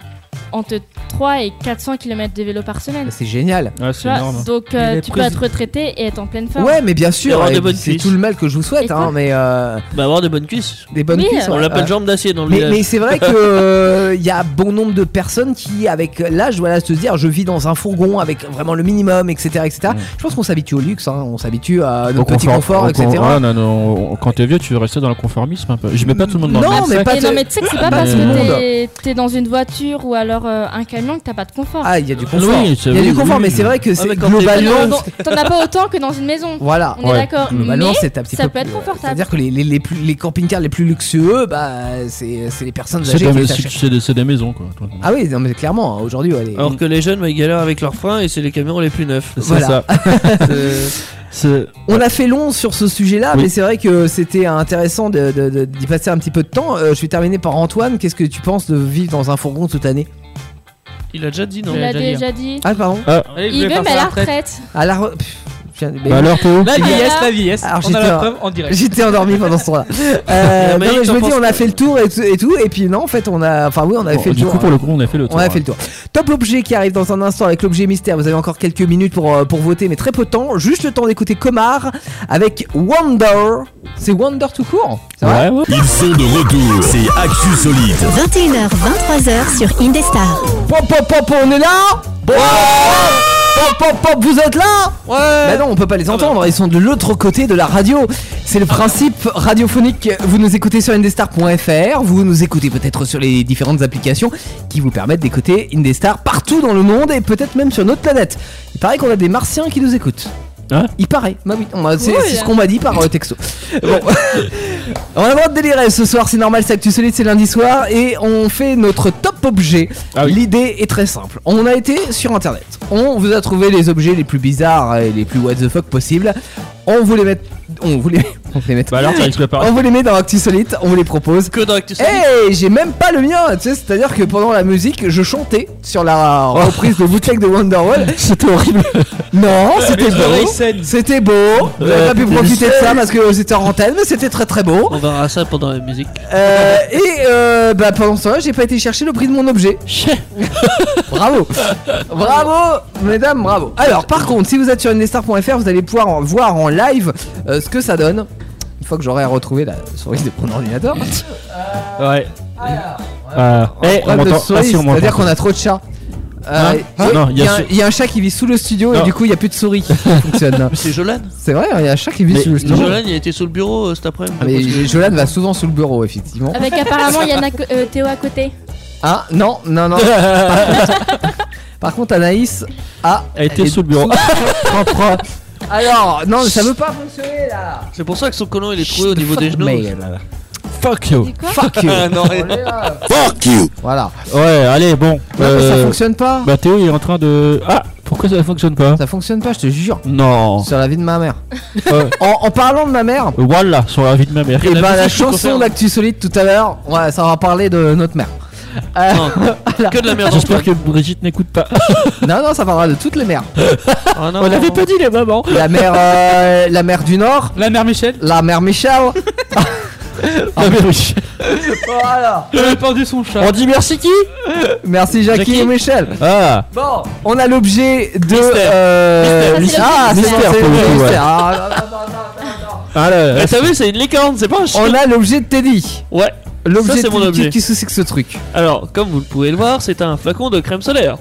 A: entre 3 et 400 km de vélo par semaine.
B: Bah, C'est génial.
C: Ouais,
A: Tu
C: Ah, c'est
A: vois,
B: hein.
C: énorme.
A: donc euh,
I: Il est
A: tu peux
I: président.
A: être retraité et être en pleine forme.
B: Ouais, mais bien sûr,
H: avoir
B: et
H: des bonnes
B: c'est
H: cuisses.
B: tout le mal que je vous souhaite,
A: Et
B: hein,
A: quoi
B: mais euh,
H: Bah, avoir des bonnes cuisses.
B: des bonnes
A: Oui, euh,
B: cuisses.
H: On
B: ouais.
H: l'appelle
B: Ouais.
H: jambe d'acier dans le
B: Mais,
H: village.
B: mais c'est
H: [laughs]
B: vrai que euh, il y a bon nombre de personnes qui, avec l'âge, voilà, se dire je vis dans un fourgon avec vraiment le minimum, etc. etc.
C: Mm.
B: Je pense qu'on s'habitue au luxe, hein, on s'habitue à
C: Au
B: nos petits conforts,
C: au
B: etc.
C: con- ouais, non, non, on- quand t'es vieux, tu veux rester dans le conformisme un peu. Je mets pas tout le monde dans
B: Non,
C: le même
B: mais
C: sac.
B: pas
A: Et
B: te-
A: non, mais tu sais que
B: [coughs]
A: c'est pas
C: Bah,
A: parce
C: tout le
A: que
B: monde.
A: t'es- t'es dans une voiture ou alors euh, un camion que t'as pas de confort.
B: Ah, il y a du confort.
C: Oui, c'est-
B: il y a
C: oui,
B: du confort,
C: oui,
B: mais
C: oui.
B: c'est vrai que c'est
H: mais quand t'es
A: T'en
B: globalement.
A: bon, t'en as pas autant que dans une maison.
B: Voilà.
A: On est
C: Ouais.
A: d'accord.
C: Mm.
A: Mais
B: Globalement, c'est un petit
A: ça
B: peu
A: peut être
B: plus- euh,
A: confortable.
B: C'est-à-dire que les, les, les, plus, les camping-cars les plus luxueux, bah, c'est c'est les personnes
C: C'est
B: âgées qui
C: des-
B: les
C: c'est-
B: achètent.
C: c'est des, c'est des maisons quoi.
B: Ah oui, non, mais clairement, aujourd'hui, ouais, les-
H: Alors que les jeunes, bah, ils galèrent avec leurs freins et c'est les camions les plus neufs.
C: C'est
B: voilà. [laughs]
C: ça.
H: C'est-
C: C'est- Bah,
B: On a fait long sur ce sujet-là,
C: Oui.
B: mais c'est vrai que c'était intéressant de- de- de- d'y passer un petit peu de temps. Euh, je vais terminer par Antoine. Qu'est-ce que tu penses de vivre dans un fourgon toute l'année
H: Il a déjà dit non
A: Il l'a
H: déjà dit.
A: déjà dit. hein.
B: Ah, pardon.
I: Allez,
A: Il veut, mais à la retraite.
B: À la re- Pff, je viens de- mais-
C: Bah alors Théo
I: La vieillesse,
A: Alors-
I: la vieillesse.
B: Alors,
I: on a
B: j'étais
I: la
B: un-
I: preuve en direct.
B: J'étais endormi pendant ce
H: [laughs]
B: temps-là. Euh, non,
H: Mais
B: mais je
H: t'en
B: me dis,
H: penses
B: on a fait le tour et tout, et tout, et puis non, en fait, on a, enfin oui, on a
C: Bon,
B: fait le
C: Du
B: tour. hein.
C: coup, pour le coup, on a fait le tour. hein.
B: On a
C: ouais.
B: fait le tour. Top objet qui arrive dans un instant avec l'objet mystère. Vous avez encore quelques minutes pour, euh, pour voter, mais très peu de temps. Juste le temps d'écouter Comar avec Wonder. C'est Wonder tout court c'est vrai
C: Ouais, ouais.
D: Ils sont de retour, c'est Actu Solide.
E: 21h, 23h sur Indestar.
B: Pop, pop, pop, on est là Pop, pop, pop, vous êtes là Bah non, on peut pas les entendre, ils sont de l'autre côté de la radio. C'est le principe radiophonique. Vous nous écoutez sur indestar.fr, vous nous écoutez peut-être sur les différentes applications qui vous permettent d'écouter Indestar partout dans le monde et peut-être même sur notre planète. Il paraît qu'on a des martiens qui nous écoutent.
C: Hein
B: Il paraît, bah oui, on a- c'est
A: Cool.
B: c'est ce qu'on m'a dit par euh, texto. Bon. on a le droit de délirer ce soir, c'est normal, c'est Actu Solide, c'est lundi soir, et on fait notre top objet.
C: Ah oui.
B: L'idée est très simple. On a été sur internet. On vous a trouvé les objets les plus bizarres et les plus what the fuck possibles. On vous les met. On vous les, [laughs] on vous les met.
C: Bah alors, ça risque de
B: on
C: paraître.
B: vous les met dans Actu Solide, on vous les propose.
H: Que dans Actu
B: Eh,
H: Solide.
B: j'ai même pas le mien, tu sais, c'est-à-dire que pendant la musique, je chantais sur la reprise de bootleg de Wonderwall.
C: [laughs] C'était horrible.
B: Non, c'était
H: Ah
I: Les oreilles
B: beau.
I: saignent.
B: C'était beau. Vous n'avez pas pu profiter de ça parce que c'était en antenne, mais c'était très très beau.
H: On verra ça pendant la musique.
B: Euh, et euh, bah pendant ce temps-là, j'ai pas été chercher le prix de mon objet. bravo, bravo, mesdames, bravo. Alors, par contre, si vous êtes sur indestar.fr, vous allez pouvoir en voir en live euh, ce que ça donne. Une fois que j'aurai retrouvé la souris de mon ordinateur.
C: Ouais. Ah, eh, on
B: Problème de
C: m'entend. Ah,
B: souris,
C: si, on m'entend.
B: C'est-à-dire qu'on a trop de chats. Euh,
C: Hein
B: oui,
C: Non,
B: il y, a un- il y a un chat qui vit sous le studio et
C: Non.
B: du coup il n'y a plus de souris qui [laughs] fonctionne.
H: Mais c'est Jolan.
B: C'est vrai, hein, il y a un chat qui vit
C: Mais-
B: sous le
C: Non.
B: studio.
H: Jolan, il était sous le bureau euh, cet après-midi.
B: Ah, Mais Jolan va souvent sous le
A: [laughs]
B: bureau, effectivement.
A: Avec apparemment Yann à co- euh, Théo à côté.
B: Ah, non, non, non. Par contre, Anaïs a.
C: a été
B: est
C: sous le
B: [laughs]
C: bureau.
B: propre. Alors, non, mais ça veut pas fonctionner là.
H: C'est pour ça que son colon il est troué au niveau des genoux.
C: [laughs]
B: Mail.
C: Fuck you.
A: Du quoi
B: Fuck you.
H: Ah non,
G: Fuck you.
B: Voilà.
C: Ouais, allez, bon.
B: Non, mais ça
C: Euh,
B: fonctionne pas.
C: Bah Théo il est en train de. Ah Pourquoi ça fonctionne pas
B: Ça fonctionne pas, je te jure.
C: Non
B: Sur la vie de ma mère.
C: Euh,
B: [laughs] En, en parlant de ma mère,
C: Voilà, sur la vie de ma mère.
B: et bah la
H: musique, faut
B: chanson
H: faire-
B: d'actu solide tout à l'heure, ouais, ça va parler de notre mère. Euh,
H: non, que de la merde.
C: J'espère que Brigitte n'écoute pas.
B: non, non, ça parlera de toutes les mères.
H: Ah non.
C: On avait pas dit les mamans
B: La mère, euh, la mère du Nord,
I: La mère Michel,
B: la mère Michel. [laughs]
C: Ah, mais oui.
B: voilà.
I: elle a perdu son chat.
C: On dit merci qui
B: Merci Jackie,
C: Jackie.
B: et Michel.
C: Ah
B: Bon, on a l'objet de.
H: Mystère.
B: euh,
A: Mystère.
B: Ah, c'est
C: Mystère,
B: c'est
C: pour le
B: le
C: coup, ouais.
B: mystère. Ah, non, non, non.
C: Ah là,
H: Eh, T'as vu, c'est une licorne, c'est pas un chien.
B: On a l'objet de Teddy.
H: Ouais.
B: L'objet
H: c'est
B: de
H: mon
B: Teddy.
H: objet.
B: Qu'est-ce que c'est que ce truc
H: Alors, comme vous le pouvez le voir, c'est un flacon de crème solaire.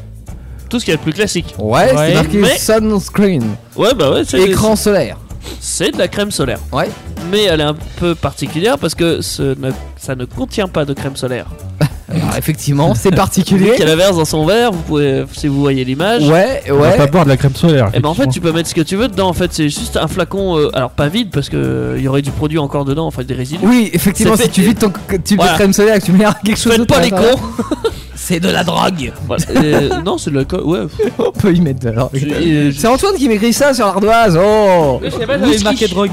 H: Tout ce qu'il y a de plus classique.
B: Ouais, c'est
H: Ouais,
B: marqué
H: mais-
B: sunscreen.
H: Ouais, bah ouais, c'est
B: Écran solaire.
H: C'est de la crème solaire.
B: Ouais.
H: Mais elle est un peu particulière parce que ce ne- ça ne contient pas de crème solaire.
B: Alors, effectivement, c'est
H: Vu
B: particulier.
H: qu'elle la verse dans son verre, vous pouvez, si vous voyez l'image.
B: [laughs] Ouais,
C: On va
B: ouais.
C: pas boire de la crème solaire.
H: Et ben en fait tu peux mettre ce que tu veux dedans en fait c'est juste un flacon euh, alors pas vide parce que euh, il y aurait du produit encore dedans enfin des résidus.
B: Oui, effectivement,
H: C'est
B: si
H: fait-
B: tu vides ton que tu
H: Voilà.
B: de crème solaire, et que tu mets quelque chose.
H: Faites
B: d'autre à
H: pas les
B: l'intérieur,
H: cons. c'est de la drogue. non c'est de l'alcool
I: [laughs]
H: ouais.
B: [laughs] On peut y mettre de l'or.
H: Je- je-
B: C'est Antoine qui m'écrit ça sur l'ardoise. Oh,
I: Je sais pas, j'avais marqué drogue.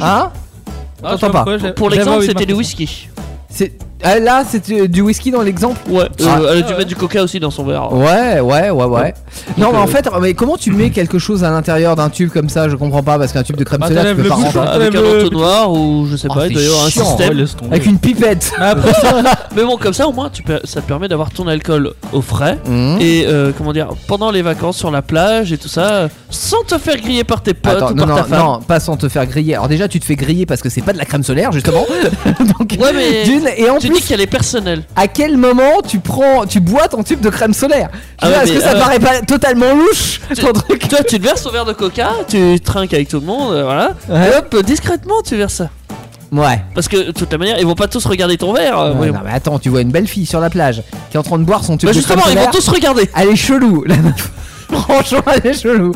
B: hein
I: Ah, je sais
B: T'entends pas.
I: pourquoi, j'ai-
H: Pour
I: j'avais
H: l'exemple
I: envie de
H: c'était du
I: marquer
H: whisky.
B: C'est ah, là, c'est euh, du whisky dans l'exemple.
H: Ouais. euh,
B: Ah. Oh.
H: elle a dû mettre du coca aussi dans son verre.
B: Ouais, ouais, ouais, ouais. Non, mais en
H: euh,
B: fait, mais comment tu mets quelque chose à l'intérieur d'un tube comme ça Je comprends pas parce qu'un tube de crème
I: Bah,
B: solaire,
I: t'enlèves
B: tu peux
I: le
B: pas
I: bouchon.
B: rentrer.
H: Avec un
I: Enlève le-
H: entonnoir ou je sais
B: Oh,
H: pas, il doit y
B: c'est
H: avoir un
B: chiant.
I: ça. Ouais,
H: système.
I: laisse tomber.
B: Avec une pipette.
I: Ah, après,
H: Mais bon, comme ça au moins, tu peux, ça te permet d'avoir ton alcool au frais
B: Mmh.
H: et euh, comment dire pendant les vacances sur la plage et tout ça, sans te faire griller par tes potes
B: Attends,
H: ou
B: non,
H: par ta
B: non,
H: femme.
B: non, pas sans te faire griller. Alors déjà, tu te fais griller parce que c'est pas de la crème solaire,
H: [laughs]
B: justement. Donc,
H: Ouais, mais
B: d'une, et en
H: Tu
B: plus,
H: dis qu'elle est personnelle.
B: à quel moment tu prends, tu bois ton tube de crème solaire Je
H: Ah
B: veux dire,
H: ouais,
B: Est-ce
H: mais,
B: que ça
H: ah ouais.
B: paraît pas totalement louche [laughs] ton
H: [laughs]
B: truc
H: Toi, tu te verses ton verre de coca, tu trinques avec tout le monde, euh, voilà. Et hop, discrètement, tu verses ça.
B: Ouais.
H: Parce que de toute la manière, ils vont pas tous regarder ton verre. euh,
B: Ouais,
H: voyons.
B: non, mais attends, tu vois une belle fille sur la plage qui est en train de boire son tube
H: bah,
B: de crème
H: justement, ils
B: solaire.
H: vont tous regarder.
B: Elle est chelou, la meuf. [laughs] Franchement, elle est chelou.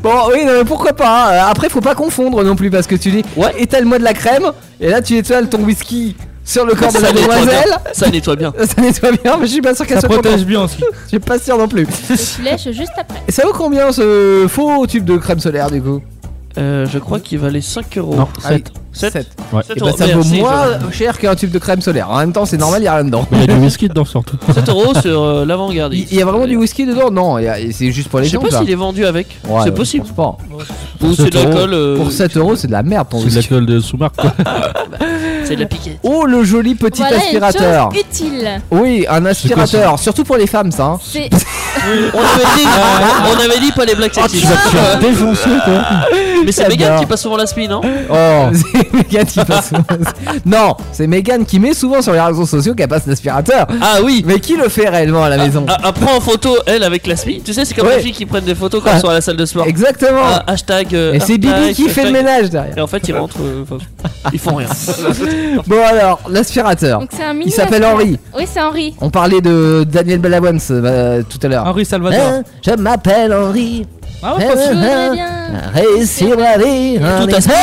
B: Bon, oui, non, mais pourquoi pas. hein. Après, faut pas confondre non plus parce que tu dis, ouais, étale-moi de la crème, et là, tu étales ton whisky sur le corps de la
H: nettoie bien.
B: demoiselle.
H: Ça nettoie bien.
B: Ça nettoie bien, mais je suis pas sûr qu'elle
I: ça
B: soit contente.
I: protège bien aussi.
B: Je suis pas sûr non plus.
A: Et tu lèches juste après.
B: Et ça vaut combien ce faux tube de crème solaire du coup
H: Euh, je crois qu'il valait 5 euros.
C: Non,
B: Ah oui.
C: 7.
H: Sept.
B: Sept.
C: Ouais.
H: Sept
B: Et
H: euros.
B: bah, ça vaut
H: Merci,
B: moins cher qu'un tube de crème solaire. En même temps, c'est normal, il y a rien dedans.
C: Il y a du whisky dedans surtout.
H: je- 7 euros sur euh, l'avant-garde.
B: Il y a vraiment du whisky dedans Non, il y a- et c'est juste pour les
H: Je sais
B: gens.
H: pas
B: ça.
H: s'il est vendu avec.
B: Ouais,
H: c'est
B: je
H: possible.
B: pense pas.
H: Ou c'est de
C: 7 euros.
H: l'alcool. euh,
B: Pour 7 euros, c'est de la merde ton
C: C'est de la
B: whisky.
C: gueule de sous-marque quoi.
H: C'est de la piquette.
B: Oh le joli petit
A: voilà
B: aspirateur.
A: une chose utile.
B: Oui, un aspirateur, surtout pour les femmes ça. hein.
A: C'est
H: On avait [laughs] dit, on avait dit pas les blagues
B: [laughs]
C: Tu
H: sexistes.
C: vas te faire défoncer toi.
H: Mais c'est Megan
B: J'adore.
H: qui passe souvent la
B: hein.
H: spie, non
C: Oh
B: [laughs] C'est Mégane qui passe souvent- Non, c'est Mégane qui met souvent sur les réseaux sociaux qu'elle passe l'aspirateur.
H: Ah oui.
B: Mais qui le fait réellement à la maison
H: Ah, ah, prends en photo elle avec la spie. Tu sais, c'est comme
B: Ouais.
H: les filles qui prennent des photos quand elles sont à la salle de sport.
B: Exactement.
H: Ah, hashtag. euh,
B: Et c'est Bibi
H: hashtag,
B: qui fait le
H: hashtag.
B: ménage derrière.
H: Et en fait, ils rentrent. euh, enfin, ils font
B: [laughs]
H: rien.
B: Bon alors, l'aspirateur.
A: donc c'est un mini.
B: Il s'appelle Henri.
A: Oui, c'est Henri.
B: On parlait de Daniel Balavoine ce- euh, tout à l'heure.
I: Henri Salvador.
B: Hein, je m'appelle Henri.
I: Ah ouais,
B: Hein, [laughs]
I: pas sûr.
A: Très
B: hein,
A: bien.
B: Réussir la vie. hein,
H: aspiré.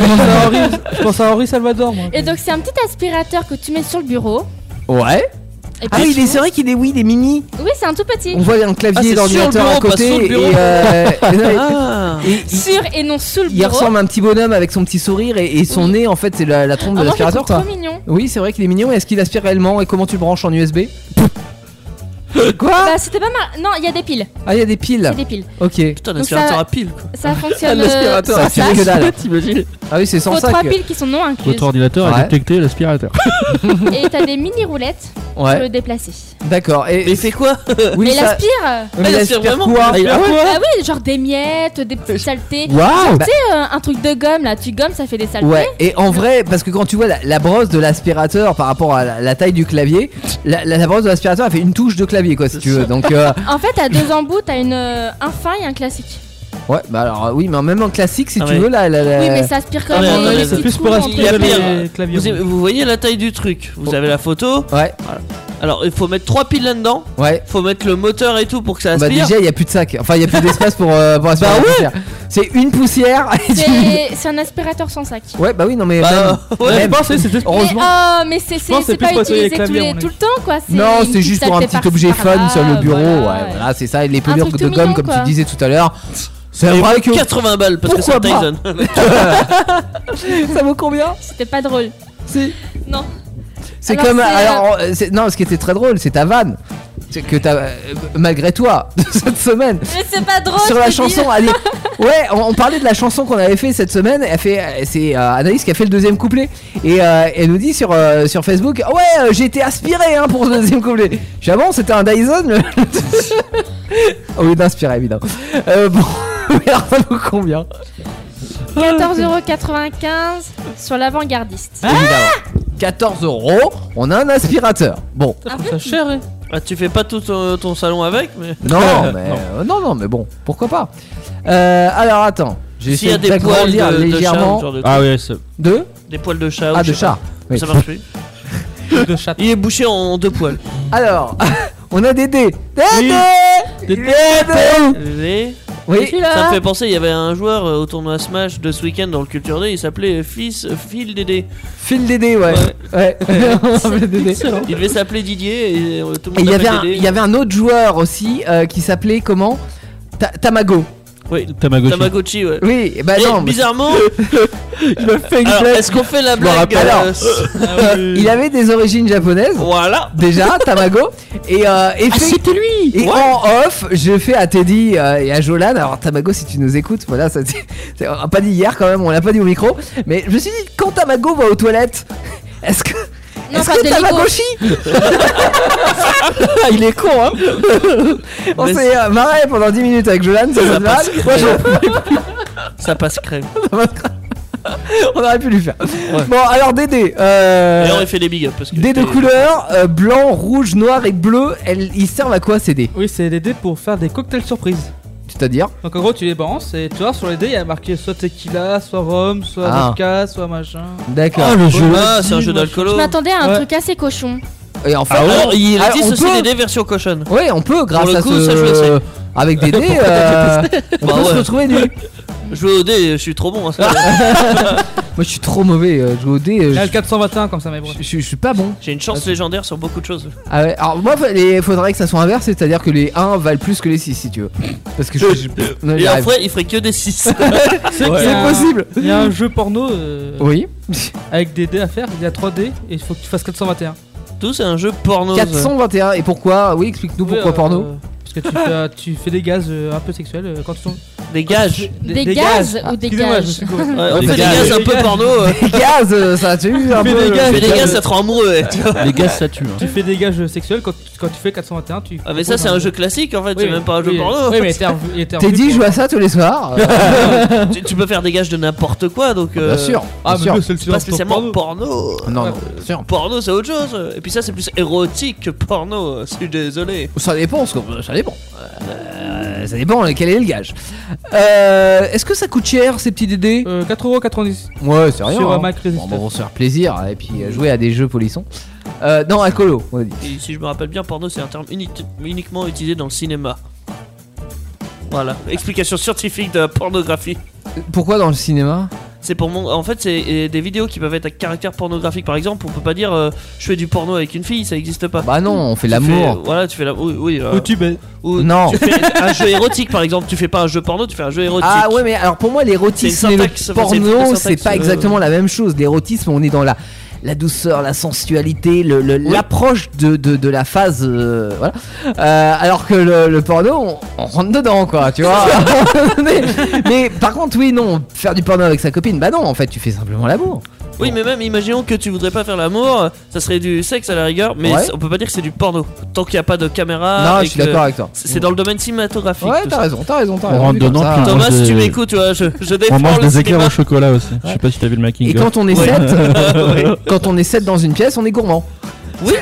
I: Je pense à Henri, je pense à Henri Salvador, moi.
A: Et donc c'est un petit aspirateur que tu mets sur le bureau.
B: Ouais.
A: Et
B: Ah
A: puis
B: oui,
A: tu-
B: il est- c'est vrai qu'il est oui, il est mini.
A: Oui, c'est un tout petit.
B: On voit un
H: Ah, c'est
B: clavier
H: sur
B: d'ordinateur
H: le
B: à
H: bureau, pas sous le
B: côté
H: bureau.
B: et, euh, et non,
H: Ah.
B: et- et- il,
A: Sur et non sous le
B: il
A: bureau.
B: ressemble à un petit bonhomme avec son petit sourire et, et son nez en fait c'est la, la trompe
A: Ah,
B: de
A: moi, je le
B: l'aspirateur
A: trouve
B: quoi.
A: trop mignon.
B: Oui, c'est vrai qu'il est mignon. Est-ce qu'il aspire réellement et comment tu le branches en USB Quoi
A: Bah, c'était pas mal. Non, il y a des piles.
B: Ah, il y a des piles.
A: C'est des piles.
B: Ok.
H: Putain,
A: Donc ça-
H: l'aspirateur à pile. quoi.
A: Ça fonctionne. euh,
B: Ah. [laughs] L'aspirateur,
A: sans
B: c'est
A: sac.
B: que
A: [laughs]
B: dalle.
H: T'imagines
B: Ah oui, c'est sans
A: Faut
B: ça
A: trois
B: que-
A: piles qui sont non incluses.
C: Votre ordinateur
B: Ouais.
C: a détecté l'aspirateur.
A: Et t'as des mini roulettes
B: Ouais.
A: je peux le déplacer.
B: D'accord. Et
H: Mais fait quoi
B: oui,
A: mais
B: ça-
A: il aspire
B: Mais
H: Elle
B: il
H: aspire
B: aspire
H: vraiment
B: quoi
H: Elle aspire
B: Ah ouais
A: Ah oui, genre des miettes, des petites saletés.
B: Waouh
A: Tu sais, euh, un truc de gomme là, tu gommes, ça fait des saletés.
B: Ouais, et en vrai, parce que quand tu vois la, la brosse de l'aspirateur par rapport à la, la taille du clavier, la, la- la brosse de l'aspirateur elle fait une touche de clavier quoi si tu veux. Donc euh,
A: En fait, à deux embouts, t'as une, euh, un fin et un classique.
B: ouais, bah alors euh, oui, mais même en classique si
H: Ah
B: tu
H: ouais.
B: veux là, la, la-
A: Oui, mais ça aspire
H: Ah,
A: quand
H: mais
A: même.
H: attends,
A: les
H: mais
A: petits
H: c'est
I: plus
A: trous
I: pour
A: dans-
I: aspirer
H: Il y a
I: les
H: pire.
I: claviers.
H: Vous, avez- vous voyez la taille du truc. Vous avez la photo.
B: ouais,
H: Alors, il faut mettre trois piles là-dedans.
B: ouais.
H: Faut mettre le moteur et tout pour que ça
B: Bah
H: aspire. Bah
B: déjà il y a plus de sac, enfin il y a plus d'espace pour euh, pour aspirer la poussière. C'est une poussière. et tu-
A: C'est c'est un aspirateur sans sac.
B: [laughs] ouais, bah oui, non mais
H: Bah,
B: même-
H: ouais,
I: Je
B: même-
I: pense que c'était
A: Mais,
I: heureusement.
A: oh, mais c'est c'est-
I: pense que
A: c'est
I: c'est
A: pas
I: plus pour
A: utilisé
I: nettoyer les
A: tous
I: claviers,
A: les-
I: on a
A: tout le temps quoi. c'est
B: Non,
A: une
B: c'est
A: petite
B: juste pour un
A: saleté
B: petit objet
A: par-ci,
B: fun
A: par-là, euh,
B: sur le bureau.
A: voilà,
B: ouais, voilà, c'est ça. Et les
A: truc
B: pelures
A: tout
B: de gomme,
A: mignon,
B: comme
A: quoi.
B: tu disais tout à l'heure. C'est
H: Et
B: vrai que
H: 80 balles parce que c'est un
B: Pourquoi pas [laughs]
H: Dyson.
B: ça vaut combien
A: C'était pas drôle.
B: Si.
A: Non.
B: C'est
A: Alors,
B: comme
A: c'est,
B: alors euh, c'est- non, ce qui était très drôle, c'est ta vanne C'est que t'as euh, malgré toi [laughs] de cette semaine
A: Mais c'est pas
H: Oh,
A: drôle.
B: sur
A: je
B: la
A: te dis.
B: chanson. elle
H: [laughs]
B: est- ouais, on, on parlait de la chanson qu'on avait fait cette semaine. Elle fait, euh, c'est euh, Anaïs qui a fait le deuxième couplet et euh, elle nous dit sur euh, sur Facebook, Ah ouais, euh, j'ai été aspiré hein, pour le deuxième couplet. J'ai dit, Ah bon, c'était un Dyson. Au lieu d'inspirer évidemment. Euh, bon, [laughs] mais alors, ça vaut combien
A: 14,95€ sur l'avant-gardiste.
H: Ah
B: Évidemment. 14 euros. On a un aspirateur.
H: [laughs]
B: Bon,
A: En
H: Ça
A: fait,
H: cher, hein. Ah, tu fais pas tout ton, ton salon avec, mais.
B: Non, mais, euh, non. non, mais bon, pourquoi pas. Euh, alors attends, j'ai
H: S'il y
B: essayé
H: a des poils
B: d'agrandir
H: de, de chat, ou
B: légèrement
H: ce genre de
C: Ah
H: truc.
C: ouais, c'est-
B: de
H: Des poils de chat. ou
B: ah
H: je
B: de
H: sais pas.
B: chat. Oui.
H: Ça marche plus.
I: de chat.
H: Il est bouché en deux [laughs] poils.
B: Alors, [laughs] on a des dés. Des
I: Oui. Des
B: dés. Des dés.
H: Les-
B: Oui.
H: Ça me fait penser, il y avait un joueur euh, au tournoi Smash de ce week-end dans le Culture Day, il s'appelait Fils, euh, Phil Dédé.
B: File des dés, ouais.
H: [laughs]
B: Ouais. [laughs] On a des dés.
H: Il devait s'appeler Didier et euh, tout le
B: Et il
H: monde
B: y avait
H: l'appelait
B: un,
H: Dédé.
B: il y avait un autre joueur aussi euh, qui s'appelait comment Ta- Tamago.
H: Oui,
C: Tamagotchi.
H: Tamagotchi, ouais.
B: Oui, et bah
H: Et
B: non. mais-
H: bizarrement,
B: il a fait
H: Eh, alors, est-ce qu'on fait la
B: me
H: blague
B: rappelle.
H: euh, [laughs]
B: [laughs] Il avait des origines japonaises.
H: Voilà.
B: déjà, Tamago. Et, euh, et c'était lui Et
H: Ouais.
B: en off, j'ai fait à Teddy euh, et à Jolan. Alors, Tamago, si tu nous écoutes, voilà, ça, c'est- c'est- on l'a pas dit hier quand même, on l'a pas dit au micro. Mais je me suis dit, quand Tamago va aux toilettes, est-ce que.
A: Non,
B: Est-ce
A: pas
B: que
A: de
B: Tamago
A: Lego.
B: chie [laughs] Il est con, hein On
H: Mais
B: s'est euh, marré pendant 10 minutes avec Jolan, ça
H: Ça
B: va mal.
H: passe
B: Moi, j'en-
H: Ça passe crème.
B: on aurait pu lui faire. Bon, alors, Dédé. euh,
H: Et on a fait des big up parce que.
B: Dés de
H: t'es-
B: couleur, euh, blanc, rouge, noir et bleu, elles- ils servent à quoi ces dés
I: Oui, c'est des dés pour faire des cocktails surprises.
B: C'est-à-dire
I: Donc en gros, tu les balances et tu vois, sur les dés, il y a marqué soit tequila, soit rhum, soit
B: Ah.
I: vodka, soit machin.
B: D'accord.
C: Ah, le jeu.
H: Ah, c'est un
A: Je
H: jeu d'alcoolo.
A: m'attendais à un
I: Oh. Ouais.
A: truc assez cochon.
B: Et enfin,
H: Alors, il
B: alors,
H: existe
B: on
H: aussi
B: peut-
H: des dés version cochonne.
B: Ouais, on peut grâce
H: Ah, Pour le
B: à
H: coup,
B: ce
H: ça, je le sais.
B: avec des
H: [laughs]
B: dés, euh, on
H: Bah
B: peut se
H: ouais.
B: retrouver nus.
H: Jouer au dé, je suis trop bon. hein, ça.
B: Moi, je suis trop mauvais. euh, jouer aux dés, euh,
I: Il y a
B: je,
I: le 421 comme ça, mais bon.
B: je- je- je suis pas bon.
H: J'ai une chance légendaire sur beaucoup de choses.
B: Ah ouais, Alors moi, il faudrait que ça soit inverse, c'est-à-dire que les 1 valent plus que les 6 si tu veux. Parce que je, je- non, j'y
H: Et en
B: arrive.
H: vrai, il ferait que des 6.
I: C'est
B: C'est possible.
I: Il y a un jeu porno euh,
H: [laughs]
B: Oui.
I: avec des dés à faire, il y a 3 dés et il faut que tu fasses 421.
H: Tout, c'est un jeu porno.
B: 421 et pourquoi Oui, explique-nous
I: Oui,
B: pourquoi
I: euh,
B: porno.
I: Parce que tu fais, euh, tu fais des gaz euh, un peu sexuels euh, quand tu tombes.
H: Des gages.
A: Des gaz ou
I: Excusez-moi,
A: des
I: je me
A: gages
I: suis gouré.
H: Ouais, on
C: Des
H: fait des
C: gages.
H: gages un peu porno. euh.
B: Les [laughs] gaz, euh, ça tu eu un
I: Mais
B: peu.
I: les gaz,
H: [laughs] Mais les
I: gaz.
H: gars, ça te rend amoureux. eh, tu vois.
C: Les gaz, ça tue. hein.
I: Tu fais des gages sexuels quand, quand tu fais 421. Tu
H: Ah, mais ça, c'est un jeu classique en fait.
I: Oui,
H: c'est même pas un jeu
I: oui,
H: porno.
I: Oui, mais t'es revu- il était
B: T'es
I: revu
B: dit, je
I: pour-
B: joue à ça tous les soirs. euh,
H: tu, tu peux faire des gages de n'importe quoi donc. euh,
B: bien sûr.
I: Ah,
B: bien
I: mais
B: sûr.
I: le seul
H: Pas
I: silence pour
H: spécialement
I: porno.
H: porno.
B: Non, non, bien sûr.
H: Porno, c'est autre chose. Et puis ça, c'est plus érotique que porno. Je suis désolé.
B: Ça dépend, ce que- ça dépend. Euh, ça dépend, quel est le gage Euh, Est-ce que ça coûte cher ces petits DD
I: Euh, 4,90€.
B: Ouais, c'est rien.
I: Sur
B: hein.
I: un Mac
B: bon,
I: résisteur.
B: bah, on va se faire plaisir et puis euh, jouer à des jeux polissons. Euh, non, à colo, on a dit.
H: Et si je me rappelle bien, porno, c'est un terme unique- uniquement utilisé dans le cinéma. Voilà. Explication scientifique de la pornographie.
B: Pourquoi dans le cinéma
H: C'est pour mon. En fait, c'est euh, des vidéos qui peuvent être à caractère pornographique. Par exemple, on peut pas dire euh, je fais du porno avec une fille, ça existe pas.
B: Bah non, on fait
H: Tu fais-
B: l'amour.
H: Voilà, tu fais l'amour. Oui, oui, euh,
I: Au Tibet.
H: ou
B: Non.
H: tu fais un jeu érotique par exemple. Tu fais pas un jeu porno, tu fais un jeu érotique.
B: Ah ouais, mais alors pour moi, l'érotisme
H: C'est
B: et
H: une
B: le
H: syntaxe, enfin, c'est une
B: porno,
H: syntaxe,
B: c'est pas
H: euh,
B: exactement la même chose. L'érotisme, on est dans la. La douceur, la sensualité, le- le- l'approche de, de, de la phase, euh, voilà. Euh, alors que le, le porno, on, on rentre dedans, quoi, tu
H: [laughs]
B: vois. mais, mais par contre, oui, non, faire du porno avec sa copine, bah non, en fait, tu fais simplement l'amour.
H: Oui, mais même imaginons que tu voudrais pas faire l'amour, euh, ça serait du sexe à la rigueur, mais
B: Ouais.
H: c- on peut pas dire que c'est du porno. Tant qu'il n'y a pas de caméra.
B: Non,
H: Ah, et
B: je suis
H: que-
B: d'accord avec toi.
H: C'est c'est dans le domaine cinématographique.
B: Ouais,
H: tout
B: t'as
H: ça.
B: raison, t'as raison, t'as
C: On
B: raison.
C: rentre
B: vu comme
C: dedans,
B: ça.
C: puis
H: Thomas,
C: mange
H: si tu
C: des-
H: m'écoutes, tu vois, je, je défends
C: On mange
H: le
C: des éclairs
H: cinéma.
C: au chocolat aussi. Je sais pas si t'as vu le making.
B: Et
C: of.
B: quand on est
H: Ouais.
B: 7,
H: Ouais.
B: quand on est 7 dans une pièce, on est gourmand.
H: Oui.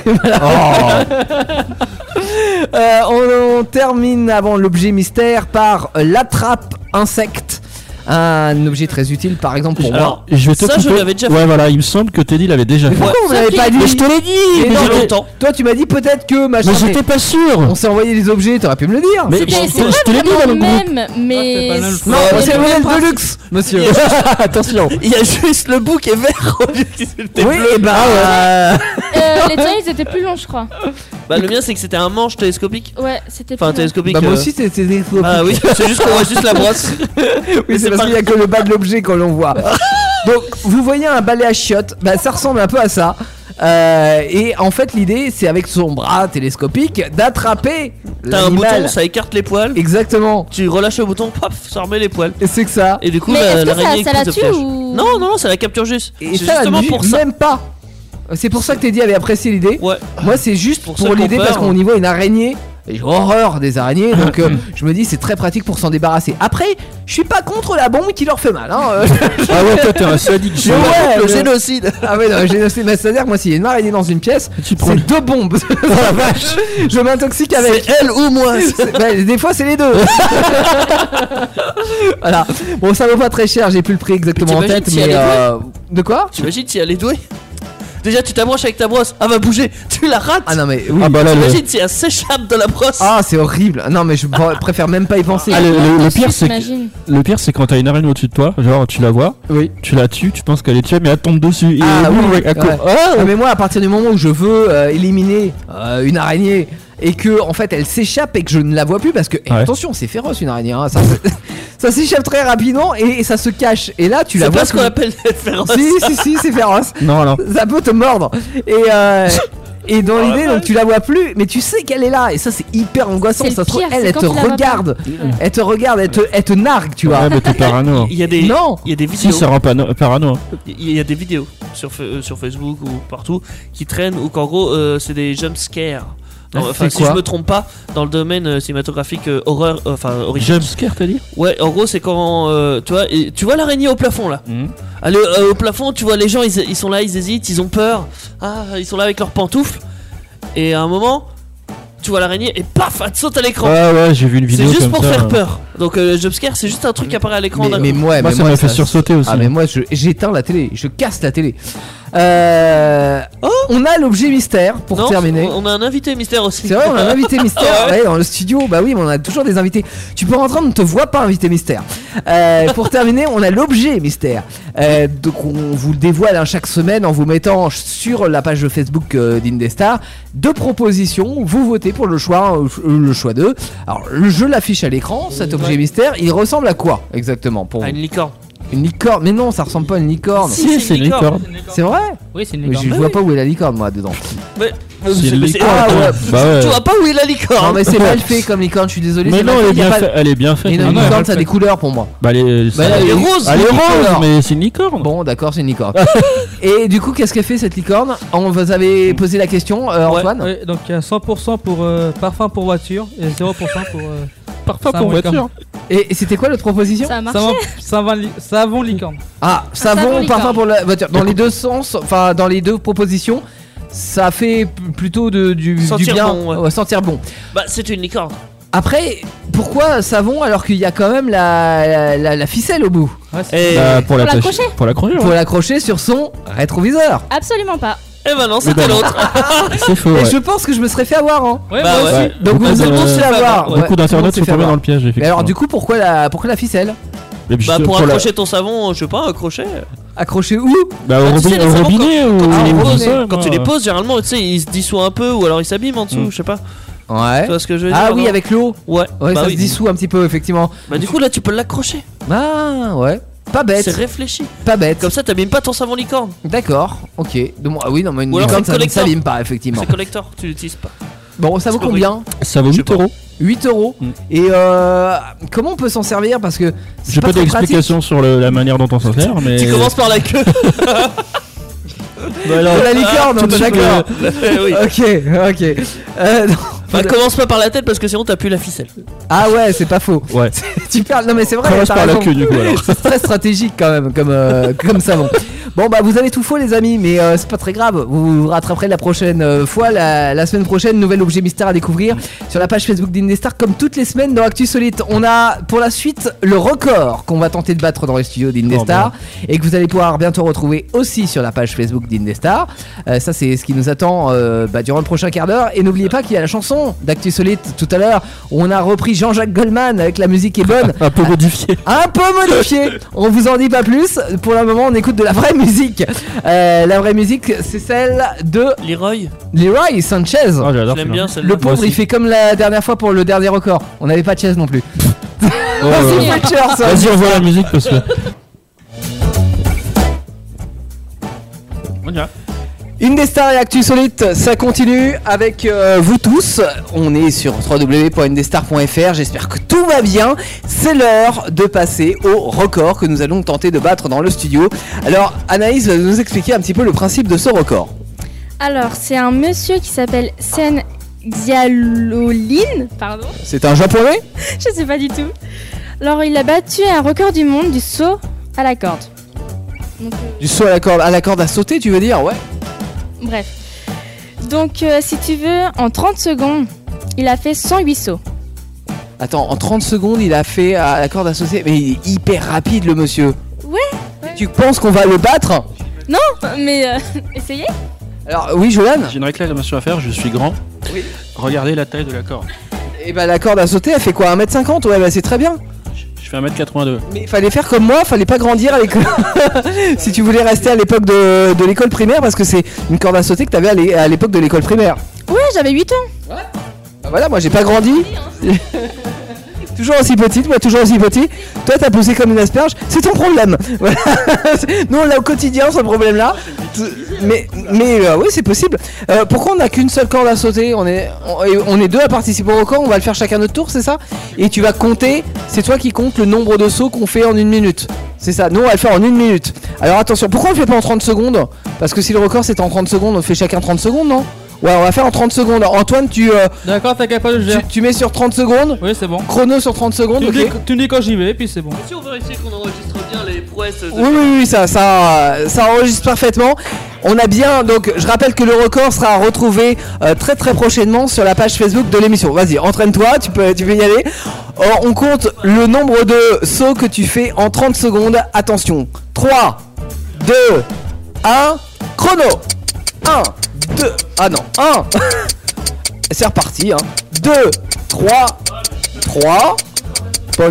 B: Euh, on, on termine avant l'objet mystère par l'attrape insecte. Un objet très utile, par exemple, pour moi.
H: Alors,
C: je vais te
H: Ça, je
C: couper.
H: l'avais déjà fait.
C: Ouais, voilà, il me semble que Teddy l'avait déjà fait.
B: Pourquoi on me l'avait pas dit
C: je te l'ai dit
B: Mais
H: il y
B: non,
H: a
B: mais-
H: longtemps.
B: Toi, tu m'as dit peut-être que machin.
C: Mais
B: Ah, mais
C: j'étais pas sûr
B: on s'est envoyé les objets, t'aurais pu me le dire.
C: Mais
A: C'était-
C: je
A: C'est
C: te- je te l'ai
A: pas
C: dit dans le
A: vraiment
C: groupe
A: le même, mais.
I: Ah, c'est pas mal.
B: non,
A: mais
B: c'est
A: le
B: le
A: même
B: modèle
A: principe.
B: de luxe, monsieur. Attention.
H: Il y a juste le bouc
B: [laughs]
H: est vert. au lieu que c'était
B: Oui,
H: bleu.
B: et bah. euh,
A: Euh, les tiens, ils étaient plus longs, je crois.
H: Bah, le mien, c'est que c'était un manche télescopique.
A: Ouais, c'était plus
H: Enfin,
A: long.
H: télescopique.
B: Bah, moi
H: euh,
B: aussi, c'était des
H: Ah oui, c'est juste qu'on voit juste la brosse.
B: [laughs] Oui, c'est
H: c'est
B: parce
H: pas-
B: qu'il n'y a que [laughs] le bas de l'objet qu'on l'on [laughs] voit. Donc, vous voyez un balai à chiottes, bah, ça ressemble un peu à ça. Euh, et en fait, l'idée, c'est avec son bras télescopique d'attraper
H: T'as un
B: l'animal.
H: bouton, ça écarte les poils.
B: Exactement.
H: Tu relâches le bouton, paf, ça remet les poils.
B: Et c'est que ça.
H: Et du coup,
A: Mais
H: la-
A: est-ce que ça,
H: euh, l'araignée
A: ça
H: est
A: la
H: plus de
A: tue
H: flèches.
A: ou.
H: Non, non, ça la capture juste.
B: Et
H: c'est
B: ça,
H: justement
B: lui,
H: pour ça.
B: même pas. C'est pour ça que Teddy avait apprécié l'idée.
H: Ouais.
B: Moi, c'est juste pour,
H: Pour ceux qui ont
B: l'idée
H: peur.
B: parce qu'on y voit une araignée. Et j'ai horreur des araignées,
H: [laughs]
B: donc euh, je me dis c'est très pratique pour s'en débarrasser. Après, je suis pas contre la bombe qui leur fait mal. Hein, euh.
H: [laughs]
C: Ah ouais, toi t'es un sadique.
B: Mais
C: toi.
B: ouais,
H: le
B: mais-
H: génocide.
B: Ah ouais, non, j'ai noté, mais c'est-à-dire, moi, s'il y a une araignée dans une pièce,
C: Tu prends
B: c'est deux bombes. La vache. Je m'intoxique avec.
H: elle ou moi.
B: [laughs] C'est- bah, des fois, c'est les deux. voilà. Bon, ça vaut pas très cher, j'ai plus le prix exactement en
H: Mais t'imagines
B: tête,
H: si
B: mais.
H: elle est
B: euh, De quoi
H: T'imagines si elle est douée [laughs] Déjà, tu t'abroches avec ta brosse, elle va bouger, [laughs] tu la rates.
B: Ah non, mais oui.
C: Ah bah là, le,
H: T'imagines si elle s'échappe de la brosse.
B: Ah, c'est horrible. Non, mais je pr- préfère même pas y penser.
C: Ah, le- le- le
A: Ensuite,
C: pire, c'est que-
A: t'imagines.
C: le pire, c'est quand t'as une araignée au-dessus de toi, genre tu la vois,
B: Oui.
C: tu la tues, tu penses qu'elle est tuée, mais elle tombe dessus. Et
B: Ah,
C: boum,
B: oui,
C: elle- elle
B: ouais.
C: court.
B: Ah, mais moi, à partir du moment où je veux euh, éliminer euh, une araignée et que en fait elle s'échappe et que je ne la vois plus parce que et
C: Ouais.
B: attention, c'est féroce une araignée. hein, ça [laughs] ça s'échappe très rapidement et, et ça se cache. Et là, tu la
H: c'est
B: vois.
H: pas ce
B: que-
H: qu'on appelle être féroce.
B: [laughs] Si, si, si, c'est féroce.
C: Non, alors.
B: Ça peut te mordre. Et, euh, et dans l'idée, donc tu la vois plus, mais tu sais qu'elle est là. Et ça, c'est hyper angoissant.
A: C'est le
B: Ça se trouve,
A: pire,
B: elle,
A: c'est
B: elle
A: quand
B: te
A: tu la vois
B: regarde. Elle te regarde, elle te, elle te nargue, tu vois.
C: Ouais, mais
B: [laughs]
C: t'es parano.
H: Il y a des,
B: Non.
H: il y a des
C: Si,
H: vidéos.
C: ça rend pano- parano.
H: Il y a des vidéos sur, fa- euh, sur Facebook ou partout qui traînent ou qu'en gros euh, c'est des jump scares. Non,
B: Ah,
H: Enfin,
B: c'est
H: si
B: quoi
H: je me trompe pas, dans le domaine euh, cinématographique euh, horreur, euh, enfin origine.
C: Jumpscare, t'as dit
H: Ouais, en gros c'est quand euh, tu vois, et- tu vois l'araignée au plafond là.
C: Hmm.
H: Allez, euh, au plafond, tu vois les gens, ils, ils sont là, ils hésitent, ils ont peur. Ah, ils sont là avec leurs pantoufles. Et à un moment, tu vois l'araignée et paf, elle te saute à l'écran.
C: Ouais, Ah ouais, j'ai vu une
H: c'est
C: vidéo.
H: juste
C: comme
H: pour
C: ça.
H: faire peur. Donc euh, le jumpscare, c'est juste un truc qui apparaît à l'écran.
B: hein. Mais,
H: d'un
B: mais
H: coup.
B: moi,
C: Moi,
B: mais
C: ça m'a fait
B: ça-
C: sursauter aussi.
B: Ah mais moi je- j'éteins la télé, je casse la télé. Euh, on a l'objet mystère pour
H: Oh Non,
B: terminer.
H: On on a un invité mystère aussi.
B: C'est vrai, on a un invité
H: [laughs]
B: mystère ouais, dans le studio. Bah oui, mais on a toujours des invités. Tu peux rentrer, on ne te voit pas, invité mystère. Euh, pour terminer, on a l'objet mystère. Euh, donc on vous le dévoile hein, chaque semaine en vous mettant sur la page Facebook euh, d'Indestar deux propositions. Vous votez pour le choix, euh, le choix 2. Alors le jeu l'affiche à l'écran. Cet objet mystère, il ressemble à quoi exactement pour
H: Ah,
B: vous
H: une licorne.
B: Une licorne Mais non, ça ressemble pas à une licorne.
H: Si,
C: Si, c'est une licorne.
B: Ah, C'est vrai
J: Oui, c'est une
B: Mais
J: légende.
B: je vois pas où est la licorne moi dedans.
C: C'est une
H: Mais
C: licorne.
B: Ah ouais.
C: Bah ouais.
H: Tu vois pas où est la licorne
B: Non mais c'est mal fait comme licorne, je suis désolé.
C: Mais
B: c'est
C: non,
B: mal
C: elle
B: fait, y
C: est
B: a
C: bien
B: pas-
C: faite. Elle est bien faite.
B: Mais non, une
C: Ah,
B: licorne ça a des couleurs pour moi.
C: Bah, elle est.
B: Bah, là,
C: elle
B: elle
C: est
B: est
C: rose. Elle est
B: une
C: rose,
B: licorne.
C: mais c'est une licorne.
B: Bon d'accord c'est une licorne. Et du coup qu'est-ce qu'elle fait cette licorne On vous avait posé la question euh,
H: Ouais,
B: Antoine
I: Ouais, donc il y a 100% pour euh, parfum pour voiture et 0% pour euh,
C: Parfois
I: Ça pour marche voiture.
B: Et et c'était quoi l'autre proposition
A: Ça a marché.
I: savon, savon, li- savon licorne.
B: Ah
A: savon
B: savon,
A: licorne.
B: parfum pour la voiture. Dans les deux sens, enfin dans les deux propositions, ça fait p- plutôt de, du, du
H: Sentir
B: bien,
H: bon, ouais.
B: ouais, sentir bon.
H: Bah, c'est une licorne.
B: Après pourquoi savon alors qu'il y a quand même la- la- la ficelle au bout
I: Ouais, c'est-
B: Eh,
H: Et,
C: Bah, pour
A: Pour
C: l'attacher.
A: l'accrocher
C: Pour l'accrocher.
B: pour l'accrocher sur son rétroviseur.
A: Absolument pas.
H: eh ben non, c'était l'autre.
C: ouais. C'est faux.
B: Et
C: ouais.
B: je pense que je me serais fait avoir. Hein.
I: Ouais,
H: bah
I: moi aussi.
H: ouais.
C: Ouais.
B: Donc vous
C: Beaucoup
B: vous êtes
C: de-
B: tous fait avoir. Ouais,
C: Beaucoup
B: tout le monde
C: d'internautes
B: s'est
C: sont
B: fait
C: tombés
B: avoir.
C: dans le hein. piège.
B: Mais alors du
C: effectivement.
B: coup pourquoi la pourquoi la ficelle
C: Mais puis,
H: Bah,
C: pour
H: pour
C: la-
H: accrocher ton savon, je sais pas, accrocher.
B: Accrochée où
C: Bah, au
H: Ah, tu sais, les
C: robinet- au
H: savons,
C: robinet ou. Ah,
H: Quand tu les
C: au-
H: poses,
C: ouais,
H: quand tu
C: moi,
H: les poses, généralement, tu sais, ils se dissous un peu ou alors ils s'abîment en dessous,
C: Mm.
H: je sais pas.
B: Ouais.
H: Tu vois ce que je veux dire
B: Ah oui
H: non
B: avec l'eau.
H: Ouais,
B: Ouais
H: bah
B: ça
H: oui.
B: se dissout un petit peu effectivement.
H: Bah, du coup, là, tu peux l'accrocher.
B: Ah ouais. Pas
H: C'est
B: bête,
H: réfléchi.
B: pas bête.
H: Comme ça, t'abîmes pas ton savon licorne.
B: D'accord, ok. Donc, ah oui, non, mais une
H: Ou alors
B: licorne,
H: c'est
B: ça ne
H: collector.
B: s'abîme pas, effectivement.
H: C'est collector, tu l'utilises pas.
B: Bon, ça vaut
H: c'est
B: combien
C: Ça vaut
H: Je sais
C: 8
H: pas.
C: euros.
B: 8 euros.
C: Mm.
B: Et euh, comment on peut s'en servir Parce que c'est
C: J'ai pas
B: très pratique.
H: [laughs]
C: d'explication sur le- la manière dont on s'en sert,
B: [laughs]
C: mais.
H: Tu commences par la queue.
C: Bah,
H: alors,
B: de la licorne,
H: ah,
B: on
H: tout
B: est
H: de suite,
B: d'accord. [laughs]
H: euh, oui.
B: Ok, ok. Euh, non.
H: Bah, commence pas par la tête parce que sinon t'as plus la ficelle.
B: Ah ouais, c'est pas faux.
C: Ouais.
B: [laughs] tu parles. Non mais c'est vrai.
C: Commence
B: t'as
C: par la
B: raison.
C: queue, du coup, alors.
B: [laughs] c'est très stratégique quand même, comme euh, comme savon. Bon bah vous avez tout faux les amis, mais euh, c'est pas très grave. Vous vous rattraperez la prochaine euh, fois, la, la semaine prochaine, nouvel objet mystère à découvrir sur la page Facebook d'Indestar comme toutes les semaines dans Actu Solite. On a pour la suite le record qu'on va tenter de battre dans les studios
C: Oh,
B: d'Indestar
C: bah.
B: et que vous allez pouvoir bientôt retrouver aussi sur la page Facebook d'Indestar. Euh, ça c'est ce qui nous attend euh, bah, durant le prochain quart d'heure et n'oubliez pas qu'il y a la chanson d'Actu Solite tout à l'heure où on a repris Jean-Jacques Goldman avec la musique est
C: [laughs]
B: bonne
C: Un peu modifié.
B: un peu modifié. On vous en dit pas plus. Pour le moment, on écoute de la vraie musique. Euh, la vraie musique, c'est celle de
H: Leroy,
B: Leroy Sanchez.
C: Ah,
H: je
C: j'adore.
H: l'aime
C: celui-là.
H: bien celle-là.
B: Le pauvre, il fait comme la dernière fois pour le dernier record. On n'avait pas de chaise non plus.
C: Ouais, ouais,
B: C'est
C: ouais.
B: Fletcher, ça.
C: Vas-y, on voit la musique parce que.
B: Une des stars et Actu Solite, ça continue avec euh, vous tous. On est sur www.indestar.fr. J'espère que tout va bien. C'est l'heure de passer au record que nous allons tenter de battre dans le studio. Alors, Anaïs va nous expliquer un petit peu le principe de ce record.
A: Alors, c'est un monsieur qui s'appelle Sen Xiaolin, pardon,
B: C'est un japonais
A: [laughs] je sais pas du tout. Alors, il a battu un record du monde du saut à la corde. Donc, euh,
B: Du saut à la corde, à la corde à sauter, tu veux dire Ouais.
A: bref. Donc, euh, si tu veux, en 30 secondes, il a fait 108 sauts.
B: Attends, en 30 secondes, il a fait à la corde à sauter, mais il est hyper rapide le monsieur.
A: Ouais, ouais.
B: Tu penses qu'on va le battre
A: Mais euh, [laughs] essayez
B: Alors oui, Jolan.
C: J'ai une réclamation à faire, je suis grand.
B: Oui.
C: Regardez la taille de la corde.
B: Et bah la corde à sauter, elle fait quoi 1m50 Ouais, bah c'est très bien.
C: Je fais 1m82.
B: Mais fallait faire comme moi, fallait pas grandir à l'école. [laughs] si tu voulais rester à l'époque de, de l'école primaire, parce que c'est une corde à sauter que t'avais à l'é- à l'époque de l'école primaire.
A: Ouais, j'avais 8 ans.
B: Bah voilà, moi j'ai pas grandi. toujours aussi petite, moi toujours aussi petit. Toi t'as poussé comme une asperge, c'est ton problème. [laughs] Voilà. Nous on l'a au quotidien ce problème là. Mais, mais euh, oui c'est possible. Euh, pourquoi on n'a qu'une seule corde à sauter on est, on, et on est deux à participer au camp, on va le faire chacun notre tour, c'est ça Et tu vas compter, c'est toi qui compte le nombre de sauts qu'on fait en une minute. C'est ça, nous on va le faire en une minute. Alors attention, pourquoi on le fait pas en 30 secondes Parce que si le record c'était en 30 secondes, on fait chacun 30 secondes, non Ouais, on va faire en 30 secondes. Antoine, tu, euh,
I: D'accord, t'as capable, je
B: tu,
I: gère.
B: tu mets sur 30 secondes,
I: Oui, c'est bon.
B: chrono sur 30 secondes,
I: Tu me
B: ok
I: dis- tu me dis quand j'y vais, puis c'est bon.
H: Si on vérifie qu'on enregistre bien les prouesses de.
B: Oui, oui, oui, ça, ça, euh, ça enregistre parfaitement. On a bien, donc je rappelle que le record sera retrouvé euh, très très prochainement sur la page Facebook de l'émission. Vas-y, entraîne-toi, tu peux, tu peux y aller. Or, on compte le nombre de sauts que tu fais en 30 secondes. Attention, 3, 2, 1, chrono 1, 2, ah non, 1, [laughs] c'est reparti, hein. 2, 3, 3,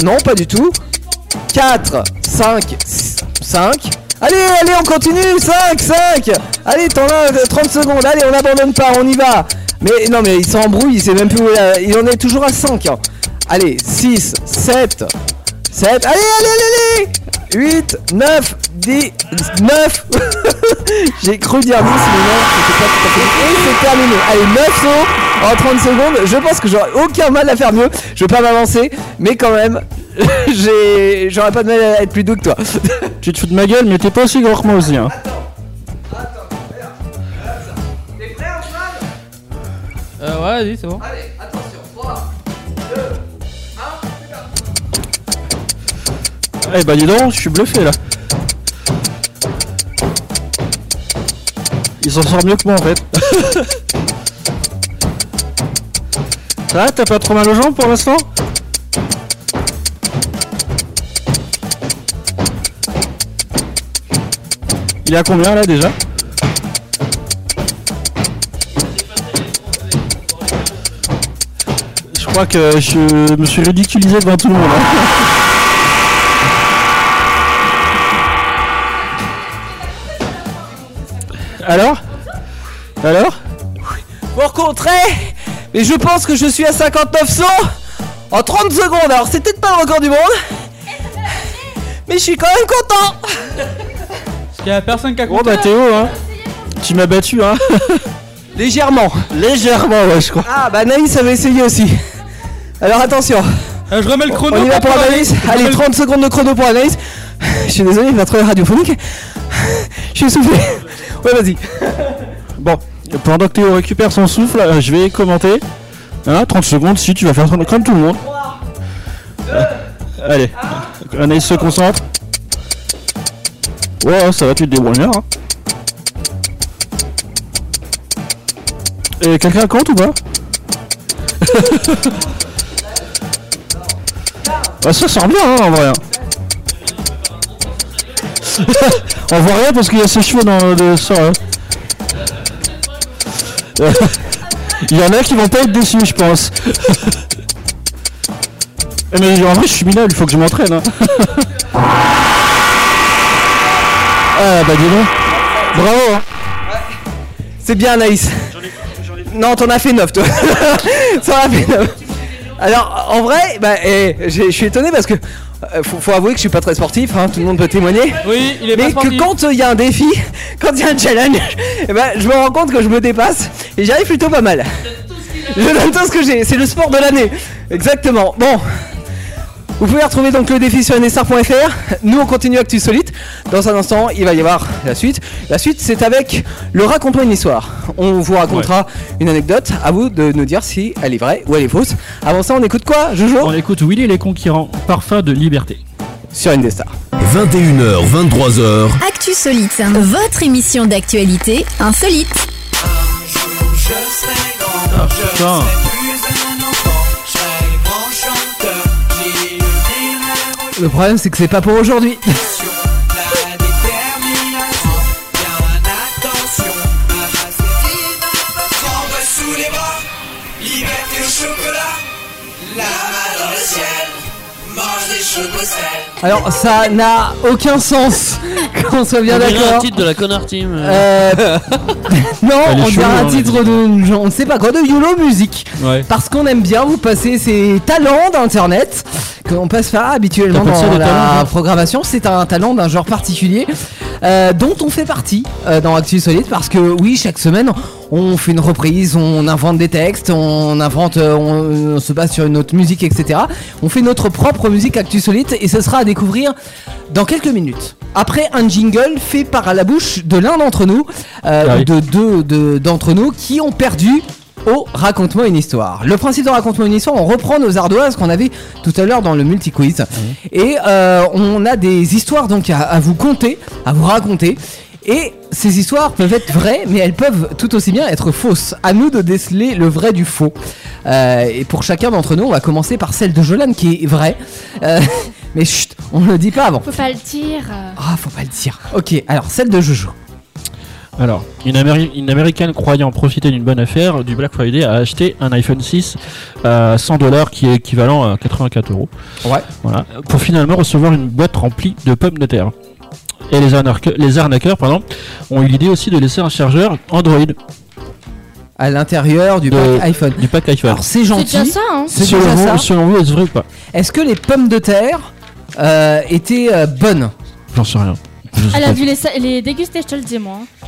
B: non, pas du tout. 4, 5, 5. Allez, allez, on continue 5, 5 Allez, t'en as euh, 30 secondes, allez, on abandonne pas, on y va Mais non, mais il s'embrouille, il sait même plus où il a- il en est toujours à 5. hein. Allez, 6, 7, 7, allez, allez, allez, allez 8, 9, 10, [laughs] 9 [laughs] J'ai cru dire 10, mais non, c'était pas tout à fait. Et c'est terminé. Allez, 9 sauts en 30 secondes. Je pense que j'aurais aucun mal à faire mieux. Je vais pas m'avancer, mais quand même, [laughs] j'ai- j'aurais pas de mal à être plus doux que toi. [laughs]
C: Tu te fous de ma gueule, mais t'es pas aussi grand que moi aussi. Hein.
I: Euh, ouais, vas-y, c'est bon.
C: Eh bah dis donc, je suis bluffé là. Il s'en sort mieux que moi en fait. [laughs] Ça va, t'as pas trop mal aux jambes pour l'instant Il est à combien là déjà Je crois que je me suis ridiculisé devant tout le monde. hein. Alors Alors
B: Pour contrer, mais je pense que je suis à 59 sauts en 30 secondes. Alors, c'est peut-être pas le record du monde, mais je suis quand même content.
I: Parce qu'il y a personne qui a
C: Bon
I: compté.
C: bah Théo hein Tu m'as battu hein [laughs]
B: Légèrement.
C: Légèrement ouais je crois.
B: Ah, bah Naïs avait essayé aussi. Alors, attention.
I: Euh, je remets le chrono.
B: On y va
I: pas
B: pour Anaïs Allez, 30 secondes de chrono pour Anaïs. Je suis désolé, il va trouver radiophonique. Je suis soufflé. Ouais, vas-y.
C: Bon, pendant que Théo récupère son souffle, euh, je vais commenter. Hein, 30 secondes, si tu vas faire comme tout le monde. Euh, allez, Anaïs se concentre. Ouais, ouais, ça va, tu te débrouilles bien. hein. Et quelqu'un compte ou pas [laughs] Bah, ça sort bien hein, [laughs] en vrai. hein. On voit rien parce qu'il y a ses cheveux dans le sort. hein. Euh, Il y en a qui vont pas être déçus, je pense. [laughs] Eh, Mais en vrai, je suis minable, il faut que je m'entraîne. hein. ah bah dis donc. Bravo. hein.
B: C'est bien, Anaïs. Non, t'en as fait 9, toi. [laughs] T'en as fait 9. Alors, en vrai, bah, eh, j'ai- je suis étonné parce que euh, faut, faut avouer que je suis pas très sportif, hein, tout le monde peut témoigner.
I: Oui, il est
B: Mais
I: pas
B: que quand euh, il y a un défi, [laughs] quand il y a un challenge, [laughs] eh ben, je me rends compte que je me dépasse et j'arrive plutôt pas mal. Je donne tout ce que j'ai, c'est le sport de l'année. Exactement. Bon. Vous pouvez retrouver donc le défi sur nsr.fr. Nous, on continue Actu Solite. Dans un instant, il va y avoir la suite. La suite, c'est avec le raconte-moi une histoire. On vous racontera une anecdote. À vous de nous dire si elle est vraie ou elle est fausse. Avant ça, on écoute quoi, Jojo
C: On écoute Willy les conquérants, parfum de liberté.
B: Sur Indestar.
D: 21h, 23h,
E: Actu Solite, votre émission d'actualité insolite.
I: Ah,
C: Putain.
B: Le problème, c'est que c'est pas pour aujourd'hui. Alors, ça n'a aucun sens [laughs] qu'on soit bien
H: On dirait un
B: ah, d'accord.
H: titre de la Connard Team. euh.
B: Euh, non,
C: Elle est
B: on
C: chelou,
B: dirait un
C: hein,
B: titre de, je- on ne sait pas quoi, de YOLO Musique.
I: Ouais.
B: Parce qu'on aime bien vous passer ces talents d'internet que l'on passe pas habituellement
C: T'appelles ça
B: dans
C: des
B: la
C: talents, toi
B: programmation. C'est un talent d'un genre particulier euh, dont on fait partie euh, dans Actu Solide parce que oui, chaque semaine on fait une reprise, on invente des textes, on invente, euh, on, on se base sur une autre musique, etc. On fait notre propre musique Actu Solide et ce sera à découvrir dans quelques minutes. Après un jingle fait par la bouche de l'un d'entre nous, euh,
C: Ah oui.
B: ou de deux de- d'entre nous qui ont perdu au Oh, Raconte-moi une histoire. Le principe de Raconte-moi une histoire, on reprend nos ardoises qu'on avait tout à l'heure dans le multi-quiz. Et euh, on a des histoires donc à, à vous conter, à vous raconter. Et ces histoires peuvent être vraies, mais elles peuvent tout aussi bien être fausses. À nous de déceler le vrai du faux. Euh, et pour chacun d'entre nous, on va commencer par celle de Jolane qui est vraie. Euh, [laughs] mais chut, on ne le dit pas avant.
A: Faut pas le dire. euh.
B: Ah, faut pas le dire. Ok, alors celle de Jojo.
C: Alors, une, Améri- une américaine croyant profiter d'une bonne affaire du Black Friday a acheté un iPhone 6 à 100 dollars qui est équivalent à 84 euros.
B: Ouais.
C: Voilà. Pour finalement recevoir une boîte remplie de pommes de terre. Et les, arnaque- les arnaqueurs pardon, ont eu l'idée aussi de laisser un chargeur Android
B: à l'intérieur du
C: De-
B: pack iPhone.
C: du pack iPhone.
B: Alors c'est
A: C'est déjà
B: gentil.
A: ça, hein
B: c'est
C: selon,
B: déjà
C: vous,
B: ça.
C: selon vous, est-ce vrai ou pas
B: Est-ce que les pommes de terre euh, étaient euh, bonnes
C: J'en sais rien. Je sais
A: Elle
C: pas.
A: a dû les, les déguster, je te le dis, moi. hein.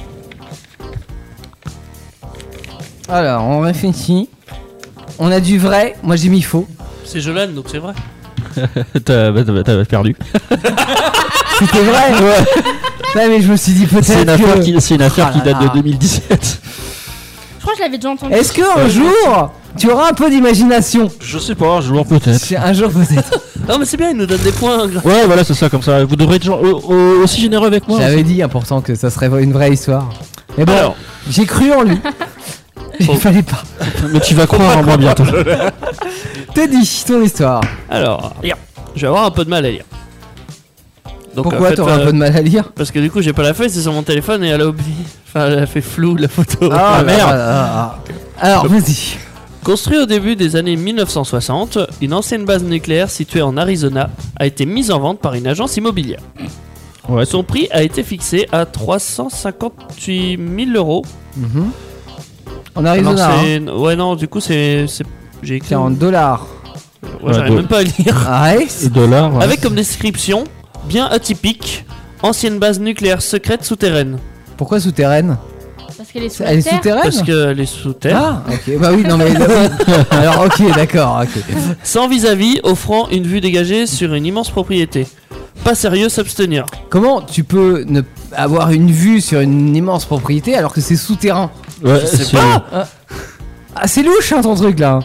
B: Alors on réfléchit. On a du vrai, moi j'ai mis faux.
H: C'est Jolane, donc c'est vrai.
C: T'as bah, t'as- t'as perdu.
B: C'était vrai [laughs] Ouais, mais je me suis dit
C: C'est une
B: peut-être
C: affaire,
B: que...
C: qui, c'est une affaire
B: Ah
C: qui
B: là
C: date de
B: là.
C: 2017.
A: Je crois que je l'avais déjà entendu.
B: Est-ce qu'un jour, tu auras un peu d'imagination
C: Je sais pas, je vois peut-être.
B: C'est Un jour peut-être.
H: Non, mais c'est bien, il nous donne des points. hein, gra-
C: Ouais, voilà, c'est ça, comme ça. Vous devrez être gen- au- au- aussi généreux avec
B: [laughs]
C: moi.
B: J'avais dit important que ça serait une vraie histoire. Mais bon,
C: Alors.
B: j'ai cru en lui. Il fallait pas.
C: [laughs] Mais tu vas croire en moi bientôt.
B: Teddy, ton histoire.
H: Alors, lire. Je vais avoir un peu de mal à lire. Donc, en
B: Pourquoi
H: fait,
B: t'auras
H: euh,
B: un peu de mal à lire
H: Parce que du coup, j'ai pas la feuille, c'est sur mon téléphone et elle a oublié. Enfin, elle a fait flou la photo.
B: Ah,
C: merde.
B: Alors vas-y.
H: Construit au début des années 1960, une ancienne base nucléaire située en Arizona a été mise en vente par une agence immobilière.
C: Ouais,
H: Son prix a été fixé à 358 000 euros.
B: En
H: Alors,
B: Arizona, hein.
H: c'est- Ouais, non, du coup, c'est. c'est- J'ai écrit.
B: c'est en dollars.
H: Ouais, J'arrive
C: Ouais,
H: même pas à lire.
B: Ah ouais
C: dollars.
H: Avec comme description, bien atypique, ancienne base nucléaire secrète souterraine.
B: Pourquoi souterraine
A: Parce qu'elle est sous
B: Elle est
A: la terre.
B: souterraine
H: Parce qu'elle est sous terre.
B: Ah, ok, bah oui, non mais.
H: [laughs]
B: Alors, ok, d'accord, ok.
H: Sans vis-à-vis, offrant une vue dégagée sur une immense propriété. Pas sérieux s'abstenir.
B: Comment tu peux ne. avoir une vue sur une immense propriété alors que c'est souterrain.
C: Ouais, c'est-
B: Ah, Ah, c'est louche hein, ton truc là.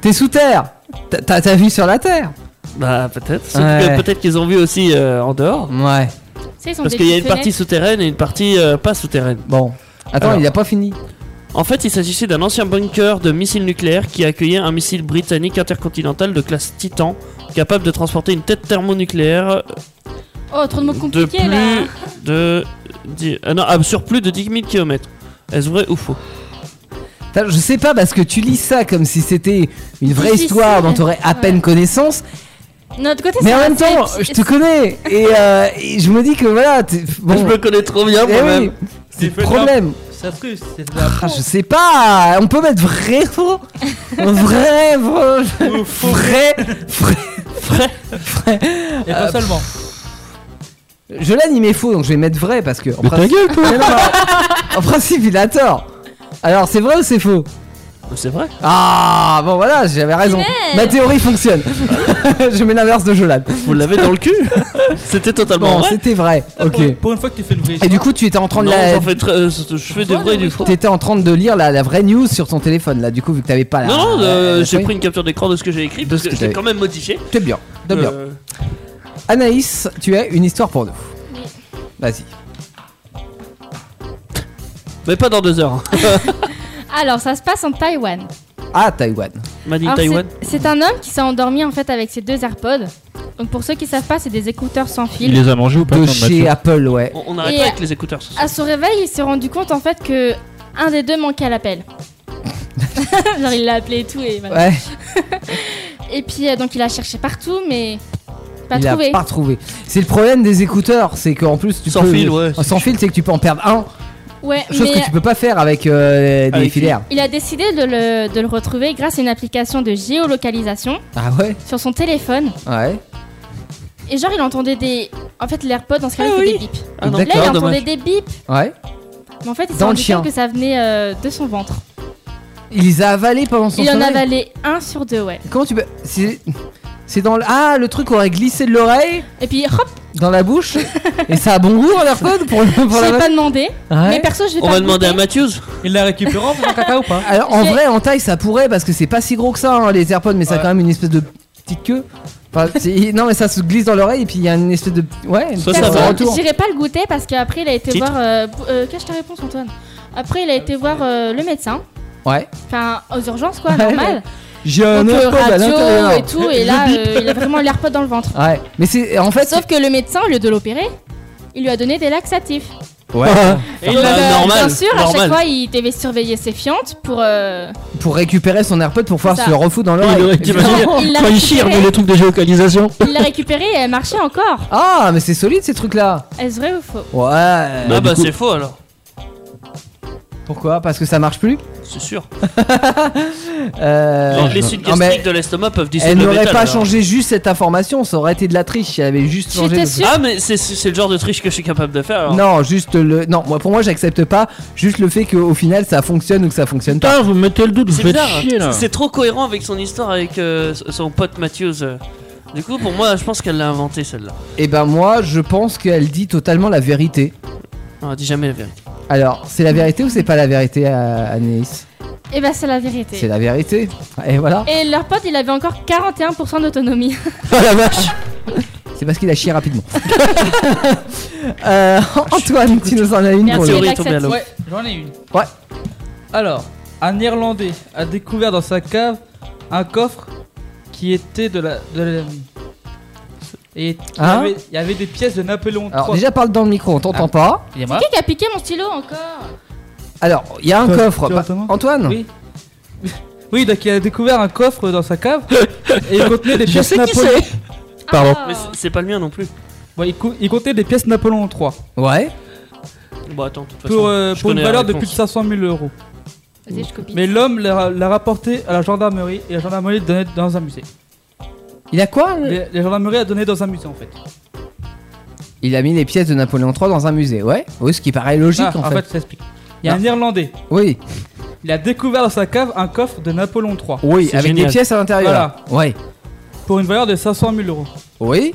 B: T'es sous terre. T'as- T'as ta vue sur la terre.
H: Bah peut-être. Sauf
B: Ouais.
H: que Peut-être qu'ils ont vu aussi euh, en dehors.
B: Ouais.
A: sais, ils ont
H: Parce
A: des
H: qu'il y a une
A: petites
H: partie
A: fenêtres.
H: souterraine et une partie euh, pas souterraine.
B: Bon. Attends,
H: Alors.
B: il a pas fini.
H: En fait, il s'agissait d'un ancien bunker de missiles nucléaires qui accueillait un missile britannique intercontinental de classe Titan, capable de transporter une tête thermonucléaire
A: Oh, trop de mots
H: de
A: compliqués
H: plus
A: là.
H: de. dix- ah non, ah, sur plus de 10 000 km. Est-ce vrai ou faux
B: Putain, Je sais pas parce que tu lis ça comme si c'était une vraie
A: Si, si,
B: histoire
A: si.
B: dont t'aurais à
A: Ouais.
B: peine connaissance.
A: De notre côté,
B: Mais
A: ça
B: en même
A: reste
B: temps,
A: des petits-
B: je te connais et, euh, et je me dis que voilà. t'es- Bon,
H: Je me connais trop bien
B: eh oui,
H: moi-même.
B: c'est le
I: fait
B: problème.
I: Ça se trouve, c'est de
B: Ah, je sais pas. On peut mettre vrai faux, vrai faux, vrai, vrai.
I: Et
B: Ah,
I: pas seulement.
B: Je l'anime faux, donc je vais mettre vrai parce que en,
C: Mais ta
B: principe,
C: gueule, quoi.
B: Mais non, en- en principe, il a tort. Alors c'est vrai ou c'est faux
H: C'est vrai
B: Ah bon voilà, j'avais raison. Ma théorie fonctionne. je mets l'inverse de Jolan.
H: Vous l'avez dans le cul C'était totalement
B: Bon,
H: vrai.
B: c'était vrai. Ok.
I: Pour, pour une fois que tu fais le vrai.
B: Et du coup, tu étais en train de
H: Non,
B: la-
H: j'en fais très- euh, je fais des vrais et du faux.
B: T'étais en train de lire la, la vraie news sur ton téléphone là, du coup, vu que t'avais pas la.
H: Non, non,
B: la-
H: euh,
B: la
H: j'ai
B: feuille.
H: pris une capture d'écran de ce que j'ai écrit parce
B: Ah, ce
H: que
B: que
H: je l'ai
B: t'avais-
H: quand même modifié.
B: T'es bien, t'es bien.
H: Euh,
B: Anaïs, tu as une histoire pour nous. Vas-y.
H: Mais pas dans deux heures.
A: Alors, ça se passe en Taïwan.
B: Ah, Taïwan.
H: Mani
A: Alors,
H: Taïwan.
A: c'est- C'est un homme qui s'est endormi en fait avec ses deux AirPods. Donc, pour ceux qui savent pas, c'est des écouteurs sans
C: Il
A: fil.
C: les a mangés ou pas
B: De
C: quand même, Mathieu
B: chez Apple, ouais.
H: On, on arrête
A: Et- Ah,
H: pas avec les écouteurs. ce soir.
A: À son réveil, il s'est rendu compte en fait que un des deux manquait à
B: [laughs]
A: l'appel. Genre, il l'a appelé et tout. Et, voilà.
B: Ouais.
A: et puis, euh, donc, il a cherché partout, mais pas
B: il a
A: trouvé.
B: pas trouvé. C'est le problème des écouteurs, c'est qu'en plus tu
H: Sans
B: peux-
H: fil, ouais.
B: Sans fil, c'est que tu peux en perdre un.
A: Ouais,
B: Chose
A: mais
B: que tu peux pas faire avec euh, des
H: Avec
B: filaires.
A: il a décidé de le, de le retrouver grâce à une application de géolocalisation
B: Ah ouais.
A: sur son téléphone.
B: Ouais.
A: Et genre, il entendait des. En fait, l'AirPod, dans ce cas-là,
H: Ah
A: il fait
H: oui.
A: des bips.
H: Ah non,
A: Là, il
B: D'accord,
A: entendait des bips,
B: Ouais.
A: mais en fait, il s'est
B: Dans le
A: rendu
B: chien.
A: compte que ça venait euh, de son ventre.
B: Il les a avalés pendant son
A: Il en
B: sommeil.
A: avalait un sur deux, ouais.
B: Comment tu peux. C'est c'est dans le. Ah, le truc aurait glissé de l'oreille
A: Et puis, hop,
B: dans
A: [laughs]
B: la bouche. et ça a bon goût en AirPod pour, le-
A: je
B: pour la
A: l'ai pas demandé.
B: Ouais.
A: Mais perso, je vais
H: On
A: pas
H: va
A: le
H: demander à
A: goûter.
H: Matthews.
I: Il l'a récupéré en faisant caca ou pas
B: Alors en
A: J'ai-
B: vrai, en taille, ça pourrait parce que c'est pas si gros que ça hein, les AirPods, mais ça a
I: Ouais.
B: quand même une espèce de petite queue. Enfin, c'est- non, mais ça se glisse dans l'oreille et puis il y a une espèce de. Ouais, une
H: Ça,
B: petite
H: ça
B: queue
H: va.
B: en retour.
A: J'irai pas le goûter parce qu'après, il a été
H: Titre.
A: voir. euh, bou- euh, cache ta réponse, Antoine. Après, il a été voir euh, le médecin.
B: Ouais.
A: Enfin, aux urgences, quoi,
B: Ouais,
H: [laughs]
A: normal.
B: J'ai
A: Donc, euh,
H: bah,
B: AirPod
A: radio et tout. Et là, euh, il a vraiment l'AirPod dans le
H: [laughs]
A: ventre.
B: Ouais, mais c'est. En fait.
A: Sauf que le médecin, au lieu de l'opérer, il lui a donné des laxatifs.
B: Ouais.
H: Et
A: Donc, euh,
H: Ah, Bah, normal.
A: bien sûr, à chaque
H: normal.
A: fois, il devait surveiller ses fiantes pour. euh,
B: [laughs] Pour récupérer son AirPod pour pouvoir
A: C'est
B: se
A: ça.
B: le refoutre dans
C: Il aurait-
B: l'oreille.
C: t'imagines,
A: Il l'a
C: Quand il
A: récupéré.
C: chire, mais les trucs de géolocalisation.
A: Il l'a récupérée et elle marchait encore.
B: Ah, mais c'est solide ces trucs-là.
A: Est-ce vrai ou faux
B: Ouais.
H: Ah bah c'est faux alors.
B: Pourquoi Parce que ça marche plus
H: C'est sûr.
B: Euh,
H: Les- les
B: non,
H: suites
B: mais
H: gastriques de l'estomac peuvent dissoudre
B: Elle
H: le
B: n'aurait
H: métal,
B: pas
H: alors.
B: changé juste cette information, ça aurait été de la triche. Elle avait juste changé.
A: J'étais
B: le-
A: sûre.
H: Ah mais c'est- c'est c'est le genre de triche que je suis capable de faire. alors.
B: Non, juste le. Non, moi pour moi j'accepte pas juste le fait qu'au final ça fonctionne ou que ça fonctionne pas.
C: Putain, vous me mettez le doute, vous
H: C'est
C: faites
H: bizarre.
C: chier là.
H: C'est trop cohérent avec son histoire avec euh, son pote Matthews. euh. Du coup pour moi je pense qu'elle l'a inventé celle-là.
B: Et ben moi je pense qu'elle dit totalement la vérité.
H: Non, elle dit jamais la vérité.
B: Alors, c'est la vérité ou c'est pas la vérité, euh, Anaïs
A: Eh ben, c'est la
B: C'est
A: vérité.
B: la vérité. Et voilà.
A: Et leur pote, il avait encore 41% d'autonomie.
B: [laughs] Oh la vache C'est parce qu'il a chié rapidement. [laughs] Euh, Antoine, tu nous en as une pour
A: Merci,
B: le.
H: théorie est tombée à l'eau.
A: laxatifs.
I: Ouais, j'en ai une.
B: Ouais.
I: Alors, un Irlandais a découvert dans sa cave un coffre qui était de la. de la- et il y
B: Hein
I: avait- il y avait des pièces de Napoléon III.
B: Alors, déjà parle dans le micro, on t'entend pas.
I: Il y a-
A: Qui qui a piqué mon stylo encore Ah,
B: Alors, il y a un
I: Toi,
B: coffre.
I: toi,
B: Bah,
I: Thomas
B: Antoine
I: Oui. Oui, [laughs] donc il a découvert un coffre dans sa
B: [laughs]
I: cave et il contenait des pièces Napoléon.
C: Pardon.
A: Ah.
H: Mais c'est- c'est pas le mien non plus.
I: Bon, il, cou- il contenait des pièces Napoléon III
B: Ouais.
H: Bon attends de toute façon.
I: pour, euh,
H: je
I: pour une
H: connais la
I: valeur de
H: réponse.
I: plus de 500 000 euros.
A: Vas-y, je copie.
I: Mais l'homme l'a l'a rapporté à la gendarmerie et la gendarmerie l'a donné dans un musée.
B: Il a quoi le-
I: Les, la gendarmerie a donné dans un musée en fait.
B: Il a mis les pièces de Napoléon III dans un musée, ouais. Oui, ce qui paraît logique
I: Ah,
B: en, fait. Ah.
I: fait, ça explique. Il y a un Irlandais.
B: Oui,
I: Il a découvert dans sa cave un coffre de Napoléon III
B: oui,
H: C'est
B: avec
H: génial.
B: des pièces à l'intérieur. Ouais.
I: pour une valeur de 500 000 euros.
B: Oui,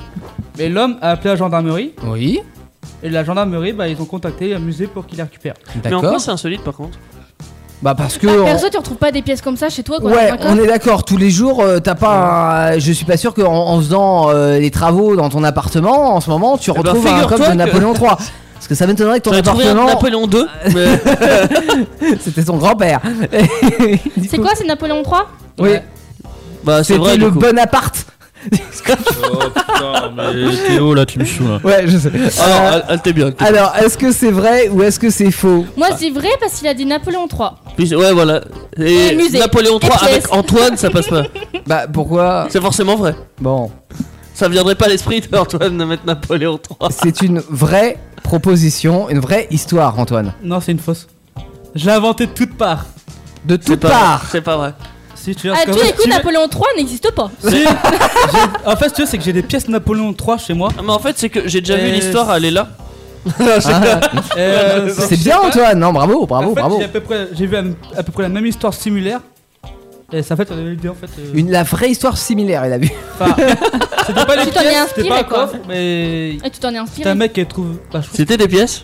I: Mais l'homme a appelé la gendarmerie
B: oui,
I: Et la gendarmerie, bah, ils ont contacté un musée pour qu'il les récupère.
H: Mais en quoi c'est insolite par contre
B: Bah parce que.
A: Bah,
B: on-
A: perso, tu retrouves pas des pièces comme ça chez toi, quoi.
B: Ouais,
A: d'accord
B: on est d'accord. Tous les jours, euh, t'as pas. un- Je suis pas sûr qu'en en faisant euh, les travaux dans ton appartement, en ce moment, tu
H: ben,
B: retrouves un
H: figure-toi
B: coffre de
H: que-
B: Napoléon
H: [laughs]
B: III. Parce que ça m'étonnerait que ton
H: J'aurais trouvé un
B: appartement,
H: Napoléon II. mais-
B: [laughs] c'était son grand-père.
A: C'est quoi, c'est Napoléon III
B: Oui,
H: Bah c'est
B: c'était
H: vrai.
B: le
H: du coup.
B: bon appart.
C: Oh putain, mais Théo, là, tu me saoules. hein.
B: Ouais, je sais.
H: Alors,
B: Euh,
H: elle- elle t'est bien. elle t'est bien.
B: alors, est-ce que c'est vrai ou est-ce que c'est faux
A: Moi, c'est vrai parce qu'il a dit Napoléon III.
H: Puis- Ouais, voilà. Et
A: Et musée.
H: Napoléon III
A: Et
H: avec
A: pièce.
H: Antoine, ça passe pas.
B: Bah pourquoi
H: C'est forcément vrai.
B: Bon,
H: Ça viendrait pas à l'esprit [laughs] d'Antoine de mettre Napoléon III.
B: c'est une vraie proposition, une vraie histoire, Antoine.
I: Non, c'est une fausse. Je l'ai inventé de toutes parts.
B: De toutes
H: C'est pas vrai,
B: parts.
H: C'est pas vrai.
I: Si tu veux,
A: Ah,
I: parce
A: tous
I: qu'en
A: les
I: fait,
A: coups,
I: si-
A: Napoléon III n'existe pas. [laughs]
I: si- j'ai- En fait, si tu veux, c'est que j'ai des pièces Napoléon III chez
B: [laughs]
I: moi.
H: Ah, mais en fait, c'est que j'ai déjà vu
I: Euh,
H: l'histoire, elle est [laughs] là. Ah,
I: Euh,
B: C'est bien, Antoine. Non, bravo, bravo,
I: en fait,
B: Ah bravo.
I: J'ai à peu près, j'ai vu à, à peu près la même histoire similaire. Et ça fait, on avait l'idée en fait. euh,
B: Une, la vraie histoire similaire, il a
I: [laughs]
B: vu. [laughs]
I: enfin, c'était pas les
A: Tu t'en es
I: pièces,
A: inspiré,
I: c'était pas un
A: quoi.
I: coffre, mais
A: Et Eh, tu t'en es
I: c'est un
A: inspiré.
I: mec qui trouve. Bah, je trouve
H: C'était des pièces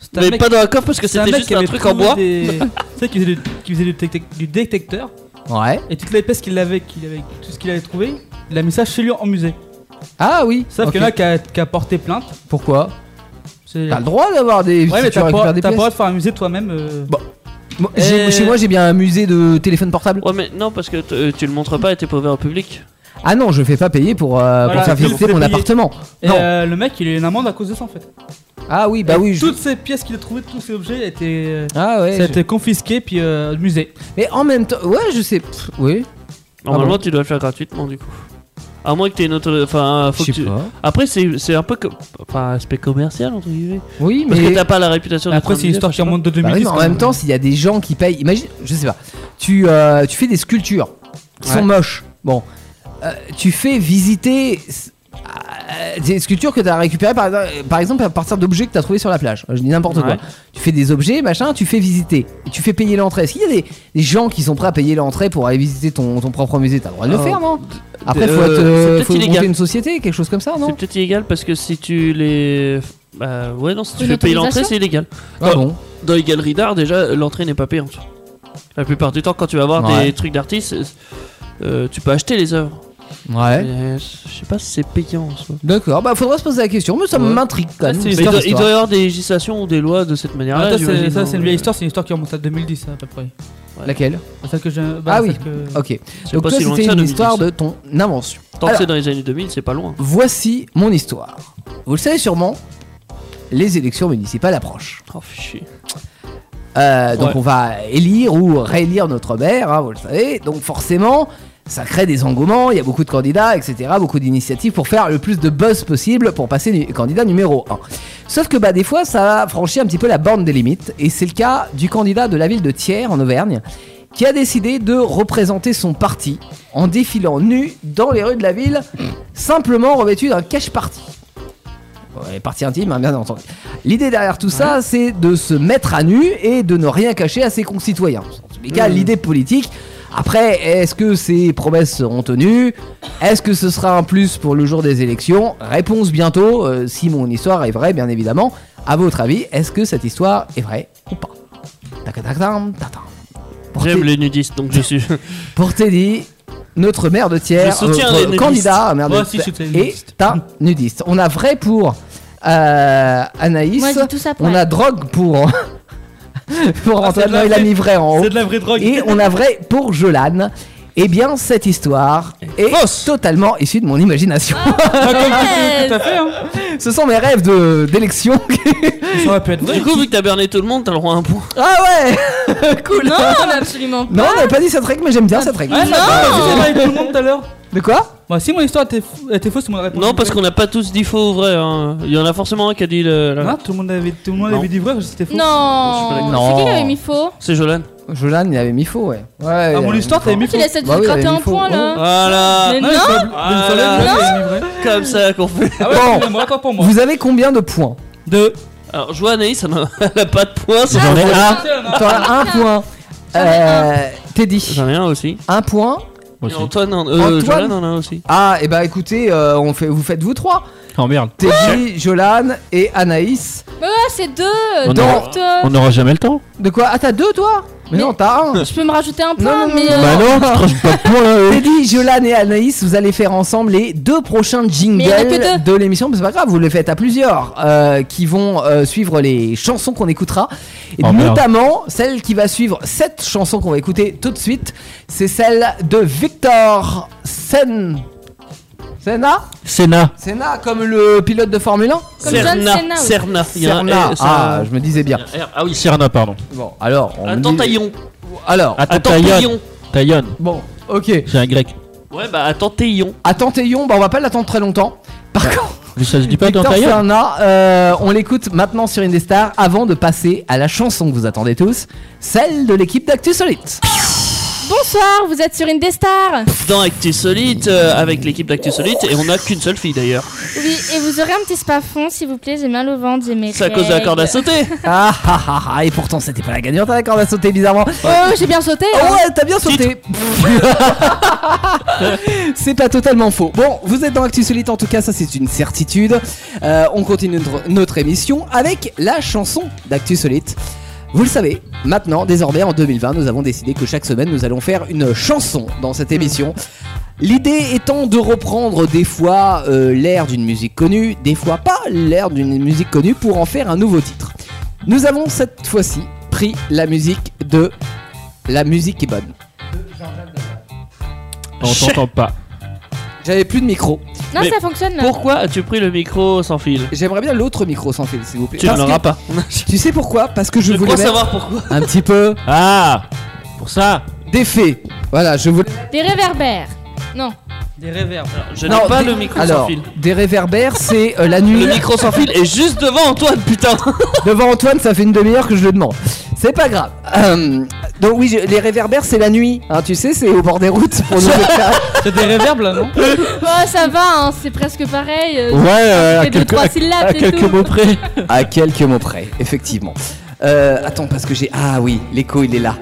I: c'était un
H: Mais
I: mec-
H: pas dans la coffre parce que
I: c'est un
H: c'était
I: mec
H: juste
I: qui
H: un
I: avait
H: truc en
I: trouvé
H: bois.
I: des- [laughs] tu sais, qui faisait, du, qui faisait du détec- du détecteur.
B: Ouais.
I: Et toutes les pièces qu'il avait, qu'il avait, tout ce qu'il avait trouvé, il a mis ça chez lui en musée.
B: Ah oui.
I: Sauf
B: ok.
I: qu'il y en a qui a, qui a porté plainte.
B: Pourquoi
I: C'est-
B: T'as le droit d'avoir des.
I: Ouais,
B: si
I: mais
B: tu
I: t'as pas
B: récupères
I: t'as
B: des
I: pas le
B: pièces. Bah,
I: droit de faire un musée toi-même. euh,
B: Bon. Moi, j'ai-
I: Euh,
B: Chez moi, j'ai bien un musée de téléphone portable.
H: Ouais, mais non, parce que t- euh, tu le montres pas et t'es pas ouvert au public.
B: Ah non, je fais pas payer pour, euh, pour
I: Voilà,
B: faire
I: il
B: visiter
I: fait
B: mon
I: payer.
B: appartement.
I: Et
B: non.
I: euh, le mec, il est une amende à cause de ça en fait.
B: Ah oui, bah
I: Et
B: oui. je-
I: Toutes ces pièces qu'il a trouvées, tous ces objets étaient. euh,
B: Ah ouais.
I: ça a
B: je-
I: été confisqué puis euh, au musée.
B: Mais en même temps, ouais, je sais. Pff, oui.
H: Normalement,
B: Ah
H: tu dois le faire gratuitement du coup. À moins que t'aies une autre. Enfin, faut
B: Je
H: que
B: sais
H: tu-
B: pas.
H: Après, c'est c'est un peu. co- Enfin, aspect commercial entre guillemets.
B: Oui,
H: Parce
B: mais
H: que t'as pas la réputation
I: Après,
H: d'être un
I: c'est une histoire qui
H: musée,
I: remonte de
B: Bah
I: 2010.
B: oui, mais en
I: quand
B: même temps, s'il y a des gens qui payent, imagine, je sais pas, tu, euh, tu fais des sculptures qui
H: Ouais.
B: sont moches. Bon, Euh, tu fais visiter euh, des sculptures que tu as récupérées par, par exemple à partir d'objets que tu as trouvé sur la plage. Je dis n'importe quoi.
H: Ouais.
B: Tu fais des objets, machin, tu fais visiter. Et tu fais payer l'entrée. Est-ce qu'il y a des, des gens qui sont prêts à payer l'entrée pour aller visiter ton, ton propre musée T'as le droit de le
H: Oh,
B: faire, non Après, faut,
H: euh,
B: être,
H: c'est
B: euh,
H: peut-être
B: faut
H: illégal.
B: monter une société, quelque chose comme ça,
H: C'est
B: non
H: peut-être illégal parce que si tu les. Bah ouais, non, si tu
A: Une
H: fais payer l'entrée,
A: autorisation
H: c'est illégal.
B: Ah bon
H: Dans les galeries d'art, déjà, l'entrée n'est pas payante. La plupart du temps, quand tu vas voir
B: Ouais.
H: des trucs d'artistes, euh, tu peux acheter les œuvres.
B: Ouais.
H: Mais euh, Je sais pas si c'est payant en soi.
B: D'accord, bah faudra se poser la question, mais ça
H: Ouais.
B: m'intrigue quand
I: Ah,
B: même.
I: c'est-
H: Mais
B: cette
H: il, doit, il
B: histoire.
H: doit y avoir des législations ou des lois de cette
I: même.
H: manière-là.
I: Ah, ça, c'est-
H: j'imagine,
I: ça, c'est une
H: hein.
I: vieille histoire, c'est une histoire qui remonte à 2010 à peu près.
B: Laquelle
I: Celle que j'ai. bah,
B: Ah oui.
I: celle que-
B: Ok.
H: C'est
B: Donc
H: pas
B: toi,
H: si loin
B: c'était
H: que ça,
B: une histoire
H: 2010.
B: de ton invention.
H: Tant que
B: Alors,
H: c'est dans les années 2000, c'est pas loin.
B: voici mon histoire. Vous le savez sûrement, les élections municipales approchent.
H: Oh, fichier.
B: Euh, donc
H: Ouais.
B: on va élire ou réélire notre maire, hein, vous le savez. Donc forcément, ça crée des engouements, il y a beaucoup de candidats, etc. Beaucoup d'initiatives pour faire le plus de buzz possible pour passer nu- candidat numéro 1. Sauf que bah, des fois, ça franchit un petit peu la borne des limites. Et c'est le cas du candidat de la ville de Thiers, en Auvergne, qui a décidé de représenter son parti en défilant nu dans les rues de la ville, simplement revêtu d'un cache-parti. Ouais, parti intime, hein, bien entendu. L'idée derrière tout ça, c'est de se mettre à nu et de ne rien cacher à ses concitoyens. En tous les cas, l'idée politique. Après, est-ce que ces promesses seront tenues Est-ce que ce sera un plus pour le jour des élections Réponse bientôt, euh, si mon histoire est vraie, bien évidemment. À votre avis, est-ce que cette histoire est vraie ou pas Tac, tac, tac, tac, tac. Pour
H: J'aime
B: Té-
H: les nudistes, donc
B: [laughs]
H: je suis.
B: Pour Teddy, notre maire de Thiers,
H: Je soutiens
B: notre
H: les nudistes.
B: candidat à maire de
I: Moi aussi, je soutiens les
B: Thiers,
I: nudistes.
B: est un nudiste. On a vrai pour euh, Anaïs.
A: Moi, je dis tout ça pour
B: On
A: elle.
B: a drogue pour. [laughs] pour
I: Ah, c'est
B: Antoine,
I: de la
B: non, il a
I: vraie-
B: mis vrai en haut.
I: C'est de la vraie drogue.
B: Et on a vrai pour Jolane. Eh bien, cette histoire est
H: fausse.
B: totalement issue de mon imagination.
A: Ah.
I: Pas comme tout tout à fait, hein.
B: [laughs] Ce sont mes rêves de- d'élection.
A: [laughs]
I: Ça aurait pu être vrai.
H: Du coup, vu que t'as berné tout le monde, t'as le droit à un point.
B: ah ouais Cool
A: Non, mais absolument pas.
B: Non, on n'avait pas dit cette règle, mais j'aime bien cette règle.
A: Ah,
I: Ouais, ça va, j'ai parlé avec tout le monde tout à l'heure.
B: De quoi
I: Bah, si mon histoire était, fou- était fausse, tout le monde a répondu
H: Non, parce
I: vrai.
H: qu'on n'a pas tous dit faux ou vrai. hein. Il y en a forcément un qui a dit. le- la-
I: Non,
B: Hein
I: tout le monde avait, tout le monde
H: Non.
I: avait dit vrai, parce que c'était faux.
A: Non,
B: Non.
A: c'est qui qui avait mis faux
H: C'est Jolan.
B: Jolane, il avait mis faux, ouais. ouais il
I: Ah, mon
B: avait
I: histoire, t'avais mis
A: Tu
I: faux.
A: laisses
B: Bah
A: de
B: oui,
A: gratter
B: il
A: un
B: faut-
A: point là.
H: Voilà.
I: Ah,
A: Mais
I: il
A: non
I: s'est- il s'est
H: Voilà.
I: levé, il avait mis vrai.
H: Comme ça qu'on fait.
I: Ah ouais,
B: Bon.
I: excusez-moi, attends pour moi.
B: Vous avez combien de points
I: Deux.
H: Alors, je vois Anaïs, elle n'a [laughs] elle a pas de points. c'est-
B: J'en ai un.
I: Tiens, là.
B: T'en as un point.
A: Ah, J'en ai un.
B: Euh, Teddy,
H: J'en ai un aussi.
B: un point.
C: Moi aussi.
H: Antoine, en- euh,
B: Antoine
H: Jolan en a un aussi.
B: Ah, et bah écoutez, euh, on fait, vous faites vous trois
C: Oh merde.
B: Teddy, Jolan et Anaïs.
A: Mais ouais, c'est deux euh,
C: On
A: donc,
C: aura-
A: euh,
C: On n'aura jamais le temps.
B: De quoi Ah, t'as deux toi Mais,
A: Mais-
B: non,
A: [laughs]
B: t'as un
A: Je peux me rajouter un point,
B: non,
A: mais.
B: non.
A: euh,
C: Bah non, tu tranches pas de point là. [laughs] euh.
B: Teddy, Jolan et Anaïs, vous allez faire ensemble les deux prochains jingles
A: Mais il y en a que
B: de l'émission. Mais c'est pas grave, vous les faites à plusieurs euh, qui vont euh, suivre les chansons qu'on écoutera. Et
C: Oh, merde.
B: notamment, celle qui va suivre cette chanson qu'on va écouter tout de suite, c'est celle de Victor Sen. Senna
C: Sénat.
B: Senna, comme le pilote de Formule 1
A: Comme John Cena, oui.
H: Cerna. Il y a un
B: Serna.
H: R, c'est
B: Ah,
H: un-
B: je me disais bien.
H: il y a un R. Ah oui,
C: Serna, pardon.
B: Bon, alors. on
H: Attends,
B: dit-
H: Taillon.
B: Alors,
H: Attends, Taillon.
C: Taillon.
B: bon, ok.
C: C'est un grec.
H: Ouais, bah attends, Taillon.
B: Attends, Taillon, bah, on va pas l'attendre très longtemps. Par contre.
C: Mais ça se dit pas dans
B: Victor
C: Taillon.
B: Serna, euh, on l'écoute maintenant sur Indestar avant de passer à la chanson que vous attendez tous, celle de l'équipe d'Actu
H: [laughs]
B: Solite.
A: Bonsoir, vous êtes sur une des stars
H: Dans Actu Solite, euh, avec l'équipe d'Actu Solite, et on a qu'une seule fille d'ailleurs.
A: Oui, et vous aurez un petit spa fond, s'il vous plaît, j'ai mal au ventre, j'ai mes.
H: C'est à cause de la corde à sauter.
B: Ah ah ah ah, et pourtant c'était pas la gagnante à la corde à sauter bizarrement.
A: Oh, j'ai bien sauté
B: Oh
A: hein.
B: ouais, t'as bien sauté. [laughs] c'est pas totalement faux. Bon, vous êtes dans Actu Solite en tout cas, ça c'est une certitude. Euh, on continue notre, notre émission avec la chanson d'Actu Solite. Vous le savez, maintenant, désormais en 2020, nous avons décidé que chaque semaine nous allons faire une chanson dans cette émission. L'idée étant de reprendre des fois euh, l'air d'une musique connue, des fois pas l'air d'une musique connue pour en faire un nouveau titre. Nous avons cette fois-ci pris la musique de La musique est bonne.
C: On t'entend pas.
B: J'avais plus de micro.
A: Non,
H: Mais
A: ça fonctionne là.
H: Pourquoi as-tu pris le micro sans fil
B: J'aimerais bien l'autre micro sans fil, s'il vous plaît.
H: Tu ne
B: Parce
H: l'auras
B: que-
H: pas.
B: Tu sais pourquoi Parce que je,
H: Je
B: voulais
H: crois
B: mettre
H: savoir pourquoi.
B: un petit peu
C: Ah Pour ça
B: d'effet. Voilà, je voulais.
A: Des réverbères. Non.
I: Des réverbes.
H: Je
B: Non,
H: n'ai pas
B: des-
H: le micro
B: Alors,
H: sans fil.
B: des réverbères, c'est euh, la nuit.
H: Le micro sans fil est juste devant Antoine, putain.
B: Devant Antoine, ça fait une demi-heure que je le demande. C'est pas grave. Euh, donc oui, je- les réverbères, c'est la nuit. hein, tu sais, c'est au bord des routes pour
H: [laughs]
B: nous.
I: C'est des réverbes là, non
A: Oh, ça va, hein, c'est presque pareil. euh,
C: Ouais, euh, à
A: c'est deux,
C: quelques,
A: trois
C: à-
A: syllabes,
C: à
A: c'est
C: quelques
A: tout.
C: mots près.
B: à quelques mots près, effectivement. Euh, attends, parce que j'ai. Ah oui, l'écho, il est là.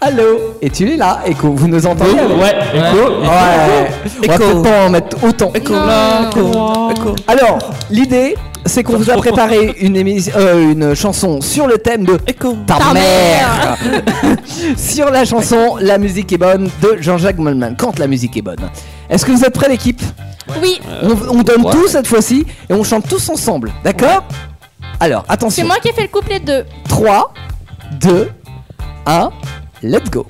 B: Allô Et tu es là, écho Vous nous entendez Alex
C: Ouais, écho.
B: Ouais. On va
H: Écho.
B: peut-être pas en mettre autant.
A: Non, non, non.
I: Oh.
B: Alors, l'idée, c'est qu'on vous a préparé une, émis- euh, une chanson sur le thème de
H: Écho.
B: ta, mère. [laughs] sur la chanson La musique est bonne de Jean-Jacques Goldman. Quand la musique est bonne. Est-ce que vous êtes prêts, l'équipe
A: Oui,
B: on, on donne tout cette fois-ci et on chante tous ensemble, d'accord Alors,
A: c'est
B: attention.
A: moi qui ai fait le couplet de.
B: 3, 2, 1, let's go.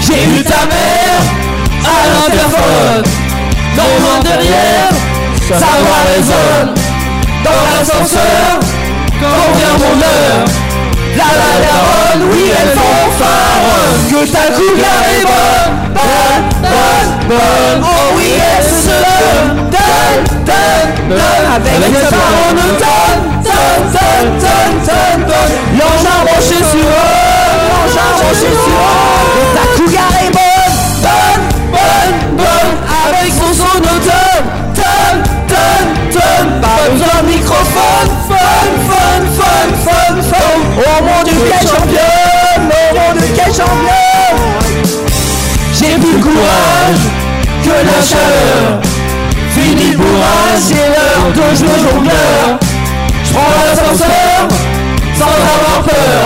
B: J'ai eu ta mère à l'interphone, dans mon derrière, ça va résonne. Dans l'ascenseur, quand vient mon heure, la la la ronde, oui elle fanfaronne. Que ta couleur est bonne, bonne, bonne, bonne. Oh oui elle se donne, donne, donne, donne. Avec sa part on nous donne, donne, donne, donne, donne, donne. L'ange a branché sur eux, l'ange a branché sur eux. Que ta couleur est bonne, bonne, bonne, bonne. Avec son son nous donne, donne, donne, donne. Pas besoin de microphone, fun, fun, fun, fun, fun. Au monde du quai champion, au monde du quai champion. J'ai plus le courage que la chaleur. Fini le bourrage, c'est l'heure que je me jongleur. Je prends l'ascenseur sans avoir peur.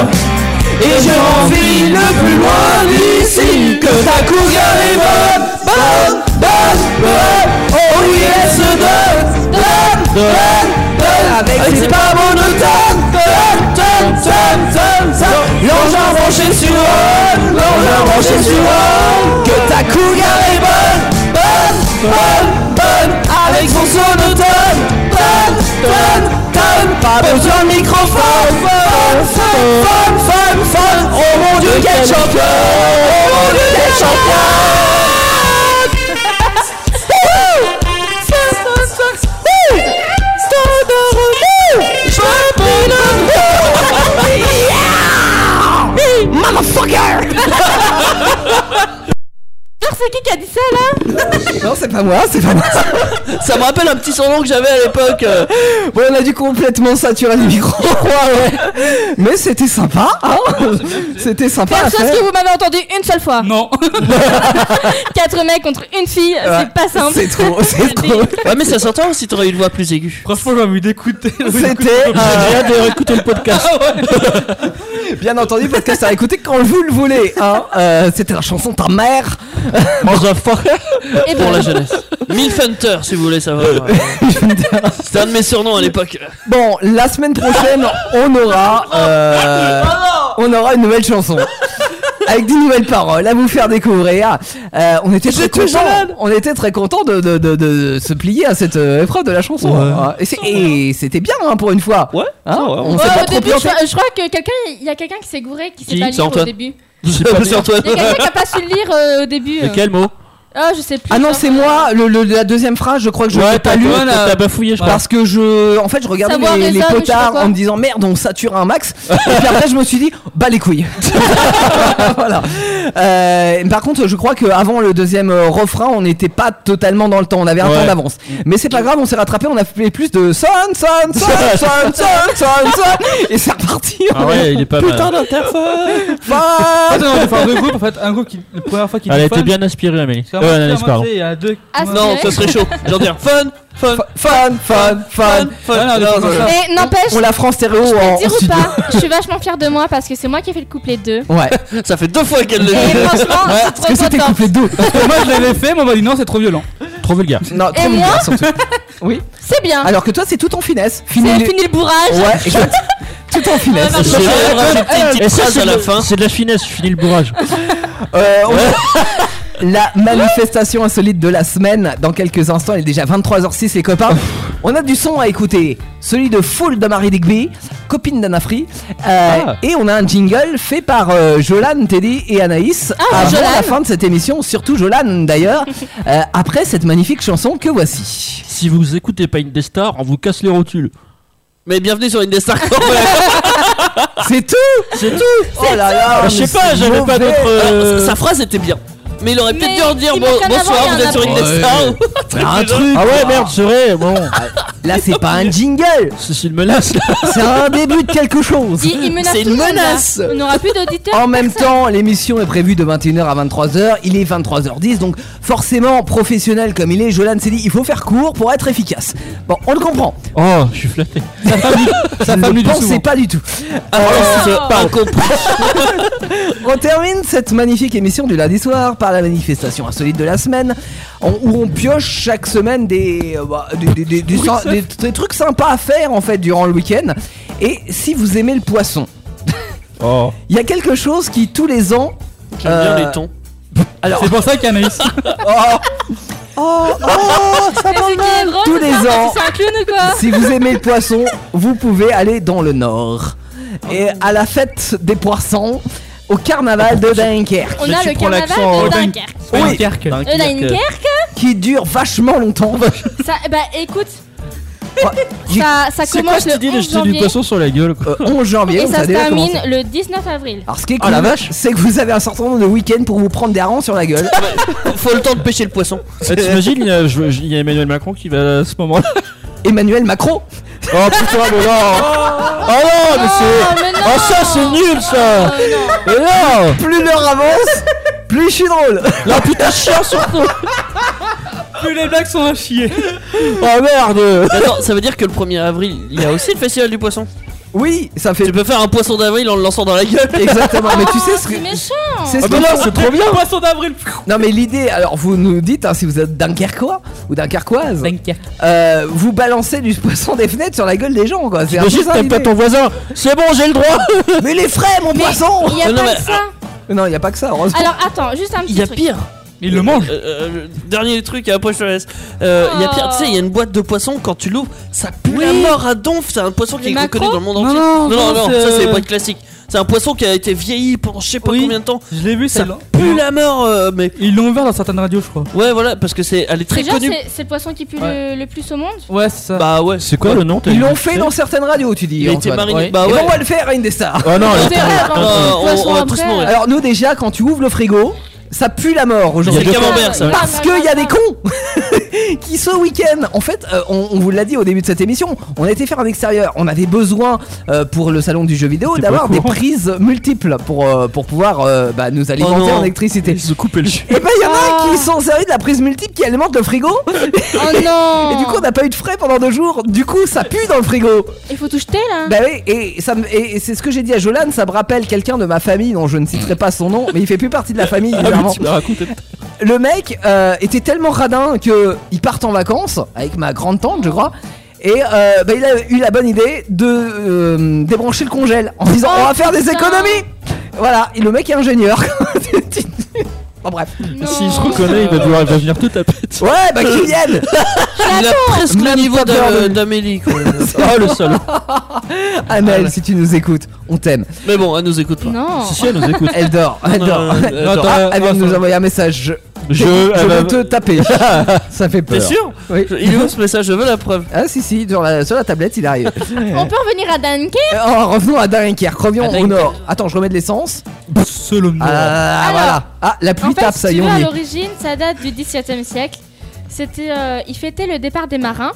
B: Et je m'enfile le plus loin d'ici Que ta couleur est bonne, bonne, bonne, bonne Oh oui, elle se donne, donne, donne, donne Avec ses pas monotones, donne, donne, donne, donne, donne L'ange a branché sur elle, l'ange a branché sur elle Que ta couleur est bonne, bonne, bonne, bonne Avec son sonotone, bonne, bonne, bonne Pas besoin de microphone, bonne, bonne, bonne fun, fun, fun. Oh mon dieu, quel champion Oh mon dieu, quel champion Wouh Fun, fun, fun. Wouh Stand up, wouh Champion Yeah Maman
J: c'est qui qui a dit ça là
B: Non, c'est pas moi, c'est pas moi.
H: Ça me rappelle un petit surnom que j'avais à l'époque. euh.
B: Bon, on a dû complètement saturer les micros. [laughs] ouais, ouais. Mais c'était sympa, hein C'était sympa à
A: Perso, ce
B: faire.
A: que vous m'avez entendu une seule fois.
I: Non.
A: Quatre mecs contre une fille,
B: Ouais,
A: c'est pas simple.
B: C'est trop, c'est trop.
H: Ouais, mais ça s'entend aussi, t'aurais eu une voix plus aiguë.
I: Franchement, j'ai envie d'écouter.
B: C'était euh,
C: J'ai hâte de réécouter le podcast.
B: bien entendu podcast à écouter quand vous le voulez. Hein Euh, c'était la chanson Ta
H: [laughs]
B: mère.
A: Et
H: Pour
A: ben,
H: la jeunesse. Milf Hunter, si vous voulez savoir. C'était un de mes surnoms à l'époque.
B: Bon, la semaine prochaine, on aura, euh, on aura une nouvelle chanson. Avec des nouvelles paroles à vous faire découvrir. Euh, on était très content. On était très content de, de, de, de se plier à cette euh, épreuve de la chanson. hein. Et c'est- Et c'était bien hein, pour une fois.
H: Ouais,
B: Hein
H: ouais,
B: on
A: ouais,
B: s'est pas
A: au
B: trop
A: début, je,
B: planté.
A: crois- je crois que quelqu'un, il y a quelqu'un qui s'est gouré, qui s'est
H: Qui
A: pas
H: C'est
A: lire au
H: Antoine.
A: début.
H: C'est pas sur toi.
A: Il y a quelqu'un qui a pas su le lire euh, au début.
C: Mais
A: euh.
C: quel mot
A: Ah, je sais plus.
B: Ah non,
A: hein.
B: c'est moi. Le, le- la deuxième phrase, je crois que je l'ai
C: Ouais,
B: pas
C: t'as
B: lu.
C: t'as- t'as bafouillé, je crois.
B: Parce que je, en fait, je regardais
A: Savoir
B: les,
A: des
B: les
A: hommes, je sais pas
B: potards
A: quoi.
B: en me disant merde, on sature un max. et puis après, je me suis dit, bah les couilles. [laughs] voilà. Euh, par contre, je crois que avant le deuxième euh, refrain, on n'était pas totalement dans le temps. On avait un
C: Ouais.
B: temps d'avance. Mais c'est pas grave, on s'est rattrapé. On a fait plus de son, son, son,
C: [laughs]
B: son, son, son, son. Et c'est reparti.
C: Ah ouais, il est pas
H: Putain
C: mal.
H: d'interphone
I: Ah, non, on va faire deux groupes en fait. Un groupe qui, la première fois qu'il
C: Elle
I: dit
C: a
I: fun,
C: été bien aspirée, Amélie.
I: c'est
C: Euh,
I: vraiment bien
C: Anaïs,
I: monté,
C: pardon.
I: Il y a deux.
A: Ah,
I: Ouais.
H: Non, ça serait chaud. J'en dis un. fun,
B: Fun,
H: fun,
B: fun, fun.
H: fun, fun.
I: Ah, non,
B: Non,
I: non,
B: non,
I: non.
A: Mais n'empêche,
B: On la France stéréo en, en
A: dire ou
B: studio.
A: pas, je suis vachement fière de moi parce que c'est moi qui ai fait le couplet 2.
B: Ouais.
H: Ça fait deux fois [laughs] qu'elle le
A: Et
H: dit.
A: franchement, je suis
B: Parce que
A: trop
B: c'était
A: contente.
B: couplé deux.
I: Moi je l'avais fait, mais on m'a dit non, c'est trop violent.
C: Trop vulgaire.
B: [laughs] Non, trop
A: moi
B: vulgaire, surtout.
A: C'est bien.
B: Alors que toi, c'est tout en finesse. Fini
A: C'est
B: les-
A: fini le bourrage.
B: Ouais, exact. [laughs] Tout en finesse.
H: J'ai rajouté une petite phrase à la fin.
C: C'est de la finesse, je finis le bourrage.
B: Euh, on- La manifestation insolite de la semaine, dans quelques instants, il est déjà 23h06 les copains. On a du son à écouter, celui de Full d'Amari Digby, copine d'Anafri, euh,
C: Ah.
B: et on a un jingle fait par euh, Jolan, Teddy et Anaïs avant
A: Jolan.
B: la fin de cette émission, surtout Jolan [laughs] d'ailleurs, euh, après cette magnifique chanson que voici.
C: Si vous écoutez pas une des stars, on vous casse les rotules. Ah,
H: Mais bienvenue sur
C: [laughs]
H: Indestar
B: C'est tout C'est tout Oh là là,
C: Bah,
B: on
C: je sais
B: est
C: pas,
B: si
C: j'avais pas
B: mauvais.
C: d'autres. euh,
H: Ah, Sa phrase était bien. Mais il aurait
A: Mais
H: peut-être dû en dire
A: il
H: bon-
A: manque un avant et
H: bonsoir,
A: un
H: vous êtes sur
A: après.
H: [laughs] Indestar.
B: Un truc Ah,
C: Ah ouais, merde, c'est vrai. Bon,
B: Là c'est pas un jingle,
C: c'est une menace là.
B: c'est un début de quelque chose
A: Il, il menace
H: C'est
A: tout
H: une
A: le monde, là.
H: menace.
A: On n'aura plus d'auditeurs.
B: En même temps, l'émission est prévue de 21h à 23h. Il est 23h10, donc forcément, professionnel comme il est, Jolan s'est dit il faut faire court pour être efficace. Bon, on le comprend.
C: Oh, je suis flatté.
B: Ça ne
I: femme lui
B: le
I: dit
B: pensez
I: souvent.
B: pas du tout. Oh,
H: Pas compris.
B: [laughs] On termine cette magnifique émission du lundi soir par la manifestation insolite de la semaine, en- où on pioche chaque semaine des, euh, bah, des, des- des- des- des- des trucs sympas à faire en fait durant le week-end. Et si vous aimez le poisson,
C: Oh.
B: il y a quelque chose qui tous les ans.
H: J'aime bien
B: euh,
H: les tons.
I: C'est pour ça qu'Anaïs.
B: Oh, oh, oh, ça
A: Mais c'est
B: parle
A: qui est drôle,
B: Tous
A: c'est
B: les
A: ça,
B: ans.
A: C'est un clown ou quoi
B: Si vous aimez le poisson, vous pouvez aller dans le nord. Et à la fête des poissons, au carnaval de Dunkerque.
A: On a
I: tu
A: le
I: prends
A: carnaval
I: l'accent,
A: de
I: euh,
A: Dunkerque.
B: Oui,
I: Dunkerque.
A: Euh, Dunkerque
B: qui dure vachement longtemps. [laughs]
A: Ça, bah écoute,
B: J'ai-
A: ça, ça
C: C'est quoi
A: commence
C: cette
A: le
C: idée de
A: 11
C: jeter du
A: janvier
C: poisson sur la gueule quoi
B: Euh, 11 janvier,
A: et
B: donc ça
A: ça
B: a
A: se
B: déjà commencé.
A: termine le 19 avril.
B: Alors ce qui est
C: Ah, la
B: cool,
C: vache.
B: c'est que vous avez un certain nombre de week-ends pour vous prendre des harengs sur la gueule.
H: Faut le temps de pêcher le poisson.
C: Eh, T'imagines, il y a- je- il y a Emmanuel Macron qui va à ce moment-là.
B: [laughs] Emmanuel Macron
C: Oh putain, mais non Oh non, mais
A: Oh,
C: c'est.
A: mais non
C: Oh ça, c'est nul
A: Oh,
C: ça
A: non.
C: Mais non
B: Plus l'heure avance, plus je suis drôle
C: La putain, chien surtout
I: Plus les blagues sont à chier.
C: Oh merde
H: Attends, ça veut dire que le 1er avril, il y a aussi le festival du poisson.
B: Oui, ça fait...
H: Tu peux faire un poisson d'avril en le lançant dans la gueule.
B: Exactement, mais tu sais ce
A: C'est
B: que...
A: méchant
B: C'est ce
C: Ah, mais
B: que-
C: non, c'est trop bien
I: Poisson d'avril.
B: Non mais l'idée, alors vous nous dites hein, si vous êtes dunkerquois ou dunkerquoise,
I: Dunkerque.
B: euh, vous balancez du poisson des fenêtres sur la gueule des gens quoi. C'est un peu
C: Imagine,
B: ça,
C: t'aimes pas
B: l'idée.
C: ton voisin [laughs] C'est bon, j'ai le droit
B: Mais les frais mon poisson
A: Il y a
H: Non, non,
A: pas
H: mais-
A: que ça.
B: Non, il y a pas que ça, heureusement.
A: Alors attends, juste un petit
H: Il y a
A: truc.
H: pire.
I: Il le mange.
H: Euh, euh, le dernier truc, et après je te laisse. Euh, Il y a pire, tu sais, il y a une boîte de poisson, quand tu l'ouvres, ça pue la mort à donf. C'est un poisson
A: Les
H: qui est reconnu
A: maquereaux
H: dans le monde
I: Non,
H: entier.
I: non,
H: non,
I: non,
H: non,
I: c'est,
H: ça c'est
I: euh,
H: pas une classique. C'est un poisson qui a été vieilli pendant je sais pas
I: Oui.
H: combien de temps.
I: Je l'ai vu
H: Ça
I: celle-là.
H: pue la mort, euh, mais
I: Ils l'ont ouvert dans certaines radios, je crois.
H: ouais, voilà, parce que c'est, elle est très
A: Déjà,
H: connue.
A: c'est c'est le poisson qui pue le, le plus au monde.
I: Ouais, c'est ça.
H: Bah ouais,
C: C'est quoi le nom
B: Ils l'ont fait dans certaines radios, tu dis.
H: il a été
B: Antoine.
H: mariné.
I: ouais.
H: Bah
B: Et
H: ouais.
B: on va le Euh, faire à une des stars.
C: Oh non,
A: C'est vrai,
H: Ah,
A: avant-
H: on-
A: de toute façon,
H: on va tous
A: après,
H: mourir.
B: Alors nous déjà, quand tu ouvres le frigo, ça pue la mort aujourd'hui.
H: C'est le camembert, ça, ouais.
B: Parce qu'il y a des cons [laughs] qui ce week-end, en fait, euh, on, on vous l'a dit au début de cette émission, on a été faire un extérieur. On avait besoin euh, pour le salon du jeu vidéo
C: T'es pas
B: d'avoir
C: au
B: des
C: courant.
B: prises multiples pour, euh, pour pouvoir euh, bah, nous alimenter
H: Oh non.
B: en électricité.
C: Ils ont coupé le jeu.
B: Et ben il y en a
A: Ah.
B: qui sont servis de la prise multiple qui alimente le frigo.
A: Oh non
B: Et du coup, on n'a pas eu de frais pendant deux jours. Du coup, ça pue dans le frigo.
A: Il faut hein. tout jeter là
B: Bah oui, et, ça me- et- et c'est ce que j'ai dit à Jolan, ça me rappelle quelqu'un de ma famille dont je ne citerai pas son nom, mais il fait plus partie de la famille,
C: Ah, mais
B: évidemment.
C: tu m'as raconté.
B: Le mec euh, était tellement radin que ils partent en vacances avec ma grande tante, je crois. Et euh, bah, il a eu la bonne idée de euh, débrancher le congèle en disant
A: Oh,
B: on va faire des
A: putain.
B: économies. Voilà, et le mec est ingénieur. [laughs] Bon bref.
A: Non.
C: S'il se reconnaît, il va devoir- il va venir toute la pète.
B: Ouais, bah qu'il vienne.
H: Il a presque le
B: Même
H: niveau
B: pas peur
H: d'A-
B: de-
H: d'Amélie. quoi.
C: [laughs] Oh le salaud.
B: Amel, si tu nous écoutes, on t'aime.
H: Mais bon, elle nous écoute pas.
A: Non
C: Si, si, elle nous écoute.
B: Elle dort, elle
H: Ah, Non,
B: dort.
H: non, non,
C: attends.
H: attends.
B: Ah, elle vient de
C: Raphaël.
B: nous envoyer un message. Je,
C: Je,
B: je
C: elle va-
B: vais te taper. Ça fait peur.
H: Ah, T'es sûr
B: Oui.
H: Je- Il est où ce message Je veux la preuve.
B: Ah si si, sur la, sur la tablette il arrive.
A: On peut revenir à Dunkerque
B: Euh, oh, revenons à Dunkerque, revenons
H: À
B: au
H: Dunkerque.
B: nord. Attends, je remets de l'essence.
I: Bah,
C: Absolument.
B: Ah
A: Alors,
B: voilà. Ah la pluie
A: En fait,
B: tape,
A: si
B: ça y
A: tu
B: est,
A: veux,
B: on
A: à
B: y est.
A: l'origine, ça date du XVIIe siècle. C'était, euh, ils fêtaient le départ des marins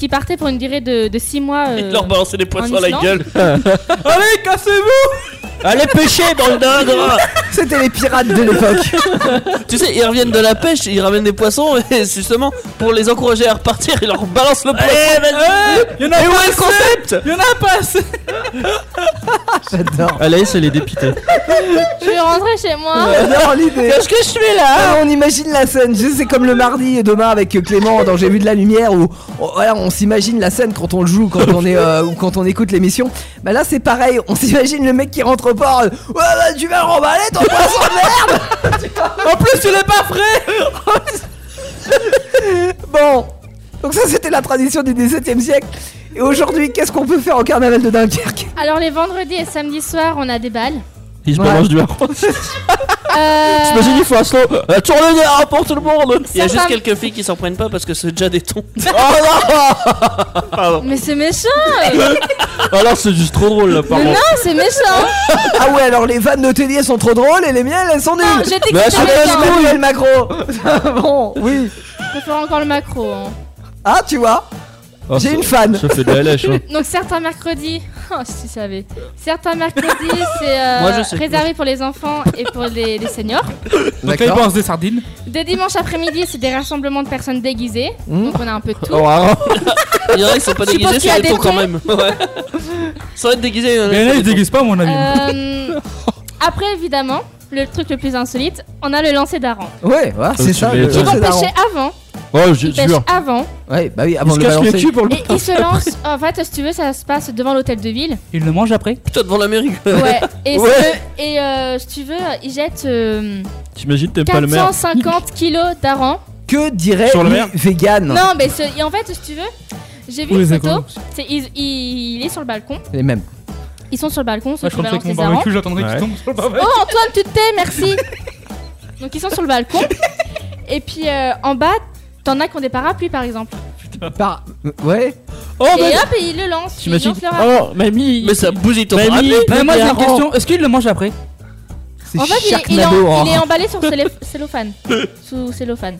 A: qui partaient pour une durée de, de 6 mois. euh,
H: Il leur balançait des poissons à la
A: Islande
H: gueule.
C: Allez, cassez-vous
H: Allez pêcher, bande d'ingres
B: C'était les pirates de l'époque.
H: [laughs] Tu sais, ils reviennent de la pêche, ils ramènent des poissons [laughs] et justement, pour les encourager à repartir, ils leur balancent le poisson. Eh,
I: Y'en a
H: Et où
I: pas
H: est le concept
I: Y'en a pas assez
B: J'adore.
C: Allez, c'est les dépités.
A: Je vais rentrer chez moi.
B: J'adore l'idée.
H: Qu'est-ce que je fais là
B: Ah, on imagine la scène, Je sais, c'est comme le mardi et demain avec euh, Clément dans J'ai vu de la lumière où on, voilà, on s'imagine la scène quand on le joue, quand on est euh, ou quand on écoute l'émission. Bah là c'est pareil, on s'imagine le mec qui rentre au port, euh, ouais bah, tu vas le remballer ton poisson de merde
I: En plus, tu l'es pas frais
B: [laughs] Bon, donc ça c'était la tradition du 17 e siècle. Et aujourd'hui, qu'est-ce qu'on peut faire au carnaval de Dunkerque
A: Alors, les vendredis et samedis soirs, on a des
B: [laughs]
A: balles.
C: Ils se
B: Ouais.
C: balancent du harpon.
A: Euh,
C: T'imagines, il faut un slow. Euh, Tourne le nez pour tout le monde
H: Il y a
A: ça
H: juste
A: parle-
H: quelques filles qui s'en prennent pas parce que c'est déjà des tons.
A: Euh, Mais c'est méchant
C: Alors, c'est juste trop drôle Ah, là, par
A: Mais non,
C: contre.
A: c'est méchant
B: Ah ouais, alors les vannes de Teddy elles sont trop drôles et les miennes elles sont nulles
A: Non, J'étais
C: Bah,
A: que
C: c'est
B: Allez,
A: sur
B: je
A: le
B: vais le macro Bon,
A: hein
B: oui.
A: Je préfère encore le macro. hein.
B: Ah, tu vois,
C: Ah,
B: j'ai
C: ça-
B: une fan.
C: Ça fait de la lèche. hein.
A: Donc, certains mercredis. [laughs] Oh, si tu savais. Certains
C: [laughs]
A: mercredis, c'est euh,
H: Moi, je sais.
A: réservé pour les enfants et pour les- les seniors.
I: Donc là, il pense des sardines.
A: Des dimanches après-midi, c'est des rassemblements de personnes déguisées.
C: Hmm.
A: Donc on a un peu de tout.
B: Oh, vraiment.
H: Il y en a qui sont pas
A: Je
H: déguisés,
A: pense qu'il y a
H: c'est des
A: des
H: tons quand
A: tons.
H: même. [laughs] Ouais. Sans être déguisés, hein, il y
I: Mais
H: en a qui
I: là, il
H: sont des tons.
I: déguise pas, mon ami.
A: Euh, après, évidemment, le truc le plus insolite, on a le lancer d'aran.
B: Ouais, voilà, c'est
C: tu
B: ça. le-
C: m'étonnes.
B: c'est
A: Ils vont
C: Lancer
B: daron.
A: pêcher avant.
C: Oh, je
A: Ils pêchent
C: jure.
A: avant.
B: Ouais, bah oui,
C: Ils
B: avant
C: se
B: de le
C: cachent le
B: balancer.
C: cul pour le.
A: Et ils se lancent. Oh, En fait, si tu veux, ça se passe devant l'hôtel de ville.
I: Il le mange après
H: Putain, devant la mairie.
A: Ouais. Et,
B: Ouais.
A: c'est- et euh, si tu veux, ils jettent euh,
C: T'imagines, t'aimes pas le maire
A: 450 kilos d'aran.
B: Que dirait
C: Sur le
B: le
C: mer
B: vegan
A: Non, mais ce- et en fait, si tu veux, j'ai vu
I: Ou
A: une
I: les
A: photo.
I: écolos.
A: C'est- ils- il, il est sur le balcon.
B: Les mêmes.
A: Ils sont sur le balcon.
I: Moi,
A: Ceux
I: je
A: qui
I: compte avec
A: balancent
I: mon
A: les arans.
I: barbecue, j'attendrai
C: Ouais.
I: qu'il tombe sur le barbecue.
A: Oh Antoine, tu te tais, merci. Donc ils sont sur le balcon. Et puis euh, en bas, t'en as qui ont des parapluies par exemple.
B: Par- Ouais.
C: Oh,
A: et hop, et ils le lancent. Ils
C: T'imagines
A: lancent leur arme.
C: Oh, mamie
H: Mais ça bousille ton
C: Mamie,
H: parapluie.
I: Mais moi, j'ai une
C: Arran.
I: question. Est-ce qu'il le mange après
B: C'est
A: En fait, il est, il est en-
B: Sharknado, hein.
A: il est emballé sur cellé- cellophane. Sous cellophane.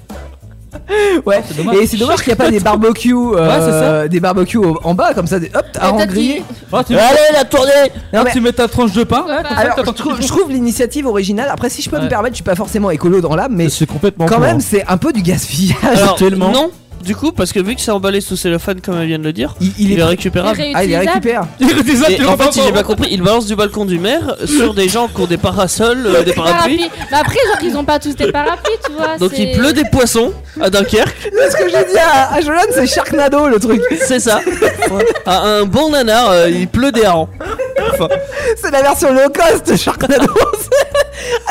B: Ouais,
I: c'est dommage.
B: et c'est dommage qu'il n'y a pas des barbecues, euh,
I: Ouais, c'est ça.
B: des barbecues au- Ah, en bas comme ça, des, hop, à
A: Peut-être
B: grillé.
A: qu'ils-
I: Oh, tu,
H: Allez, la tournée
B: Non, mais-
I: tu mets ta tranche de pain.
A: Ouais,
I: comme ça,
B: Alors,
I: t'as
B: je
I: ton
B: trouve,
I: truc.
B: je trouve l'initiative originale. Après, si je peux
I: Ouais.
B: me permettre, je suis pas forcément écolo dans l'âme, mais
C: Mais c'est complètement.
B: quand
C: con,
B: même,
C: hein.
B: c'est un peu du
H: [laughs]
B: gaspillage.
H: Alors,
C: tellement.
H: non, du coup, parce que vu que c'est emballé sous cellophane, comme elle vient de le dire,
B: il, il
H: il est
B: est,
H: récupérable.
B: ah, il les
A: réutilisable.
B: récupère.
I: Des autres,
H: Et
I: tu
H: en
I: vois
H: fait,
I: pas
H: si j'ai
I: encore.
H: bien compris, il balance du balcon du maire sur des gens qui ont des parasols, euh, des parapluies.
A: Parapluie. Mais après, genre, ils ont pas tous des parapluies, tu vois.
H: Donc
A: c'est-
H: il pleut des poissons à Dunkerque,
B: C'est ce que j'ai dit à, à Jolan, c'est Sharknado le truc. [laughs]
H: c'est ça. À un bon nanar, euh, il pleut des harengs. Enfin,
B: C'est [laughs] la version low cost de Sharknado.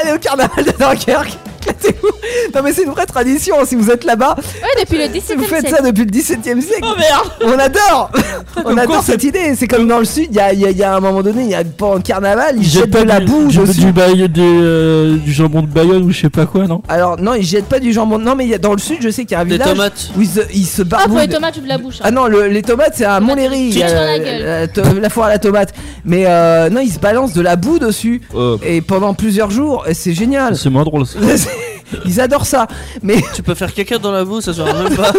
B: Allez au carnaval de Dunkerque. éclatez-vous. Non, mais c'est une vraie tradition. Si vous êtes là-bas,
A: Ouais, depuis le 17
B: vous faites ça depuis le 17e siècle.
H: Oh merde
B: On
A: [laughs]
B: adore On
H: comme quoi,
B: adore cette idée. C'est comme dans le sud, il y a, il y a- il y a un moment donné, il y a pendant le carnaval, ils jettent de la boue
C: du,
B: dessus.
C: du, baille- des, euh, du jambon de Bayonne ou je sais pas quoi, non
B: Alors non, ils jettent pas du jambon. Non, mais il y a dans le sud, je sais qu'il y a un
H: Des
B: village
H: tomates.
B: où ils se, ils se
A: Ah, pour
B: barbouillent.
A: les tomates, j'ouvre la bouche.
B: Ah non, le- les tomates, c'est à Montlhéry. il y a
A: Tire dans la
B: la-
A: gueule.
B: la to- la foire à la tomate. Mais euh, non, ils se balancent de la boue dessus.
C: Euh,
B: Et pendant plusieurs jours, et c'est génial.
C: C'est moins drôle. ça.
B: [laughs] Ils adorent ça.
A: [laughs]
B: Mais
H: Tu peux faire caca dans la boue, ça se verra même [laughs] pas.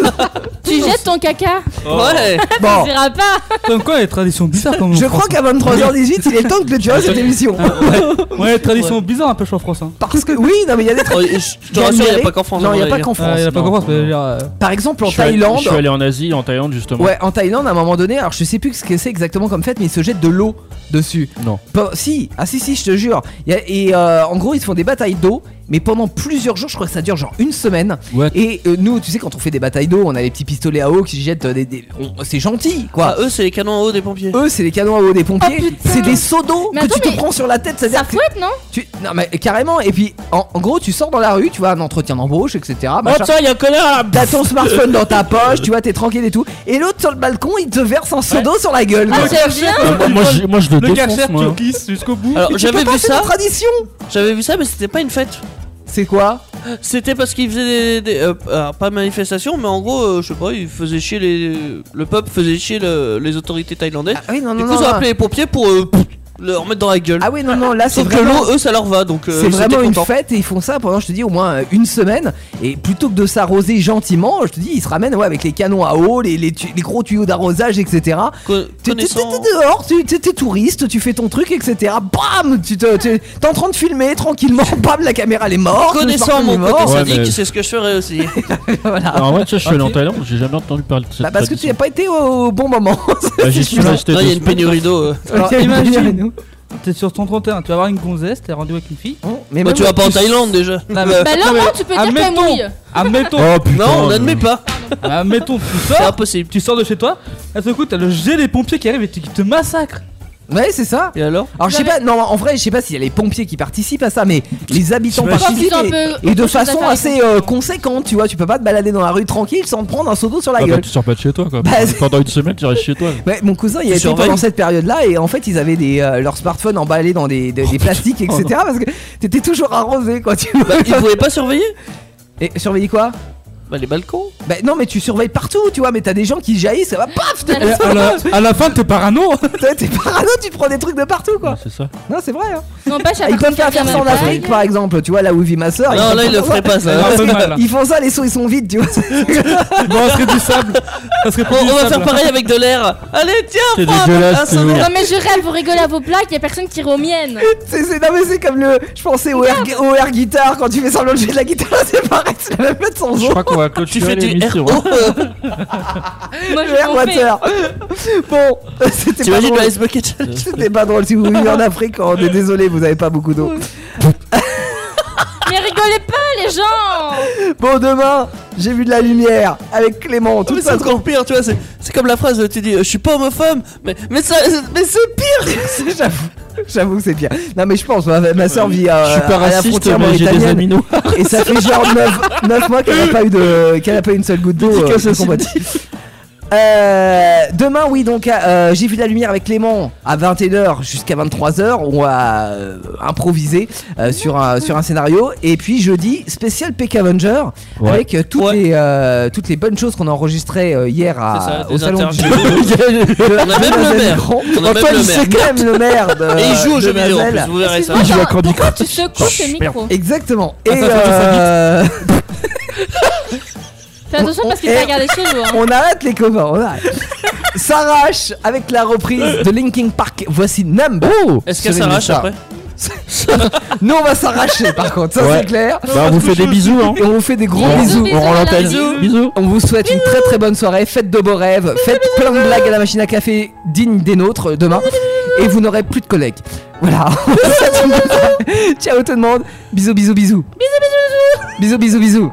A: Tu jettes ton caca,
H: Ouais
A: ça
B: bon,
A: dira pas.
I: Comme quoi, les traditions bizarres quand même.
B: je crois qu'à 23h18, il est temps de
C: [laughs]
B: clôturer cette émission.
C: Ah.
I: que. Ouais, les traditions bizarres un peu, je crois, en France. Hein.
B: Parce que oui, non, mais il y a des
H: Oh, Je te rassure, y'a pas qu'en France.
B: Non, il
H: y
B: n'y a pas qu'en France.
I: il a pas
C: non.
I: compris, mais je veux dire. euh,
B: Par exemple, en
C: Je suis allé-
B: Thaïlande.
C: Je suis allé en Asie, en Thaïlande justement.
B: Ouais, en Thaïlande, à un moment donné, alors je sais plus ce que c'est exactement comme fête, mais ils se jettent de l'eau dessus.
C: Non.
B: Pe- si, ah si, si, je te jure. Il y a- et euh, en gros, ils se font des batailles d'eau, mais pendant plusieurs jours, je crois que ça dure genre une semaine.
C: What
B: Et euh, nous, tu sais, quand on fait des batailles d'eau, on a les petits pistolets à eau qui jettent euh, des. des- on- c'est gentil,
H: Ah,
B: quoi.
H: eux, c'est les canons en haut des pompiers.
B: Eux, c'est les canons à eau des pompiers,
A: Oh, putain.
B: c'est des seaux d'eau
A: Mais
B: que
A: attends,
B: tu te
A: mais
B: prends sur la tête,
A: Ça
B: c'est-à-dire que
A: fouette, non
B: tu. Non, mais carrément, et puis en, en gros, tu sors dans la rue, tu vois, un entretien d'embauche, etc. machin.
H: Oh, tiens, y'a un connard là
B: T'as ton smartphone dans ta poche, tu vois, t'es tranquille et tout. Et l'autre sur le balcon, il te verse un seau d'eau sur la gueule.
A: Ah,
B: quoi.
A: c'est bien
C: Euh, moi, moi, je, moi je le
I: Le
C: défonce
I: garçon
C: moi.
I: qui glisse jusqu'au bout.
H: Alors, j'avais
B: Tu peux pas,
H: vu
B: c'est une
H: ça,
B: tradition.
H: j'avais vu ça, mais c'était pas une fête.
B: C'est quoi
H: C'était parce qu'ils faisaient des. des- euh, alors, pas manifestation, mais en gros, euh, je sais pas, ils faisaient chier les. Le peuple faisait chier le- les autorités thaïlandaises.
B: Ah oui, non,
H: Du
B: non,
H: coup,
B: non.
H: ils ont
B: non.
H: appelé les pompiers pour euh, pff, leur mettre dans la gueule.
B: Ah oui, non, non, là c'est
H: Sauf que
B: vraiment,
H: l'eau, eux, ça leur va, donc. euh,
B: c'est
H: ils étaient
B: vraiment une
H: contents.
B: fête et ils font ça pendant, je te dis, au moins euh, une semaine. Et plutôt que de s'arroser gentiment, je te dis, ils se ramènent ouais, avec les canons à eau, les, les, tu- les gros tuyaux d'arrosage, etc.
H: Con-
B: T'es t'es-
H: connaissant-
B: t'es dehors, tu- t'es t'es touriste, tu fais ton truc, etc. Bam Tu te- t'es t'es en train de filmer tranquillement, [laughs] bam, la caméra elle est morte. le
H: Connaissant
B: smartphone est
H: mon
B: mort.
H: côté
C: Ouais,
H: sadique,
C: mais-
H: c'est ce que je ferais aussi.
B: Voilà.
C: Alors, moi, tu sais, Ah, je suis allé en Thaïlande, j'ai jamais entendu parler de cette
B: Bah, parce que tu
C: tradition.
B: n'as pas été au bon moment.
C: Bah, j'y suis resté
H: Là, il y a
C: deux
H: une pénurie d'eau. euh.
B: Alors,
I: Tiens, imagine.
B: imaginez-nous.
I: T'es sur ton 31, tu vas avoir une gonzesse, t'es rendu avec une fille.
B: Bon, mais
H: Bah,
B: même
H: tu vas pas en
B: plus-
H: Thaïlande déjà.
I: Non, mais-
A: Bah, là,
I: non,
A: au
I: mais
A: moins, tu peux dire qu'elle
I: admettons-
A: mouille.
I: Admettons,
C: Oh putain.
H: Non, on n'admet pas.
I: admettons, tu
H: C'est
I: sors,
H: impossible.
I: tu sors de chez toi, à ce coup t'as le jet des pompiers qui arrivent et qui te massacrent.
B: Ouais, c'est ça.
H: Et alors
B: Alors je sais
A: Non,
B: pas, non en vrai je sais pas s'il y a les pompiers qui participent à ça, mais les habitants
A: Je pense
B: participent
A: qu'ils ont un
B: et,
A: peu
B: et de
A: autre chose à
B: façon
A: faire avec
B: assez euh, conséquente, tu vois, tu peux pas te balader dans la rue tranquille sans te prendre un seau d'eau sur la
C: Ah, bah,
B: gueule.
C: tu sors pas de chez toi quoi.
B: Bah, c'est-
C: Pendant une semaine, tu restes chez toi.
B: Ouais, mon cousin il
H: Tu
B: a été
H: surveilles
B: pendant cette période-là et en fait ils avaient des, euh, leurs smartphones emballés dans des, des- des plastiques etc parce que t'étais toujours arrosé quoi tu vois.
H: Ils pouvaient pas surveiller
B: Et surveiller quoi
H: Bah, les balcons.
B: Bah non mais tu surveilles partout tu vois mais t'as des gens qui jaillissent ça va paf t'es
I: Et à,
H: [laughs]
I: la, à la fin t'es parano
B: t'es- t'es parano tu prends des trucs de partout quoi.
C: Ouais, C'est ça.
B: Non c'est vrai. Hein.
A: N'empêche, à
B: Ils peuvent pas
A: partir
B: faire
A: de
B: ça en
A: Cameroun,
B: Afrique par exemple tu vois là où vit ma soeur.
H: Non, là, ils le feraient pas
C: Ah,
H: ça.
I: un peu mal, là.
B: Ils font ça les seaux ils sont vides tu vois. [laughs]
I: Bon, ça serait du sable. Ça serait
H: On,
I: plus du
H: on va
I: sable.
H: faire pareil avec de l'air. Allez, tiens,
C: C'est
H: Fab,
C: dégueulasse,
H: un
C: c'est
H: sonnet.
C: nul.
A: Non, mais je rêve, vous rigolez à vos blagues, y'a personne qui rit aux
B: [laughs]
A: miennes.
B: C'est, c'est- non mais c'est comme le, je pensais au air, au air guitare quand tu fais semblant de jouer de la guitare, [laughs] c'est pareil, c'est la même chose sans
C: Je
B: eau,
C: crois qu'on va
H: Tu
C: clôturer
H: fais du E,
C: l'émission. hein.
H: RO.
A: Moi, je
B: le air
A: m'en fais.
B: water. [laughs] Bon, [laughs] c'était pas
H: [laughs] T'imagines
B: drôle.
H: le Ice Bucket Challenge
B: C'était pas drôle si vous vivez
H: [laughs]
B: en Afrique, on est désolé, vous avez pas beaucoup d'eau.
A: Mais rigolez pas, les gens
B: Bon demain, j'ai vu de la lumière avec Clément,
H: Ah,
B: tout
H: mais c'est
B: ça.
H: encore pire, tu vois. C'est c'est comme la phrase, tu dis, euh, je suis pas homophobe, mais, mais, ça, mais c'est pire.
B: [laughs] J'avoue, j'avoue que c'est bien. Non mais je pense, ma, ma soeur vit euh, à,
C: Je suis pas
B: à la
C: raciste,
B: frontière
C: mais j'ai des
B: mauritanienne
C: amis noirs.
B: et ça fait genre 9, mois qu'elle a pas eu de, qu'elle a pas eu une seule goutte d'eau. euh, de son pote. Euh, demain, oui, donc euh, j'ai vu de la lumière avec Clément à 21h jusqu'à 23h. On va euh, improviser euh, sur, un, sur un scénario. Et puis jeudi, spécial Peck Avenger
C: Ouais.
B: avec euh, toutes,
H: Ouais.
B: les, euh, toutes les bonnes choses qu'on a enregistrées euh, hier à,
H: C'est ça, des
B: au salon du
H: interviews. [laughs] On a même
B: Mademoiselle
H: le maire.
B: Grand.
H: On a même
B: Antoine,
H: le
B: il
H: maire.
B: sait quand même le maire. de-
H: Et il joue au
B: de
H: jeu vidéo en
B: Mazel.
H: plus, vous verrez ça.
A: Excuse-moi,
C: Je vais
A: attends,
C: accrocher.
A: pourquoi tu secoues ce micro
B: Exactement. Et
I: Attends, attends, ça
B: euh,
A: Fais attention parce qu'il
B: Et-
A: t'a regardé chez nous. hein.
B: On arrête les copains, on arrête. S'arrache avec la reprise de Linkin Park. Voici Numb.
C: Oh,
H: Est-ce
B: Sur
H: qu'elle s'arrache
B: Indestar.
H: après
B: Nous on va s'arracher par contre, ça
C: Ouais.
B: c'est clair.
C: Bah, on vous fait des bisous, hein.
B: Et on vous fait des gros
A: Bisous,
B: bisous.
A: bisous,
C: On rend
A: Lola.
C: l'antenne.
H: Bisous.
C: Bisous.
B: On vous souhaite une très très bonne soirée, faites de beaux rêves, faites plein de blagues à la machine à café dignes des nôtres euh, demain et vous n'aurez plus de collègues. Voilà. [laughs] On vous souhaite une bonne soirée. Ciao tout le monde. Bisous bisous bisous. Bisous bisous bisous. Bisous bisous bisous.